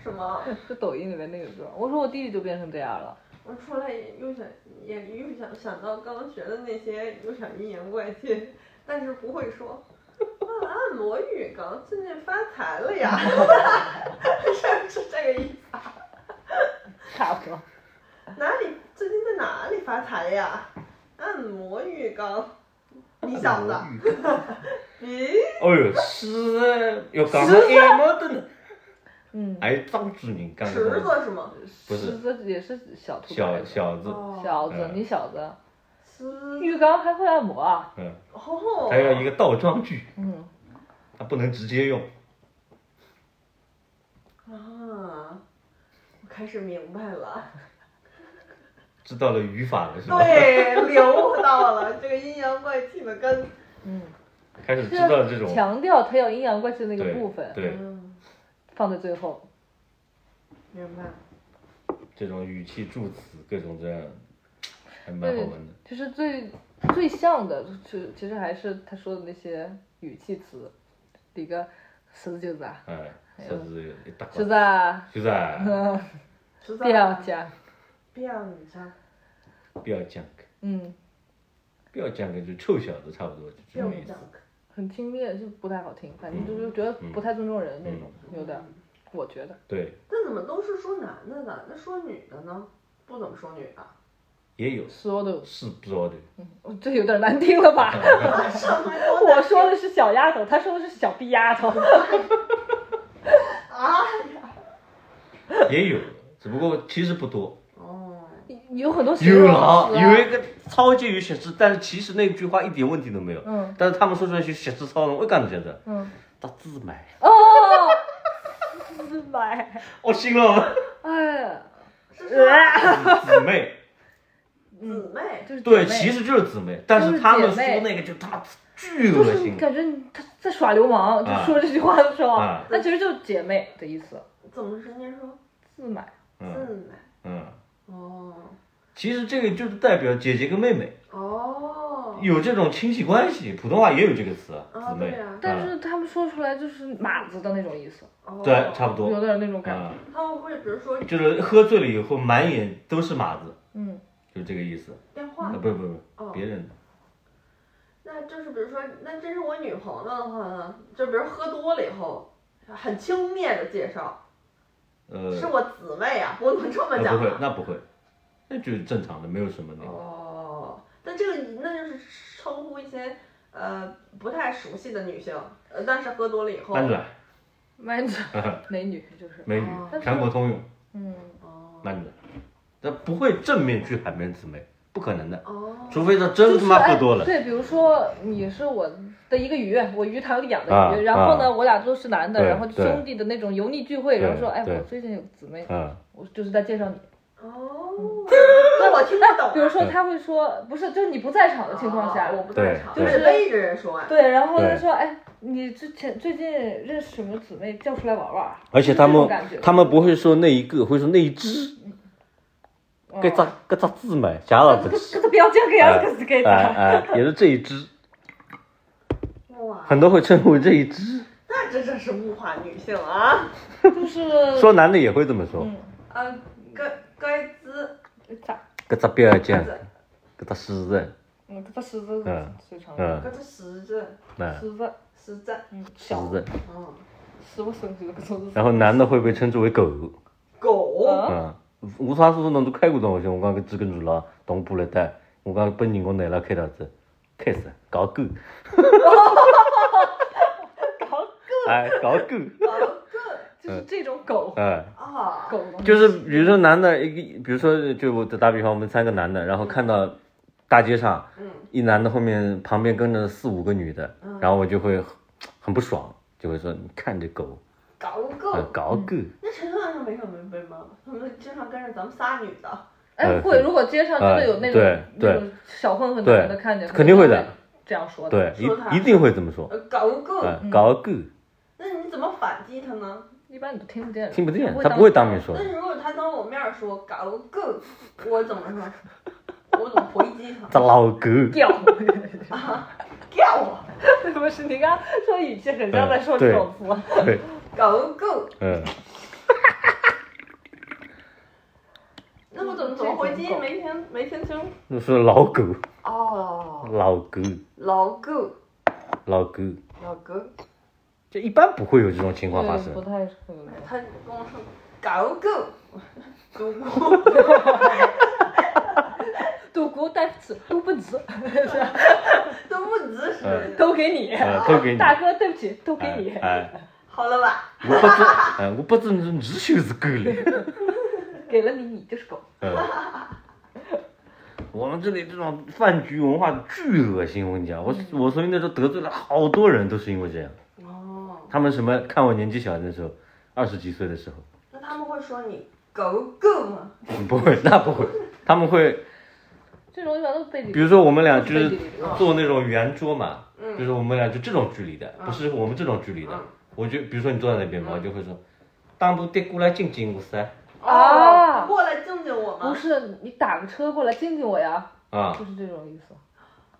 S5: 什么？
S6: 就抖音里面那个歌。我说我弟弟就变成这样了，
S5: 我出来又想也又想想到刚学的那些，又想阴阳怪气，但是不会说。啊，按摩浴缸，最近发财了呀， <laughs> 是是这个意思。
S6: 差不多。
S5: 哪里最近在哪里发财呀？按摩浴缸，你小子，咦，
S4: 哎哟，是要讲到爱莫的呢，
S6: 嗯，
S4: 还张主任讲
S5: 池
S4: 的
S5: 子是吗？
S4: 不是
S6: 狮子也是小兔崽
S4: 小
S6: 子
S4: 小子，
S5: 哦，
S6: 小子，
S4: 嗯
S6: 你小子，
S5: 池，
S6: 浴缸还会按摩啊？
S4: 嗯，
S5: 哦，
S4: 还要一个倒装句，
S6: 嗯，
S4: 它不能直接用。
S5: 啊，我开始明白了。
S4: 知道了语法了是吧？ <laughs>
S5: 对，领悟到了这个阴阳怪气的根。
S4: 开嗯始知道这种
S6: 强调它要阴阳怪气的那个
S4: 对
S6: 部分
S4: 对
S5: 嗯，
S6: 放在最后。
S5: 明白。
S4: 这种语气助词各种这样，还蛮好玩的。
S6: 其实最最像的，就其实还是他说的那些语气词，一个狮子就是啊，
S4: 哎，
S6: 呦
S4: 甚至一大
S6: 狮
S4: 块，
S6: 子啊，
S4: 就是啊，
S6: 嗯，
S5: 知道
S6: 不要讲，
S5: 变一下，
S4: 不要讲个，
S6: 嗯，
S4: 不要讲个，就臭小子差不多就这种意思
S5: 讲。。
S6: 很轻蔑，就不太好听，反正就是觉得不太尊重人那种，
S4: 嗯
S6: 有点儿，我觉得
S4: 对，
S5: 那怎么都是说男的呢？那说女的呢？不怎么说女的。
S4: 也有
S6: 说的
S4: 是不知道的，
S6: 这有点难听了 <laughs> 吧？
S5: 上面
S6: 我说的是小丫头，他说的是小逼丫头。
S5: 啊。
S4: 也有，只不过其实不多。
S5: 哦，
S6: <laughs> 有很多形
S4: 有
S6: 容
S4: 啊，
S6: 词啊，
S4: 有一个超级有写字，但是其实那句话一点问题都没有。
S6: 嗯
S4: 但是他们说出来就写字超人，我讲你现在，
S6: 嗯
S4: 他自买，
S6: 哦，自买，
S4: 我信哦了，
S6: 哎呀，呃
S5: 是说
S4: 姊
S6: <laughs>
S4: 妹。
S5: 姊妹。
S6: 啊就是
S4: 对，
S6: 姐妹
S4: 其实就是姊妹，但是他们说那个就他妈巨恶
S6: 就是
S4: 心
S6: 感觉你他在耍流氓，就
S4: 啊
S6: 说这句话的时候
S4: 啊，
S6: 那其实就是姐妹的意思。
S5: 怎么人家说
S6: 自买，
S5: 姊
S4: 嗯
S5: 妹？
S4: 嗯，
S5: 哦
S4: 其实这个就是代表姐姐跟妹妹
S5: 哦。
S4: 有这种亲戚关系，普通话也有这个词，姊妹
S5: 对啊，
S6: 但是他们说出来就是马子的那种意思，
S5: 哦
S4: 对，差不
S6: 啊有
S4: 多，
S6: 点那种感觉。
S4: 嗯，
S5: 他们会比如说
S4: 就是喝醉了以后满眼都是码子，
S6: 嗯，
S4: 就这个意思。
S5: 电
S4: 啊，
S5: 话。
S4: 不不不，
S5: 哦。
S4: 别人
S5: 那就是比如说，那这是我女朋友的话呢，就比如喝多了以后，很轻蔑的介绍，
S4: 呃，
S5: 是我姊妹啊，不能这么
S4: 那
S5: 讲
S4: 不会，
S5: 吧。
S4: 那不会，那就是正常的，没有什么那个。
S5: 哦，但这个那就是称呼一些呃不太熟悉的女性，呃，但是喝多了以后，
S4: 班转 <laughs>
S6: 蛮子美女就是，啊
S4: 美女
S5: 哦，
S4: 全国通用，
S6: 嗯，
S5: 哦
S4: 班转，那不会正面去喊别人姊妹，不可能的，
S5: 哦，
S4: 除非他真
S6: 就是
S4: 他妈
S6: 哎
S4: 喝多了。
S6: 对，比如说你是我的一个鱼，我鱼塘里养
S4: 啊
S6: 的鱼，然后呢，
S4: 啊
S6: 我俩都是男的，
S4: 对
S6: 然后
S4: 对
S6: 兄弟的那种油腻聚会，
S4: 对
S6: 然后说，哎，
S4: 对
S6: 我最近有姊妹，
S4: 嗯，
S6: 我就是在介绍你。
S5: 哦，那我听不懂啊。
S6: 比如说他会说，不是，就是你不在场的情况下，
S5: 哦我不在场，
S4: 对
S5: 我得背着人说啊。
S6: 对，然后他
S4: 对
S6: 说，哎，你之前最近认识什么姊妹，叫出来玩玩。
S4: 而且他
S6: 就是这种
S4: 们
S6: 感觉
S4: 他们不会说那一个，会说那一只，
S6: 嗯
S4: 搿只搿只字嘛，假老子
S6: 这个这个标价给
S4: 哎
S6: 样子
S4: 哎
S6: 给
S4: <laughs>
S6: 咋？
S4: 哎，也是这一只，
S5: 哇，
S4: 很多会称呼这一只，
S5: 那这真是物化女性啊！
S6: 就是
S4: 说男的也会这么说，
S6: 嗯，
S5: 呃，该该资
S6: 哎咋？
S4: 搿只不要讲，
S5: 子，
S4: 搿只狮子，
S6: 嗯，这狮子
S4: 嗯
S6: 最常用。
S4: 嗯
S5: 该，这实质
S4: 那
S6: 狮子，
S5: 实在，
S6: 嗯，
S4: 狮
S6: 小
S4: 子，
S5: 嗯，
S6: 狮我生气了，搿种
S4: 然后男的会被称之为狗，
S5: 狗，
S6: 嗯
S4: 嗯，我上次侬都开过东西，我讲搿只跟猪了，同步了带，我讲被人工奶了开到子，开始搞狗，
S6: 搞
S4: 哎，搞狗，
S5: 狗
S6: 就是这种狗
S4: 哎。
S5: 啊，
S6: 狗的东西
S4: 嗯就是比如说男的，一个比如说就我打比方，我们三个男的，然后看到大街上
S5: 嗯
S4: 一男的后面旁边跟着四五个女的，然后我就会很很不爽，就会说你看这狗，
S5: 搞
S4: 呃
S5: 够。
S4: 搞狗，
S5: 那陈上上没什么被骂，他们经常跟着咱们仨女的，
S6: 哎，
S4: 呃
S6: 会，如果街上真的有那
S4: 呃
S6: 种
S4: 对
S6: 那种小混混的
S4: 对
S6: 的看见，
S4: 肯定会的，
S6: 这样说的。，
S4: 对，
S5: 说他
S4: 一一定会这么说，
S5: 呃，搞够。
S4: 呃，搞狗，
S5: 那你怎么反击他呢？
S6: 一般你都听不见，
S4: 听不见，他
S6: 他
S4: 不会当面
S6: <laughs>
S4: 说
S5: 那
S4: 的，
S5: 如果他当我面儿说搞够，我怎么说？我怎么回击他？
S4: 这老狗，
S6: 掉。
S5: 叫我
S6: <laughs> 不是，你刚刚说语气很像在说
S4: 嗯
S6: 啊
S4: 对
S6: 这种词。
S4: 对，
S5: 搞够，
S4: 嗯，
S5: 那我怎么怎么回击？没听没听清。
S4: 那说老狗，
S5: 哦，
S4: 老狗，
S5: 老够，
S4: 老狗，
S5: 老哥，
S4: 就一般不会有这种情况
S6: <laughs>
S4: 发
S6: 对，
S4: 生
S6: 不。太会有这种。
S5: 他跟我说狗 <laughs> 狗，独孤，
S6: 赌国带不起，都不值， <laughs>
S5: 都不支持
S4: 嗯。
S6: 都给你。
S4: 呃，都给你，
S6: 大哥，对不起，都给
S4: 哎
S6: 你。
S4: 哎，
S5: 好了吧？
S4: 我不知，哎，我不知你你就是狗
S6: <laughs>
S4: 了。
S6: 给了你，你就是狗。
S4: 嗯，我们这里这种饭局文化巨恶心，我跟你讲，我我所以那时候得罪了好多人，都是因为这样。
S5: 哦，
S4: 他们什么看我年纪小的时候，二十几岁的时候。
S5: 那他们会说你狗狗吗？
S4: 不会，那不会，他们会，
S6: 这种一般都是背地
S4: 比
S6: 里。
S4: 如说我们俩就
S6: 背
S4: 是
S6: 地里的
S4: 坐那种圆桌嘛，
S5: 嗯
S4: 就是我们俩就这种距离的，不是我们这种距离的
S5: 嗯。
S4: 我就比如说你坐在那边嘛，我就会说，当部带过来静静我噻，
S5: 哦，
S6: 啊
S5: 过来敬敬我
S4: 嗯
S6: 不
S5: 吗？
S6: 是你打个车过来敬敬我呀，
S4: 啊
S6: 就，是这种意思。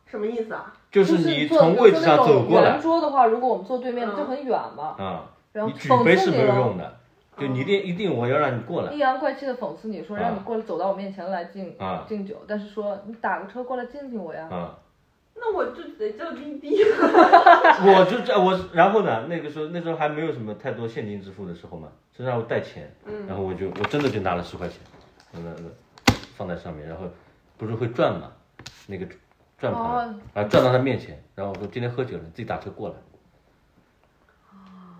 S5: 什么意思啊？
S4: 就是你从位置上走过来
S6: 圆，桌的话，如果我们坐对面
S5: 嗯
S6: 就很远嘛，
S4: 啊，
S6: 然后
S4: 你举
S6: 讽
S4: 杯
S6: 刺
S4: 是
S6: 你
S4: 没有
S6: 了
S4: 用，的，就你一定一定我要让你过来
S6: 阴阳怪气的讽刺你说让你过来走到我面前来敬
S4: 啊
S6: 敬酒，但是说你打个车过来敬敬我呀，
S4: 啊。
S5: 那我就得叫滴滴。
S4: 我就这我，然后呢，那个时候那时候还没有什么太多现金支付的时候嘛，身上我带钱，然后我就我真的就拿了十块钱，那那那放在上面，然后不是会转嘛，那个转盘，
S6: 哦
S4: 然啊后转到他面前，然后我说今天喝酒了，你自己打车过来，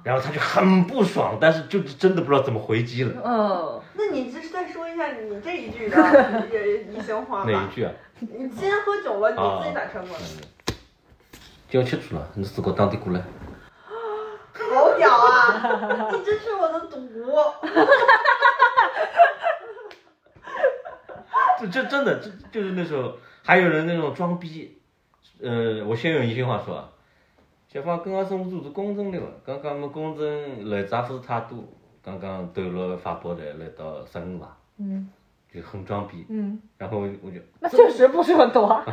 S4: 然后他就很不爽，但是就是真的不知道怎么回击了
S6: 嗯，
S5: 那你这是再说一下你这一句
S4: <laughs>
S5: 的一一行话
S4: 哪一
S5: 吧？
S4: 句啊？啊嗯
S5: 你今天喝酒了，你自己打车过来，
S4: 叫吃住了，你自个当地过来，嗯
S5: 好屌啊！你真是我的赌徒。
S4: 这这真的这就是那时候还有人那种装逼，呃，我先用宜兴话说啊，解放刚刚生做是公正的嘛，刚刚我们公正来查不是太多，刚刚投入发博台来到十五吧，
S6: 嗯
S4: 就很装逼，
S6: 嗯，
S4: 然后我就，
S6: 那确实不是很多
S4: <laughs>
S6: 啊，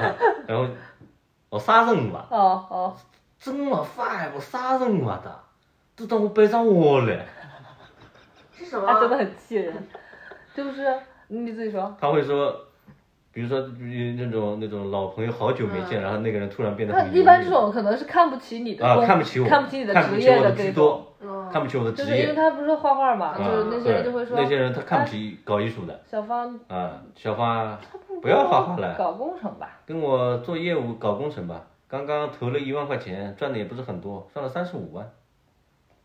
S4: 然后哦啥人伐？
S6: 哦哦，
S4: 真的发我啥人伐的，都当我背上我了，
S5: 是哎什么？
S6: 啊他真的很气人，就是你自
S4: <laughs>
S6: 己说，
S4: 他会说。比如说，比那种那种老朋友好久没见，然后那个人突然变得
S6: 他
S4: 很
S6: 嗯一般
S4: 油
S6: 这
S4: 腻
S6: 种可能是看不起你的
S4: 啊
S6: 工，
S4: 看不起我，
S6: 看不起你的
S4: 看
S6: 职
S4: 不起
S6: 业
S4: 我的
S6: 这
S4: 居
S6: 种。
S4: 多，
S5: 嗯
S4: 看不起我的
S6: 就
S4: 职
S6: 是因为
S4: 业。
S6: 他不是画画嘛，
S4: 啊
S6: 就是那些人就会说，哎
S4: 那些人他看不起搞艺术的
S6: 小芳
S4: 啊，小芳啊，不要画画了，
S6: 搞工程吧，
S4: 跟我做业务搞工程吧。刚刚投了一万块钱，赚的也不是很多，赚了三十五万，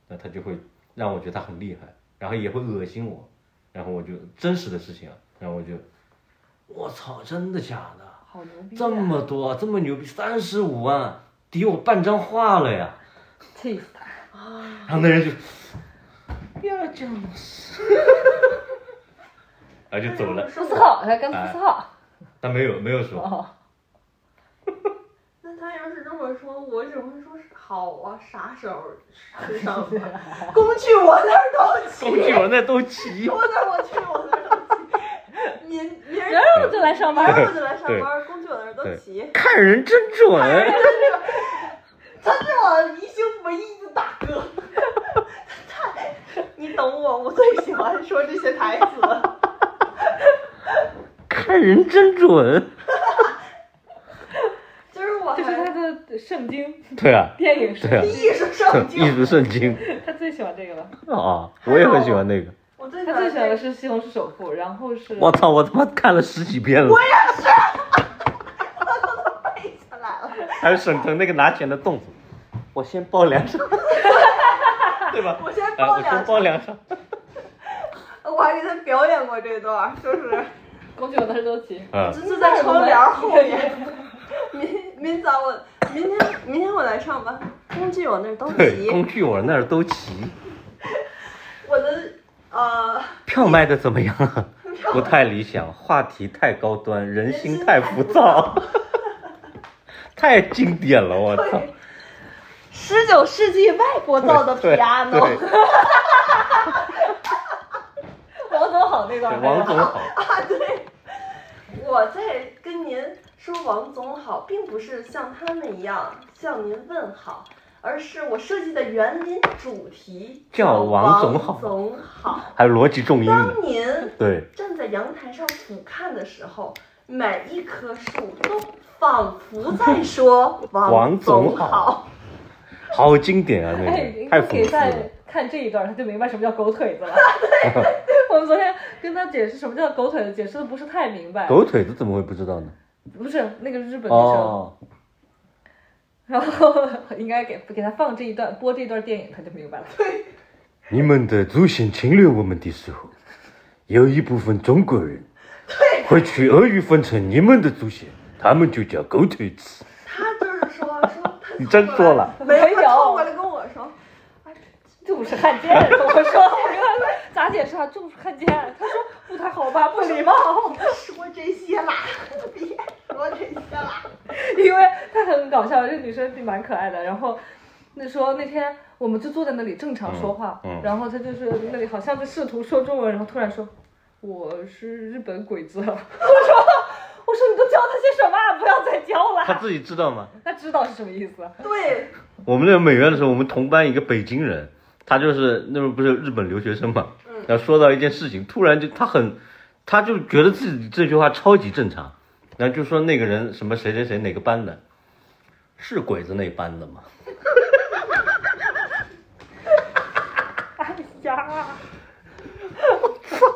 S4: 那他就会让我觉得他很厉害，然后也会恶心我，然后我就真实的事情啊，然后我就，我操，真的假的？
S6: 好牛逼、啊，
S4: 这么多，这么牛逼，三十五万，抵我半张画了呀！
S6: 气死他！
S4: 然后那人就，不要这样，然后啊就走了。
S6: 不思考，他刚不思
S4: 哎
S6: 考。
S4: 他没有没有说，
S6: 哦，
S5: 那他要是这么说，我只会说是好啊，啥时候去 <laughs> 上班？工具我那儿都齐，
S4: 工具我那都齐。
S5: 我那儿我去我那儿都齐，明明
S6: 明
S5: 儿
S6: 儿我就来上
S5: 明
S6: 班。
S5: 儿我就来上班，工具我那儿都齐。
S4: <laughs> 看人真准，
S5: 他是我宜兴唯一的大
S6: <laughs>
S5: 哥，太，你懂我，我最喜欢说这些台词了。
S6: <laughs>
S4: 看人真准。
S5: 就是我
S6: 这是
S5: 还
S6: 他的圣经
S4: 对啊，
S6: 电影是，
S4: 对啊，
S5: 艺术上
S4: 艺
S5: 镜，
S4: 术圣经
S6: 他最喜欢这个了。
S4: 啊，我也很喜欢那个。
S5: 我最喜
S6: 他最
S5: 欢
S6: 喜欢
S5: 这
S6: 的
S5: 个
S6: 是《西红柿首富》，然后是
S4: 我操，我他妈看了十几遍了，
S5: 背下来了。
S4: 还有沈腾那个拿钱的动作，我先包两
S5: <laughs>
S4: 张，对吧？
S5: 我先
S4: 哎，
S5: 包
S4: 我
S5: 两
S4: 先包两张。
S5: 我还给他表演过这段儿，
S6: <laughs>
S5: 就是。
S6: 宫九那都齐。
S4: 啊，
S5: 就在窗帘后
S6: <laughs>
S5: 面。明明早我明天明天我来上班，工具我那儿都
S4: 对，
S5: 齐。
S4: 工具我那儿都齐。
S5: 我的呃，
S4: 票卖的怎么样啊？不太理想，话题太高端，人心太浮躁，
S5: <laughs>
S4: 太经典了，我操！
S5: 十九世纪外国造的
S4: 对
S5: piano，
S4: 对，对
S6: 王总好那段。
S4: 王总好，
S5: 我在跟您说王总好，并不是像他们一样向您问好，而是我设计的园林主题
S4: 叫王总好
S5: 王总好。
S4: 还有逻辑重音呢。
S5: 当您
S4: 对，
S5: 站在阳台上俯瞰的时候，每一棵树都仿佛在说
S4: 王总
S5: 总
S4: 好。好经典啊，那
S6: 哎，
S4: 个
S6: 你
S4: 太
S6: 给
S4: 讽刺
S6: 在
S4: 了。
S6: 看这一段，他就明白什么叫狗腿子
S4: <laughs>
S6: 了。我们昨天跟他解释什么叫狗腿子，解释的不是太明白。
S4: 狗腿子怎么会不知道呢？
S6: 不是那个日本女生，
S4: 哦，
S6: 然后 <laughs> 应该给给他放这一段，播这一段电影，他就明白了。
S4: 你们的祖先侵略我们的时候，有一部分中国人会取俄语翻成你们的祖先，他们就叫狗腿子。
S5: 他就是说说他
S4: 你真
S5: 凑过
S4: 做
S5: 来
S6: <laughs>
S4: 了？
S5: 没有，
S6: 没
S5: 他
S6: 有
S5: 凑过来跟我说，
S6: 这不是汉奸，我说，我跟他说咋解释啊？这不是汉奸，他说不太好吧，不礼貌，
S5: 说这些啦，别说这些啦。
S6: 因为他很搞笑，这女生蛮可爱的。然后那说那天我们就坐在那里正常说话，
S4: 嗯嗯
S6: 然后他就是那里好像在试图说中文，然后突然说我是日本鬼子，我说我说你都教他些什么啊？不要再教
S4: 他
S6: 了。
S4: 自己知道吗？
S6: 他知道是什么意思，
S5: 对，
S4: 我们那个美院的时候，我们同班一个北京人，他就是那时候不是日本留学生嘛，然后说到一件事情，突然就他很，他就觉得自己这句话超级正常，然后就说那个人什么谁谁谁哪个班的，是鬼子那班的吗？
S6: 哎呀，我操！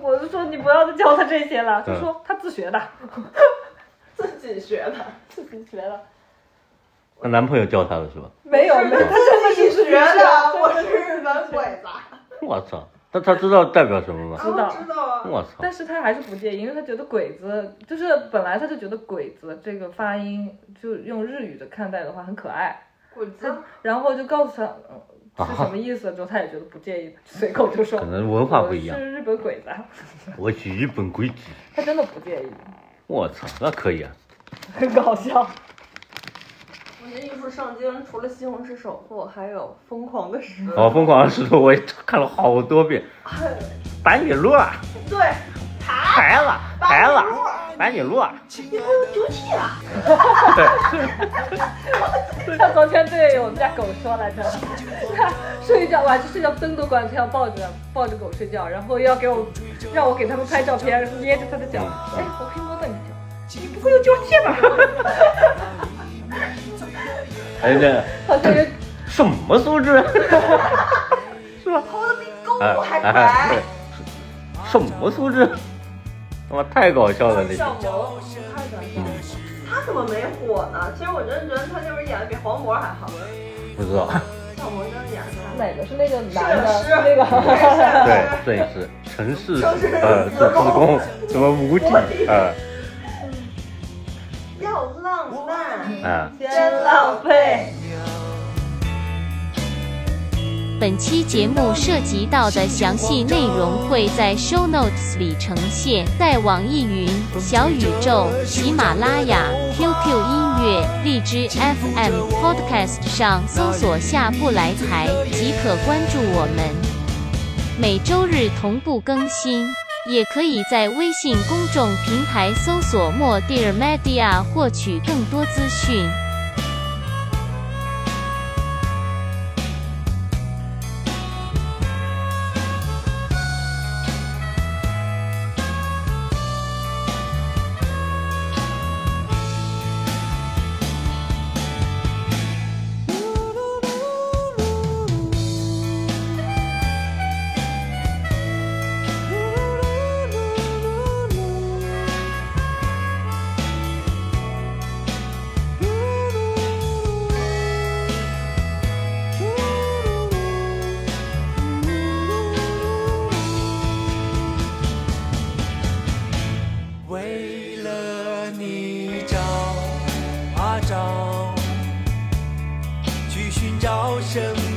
S6: 我就说你不要再教他这些了，
S4: 嗯
S6: 就说他自学的，
S5: <laughs> 自己学的，
S6: 自己学的，
S4: 她男朋友教她的是吧？
S6: 没有，
S5: 是
S6: 没有，他真的
S5: 自己
S6: 是
S5: 学的，我是日本鬼子。
S4: 我操，那他知道代表什么吗？
S6: 知道
S5: 啊知道啊。
S4: 我操
S6: 但，是他还是不介意，因为他觉得“鬼子”就是本来他就觉得“鬼子”这个发音，就用日语的看待的话很可爱。
S5: 鬼子
S6: 他，然后就告诉他嗯是什么意思了之后，他也觉得不介意，随口就说
S4: 啊可能文化不一样
S6: 我是日本鬼子，啊
S4: 我去日本鬼子，
S6: 他真的不介意，
S4: 我操，那可以啊，
S6: 很搞笑。
S5: 我觉得艺术圣经除了《西红柿首富》，还有《疯狂的石头
S6: 哦
S4: 好疯狂的石头我也看了好多遍，》。板野路啊，
S5: 对，
S4: 孩子，孩子，板野路啊，
S5: 你不用丢弃了。
S6: <laughs> 像昨天对我们家狗说来着， <laughs> 它睡觉晚上睡觉灯都关，它要抱着抱着狗睡觉，然后要给我让我给他们拍照片，捏着它的脚，哎，我可以摸到你的脚，你不会用胶贴吧？
S4: <laughs> 哎这
S6: 好像有
S4: 什么素质？哎是吧？
S5: 猴子比狗
S4: 哎
S5: 还
S4: 哎
S5: 乖。
S4: 哎，什么素质？他妈太搞笑了那些
S5: 像。我，我太专业了。他怎么没火呢？其实我真的觉得他就是演的比黄渤还好。
S4: 不知道，
S5: 像我真的演的还好。
S6: 哪个是那啊个男
S5: 摄
S6: 的
S5: 影师，
S6: 那 <laughs> 个
S4: 对，摄影师，城市
S5: 城市
S4: 呃，
S5: 自
S4: 自自
S5: 贡
S4: 贡，什么五体，呃，
S6: 嗯
S5: 要浪漫，
S4: 啊。
S5: 真浪费。
S2: 本期节目涉及到的详细内容会在 show notes 里呈现，在网易云、小宇宙、喜马拉雅、QQ 音乐、荔枝 FM Podcast 上搜索“下不来台”即可关注我们，每周日同步更新。也可以在微信公众平台搜索“莫蒂尔 media” 获取更多资讯。
S3: 为了你找啊找，去寻找生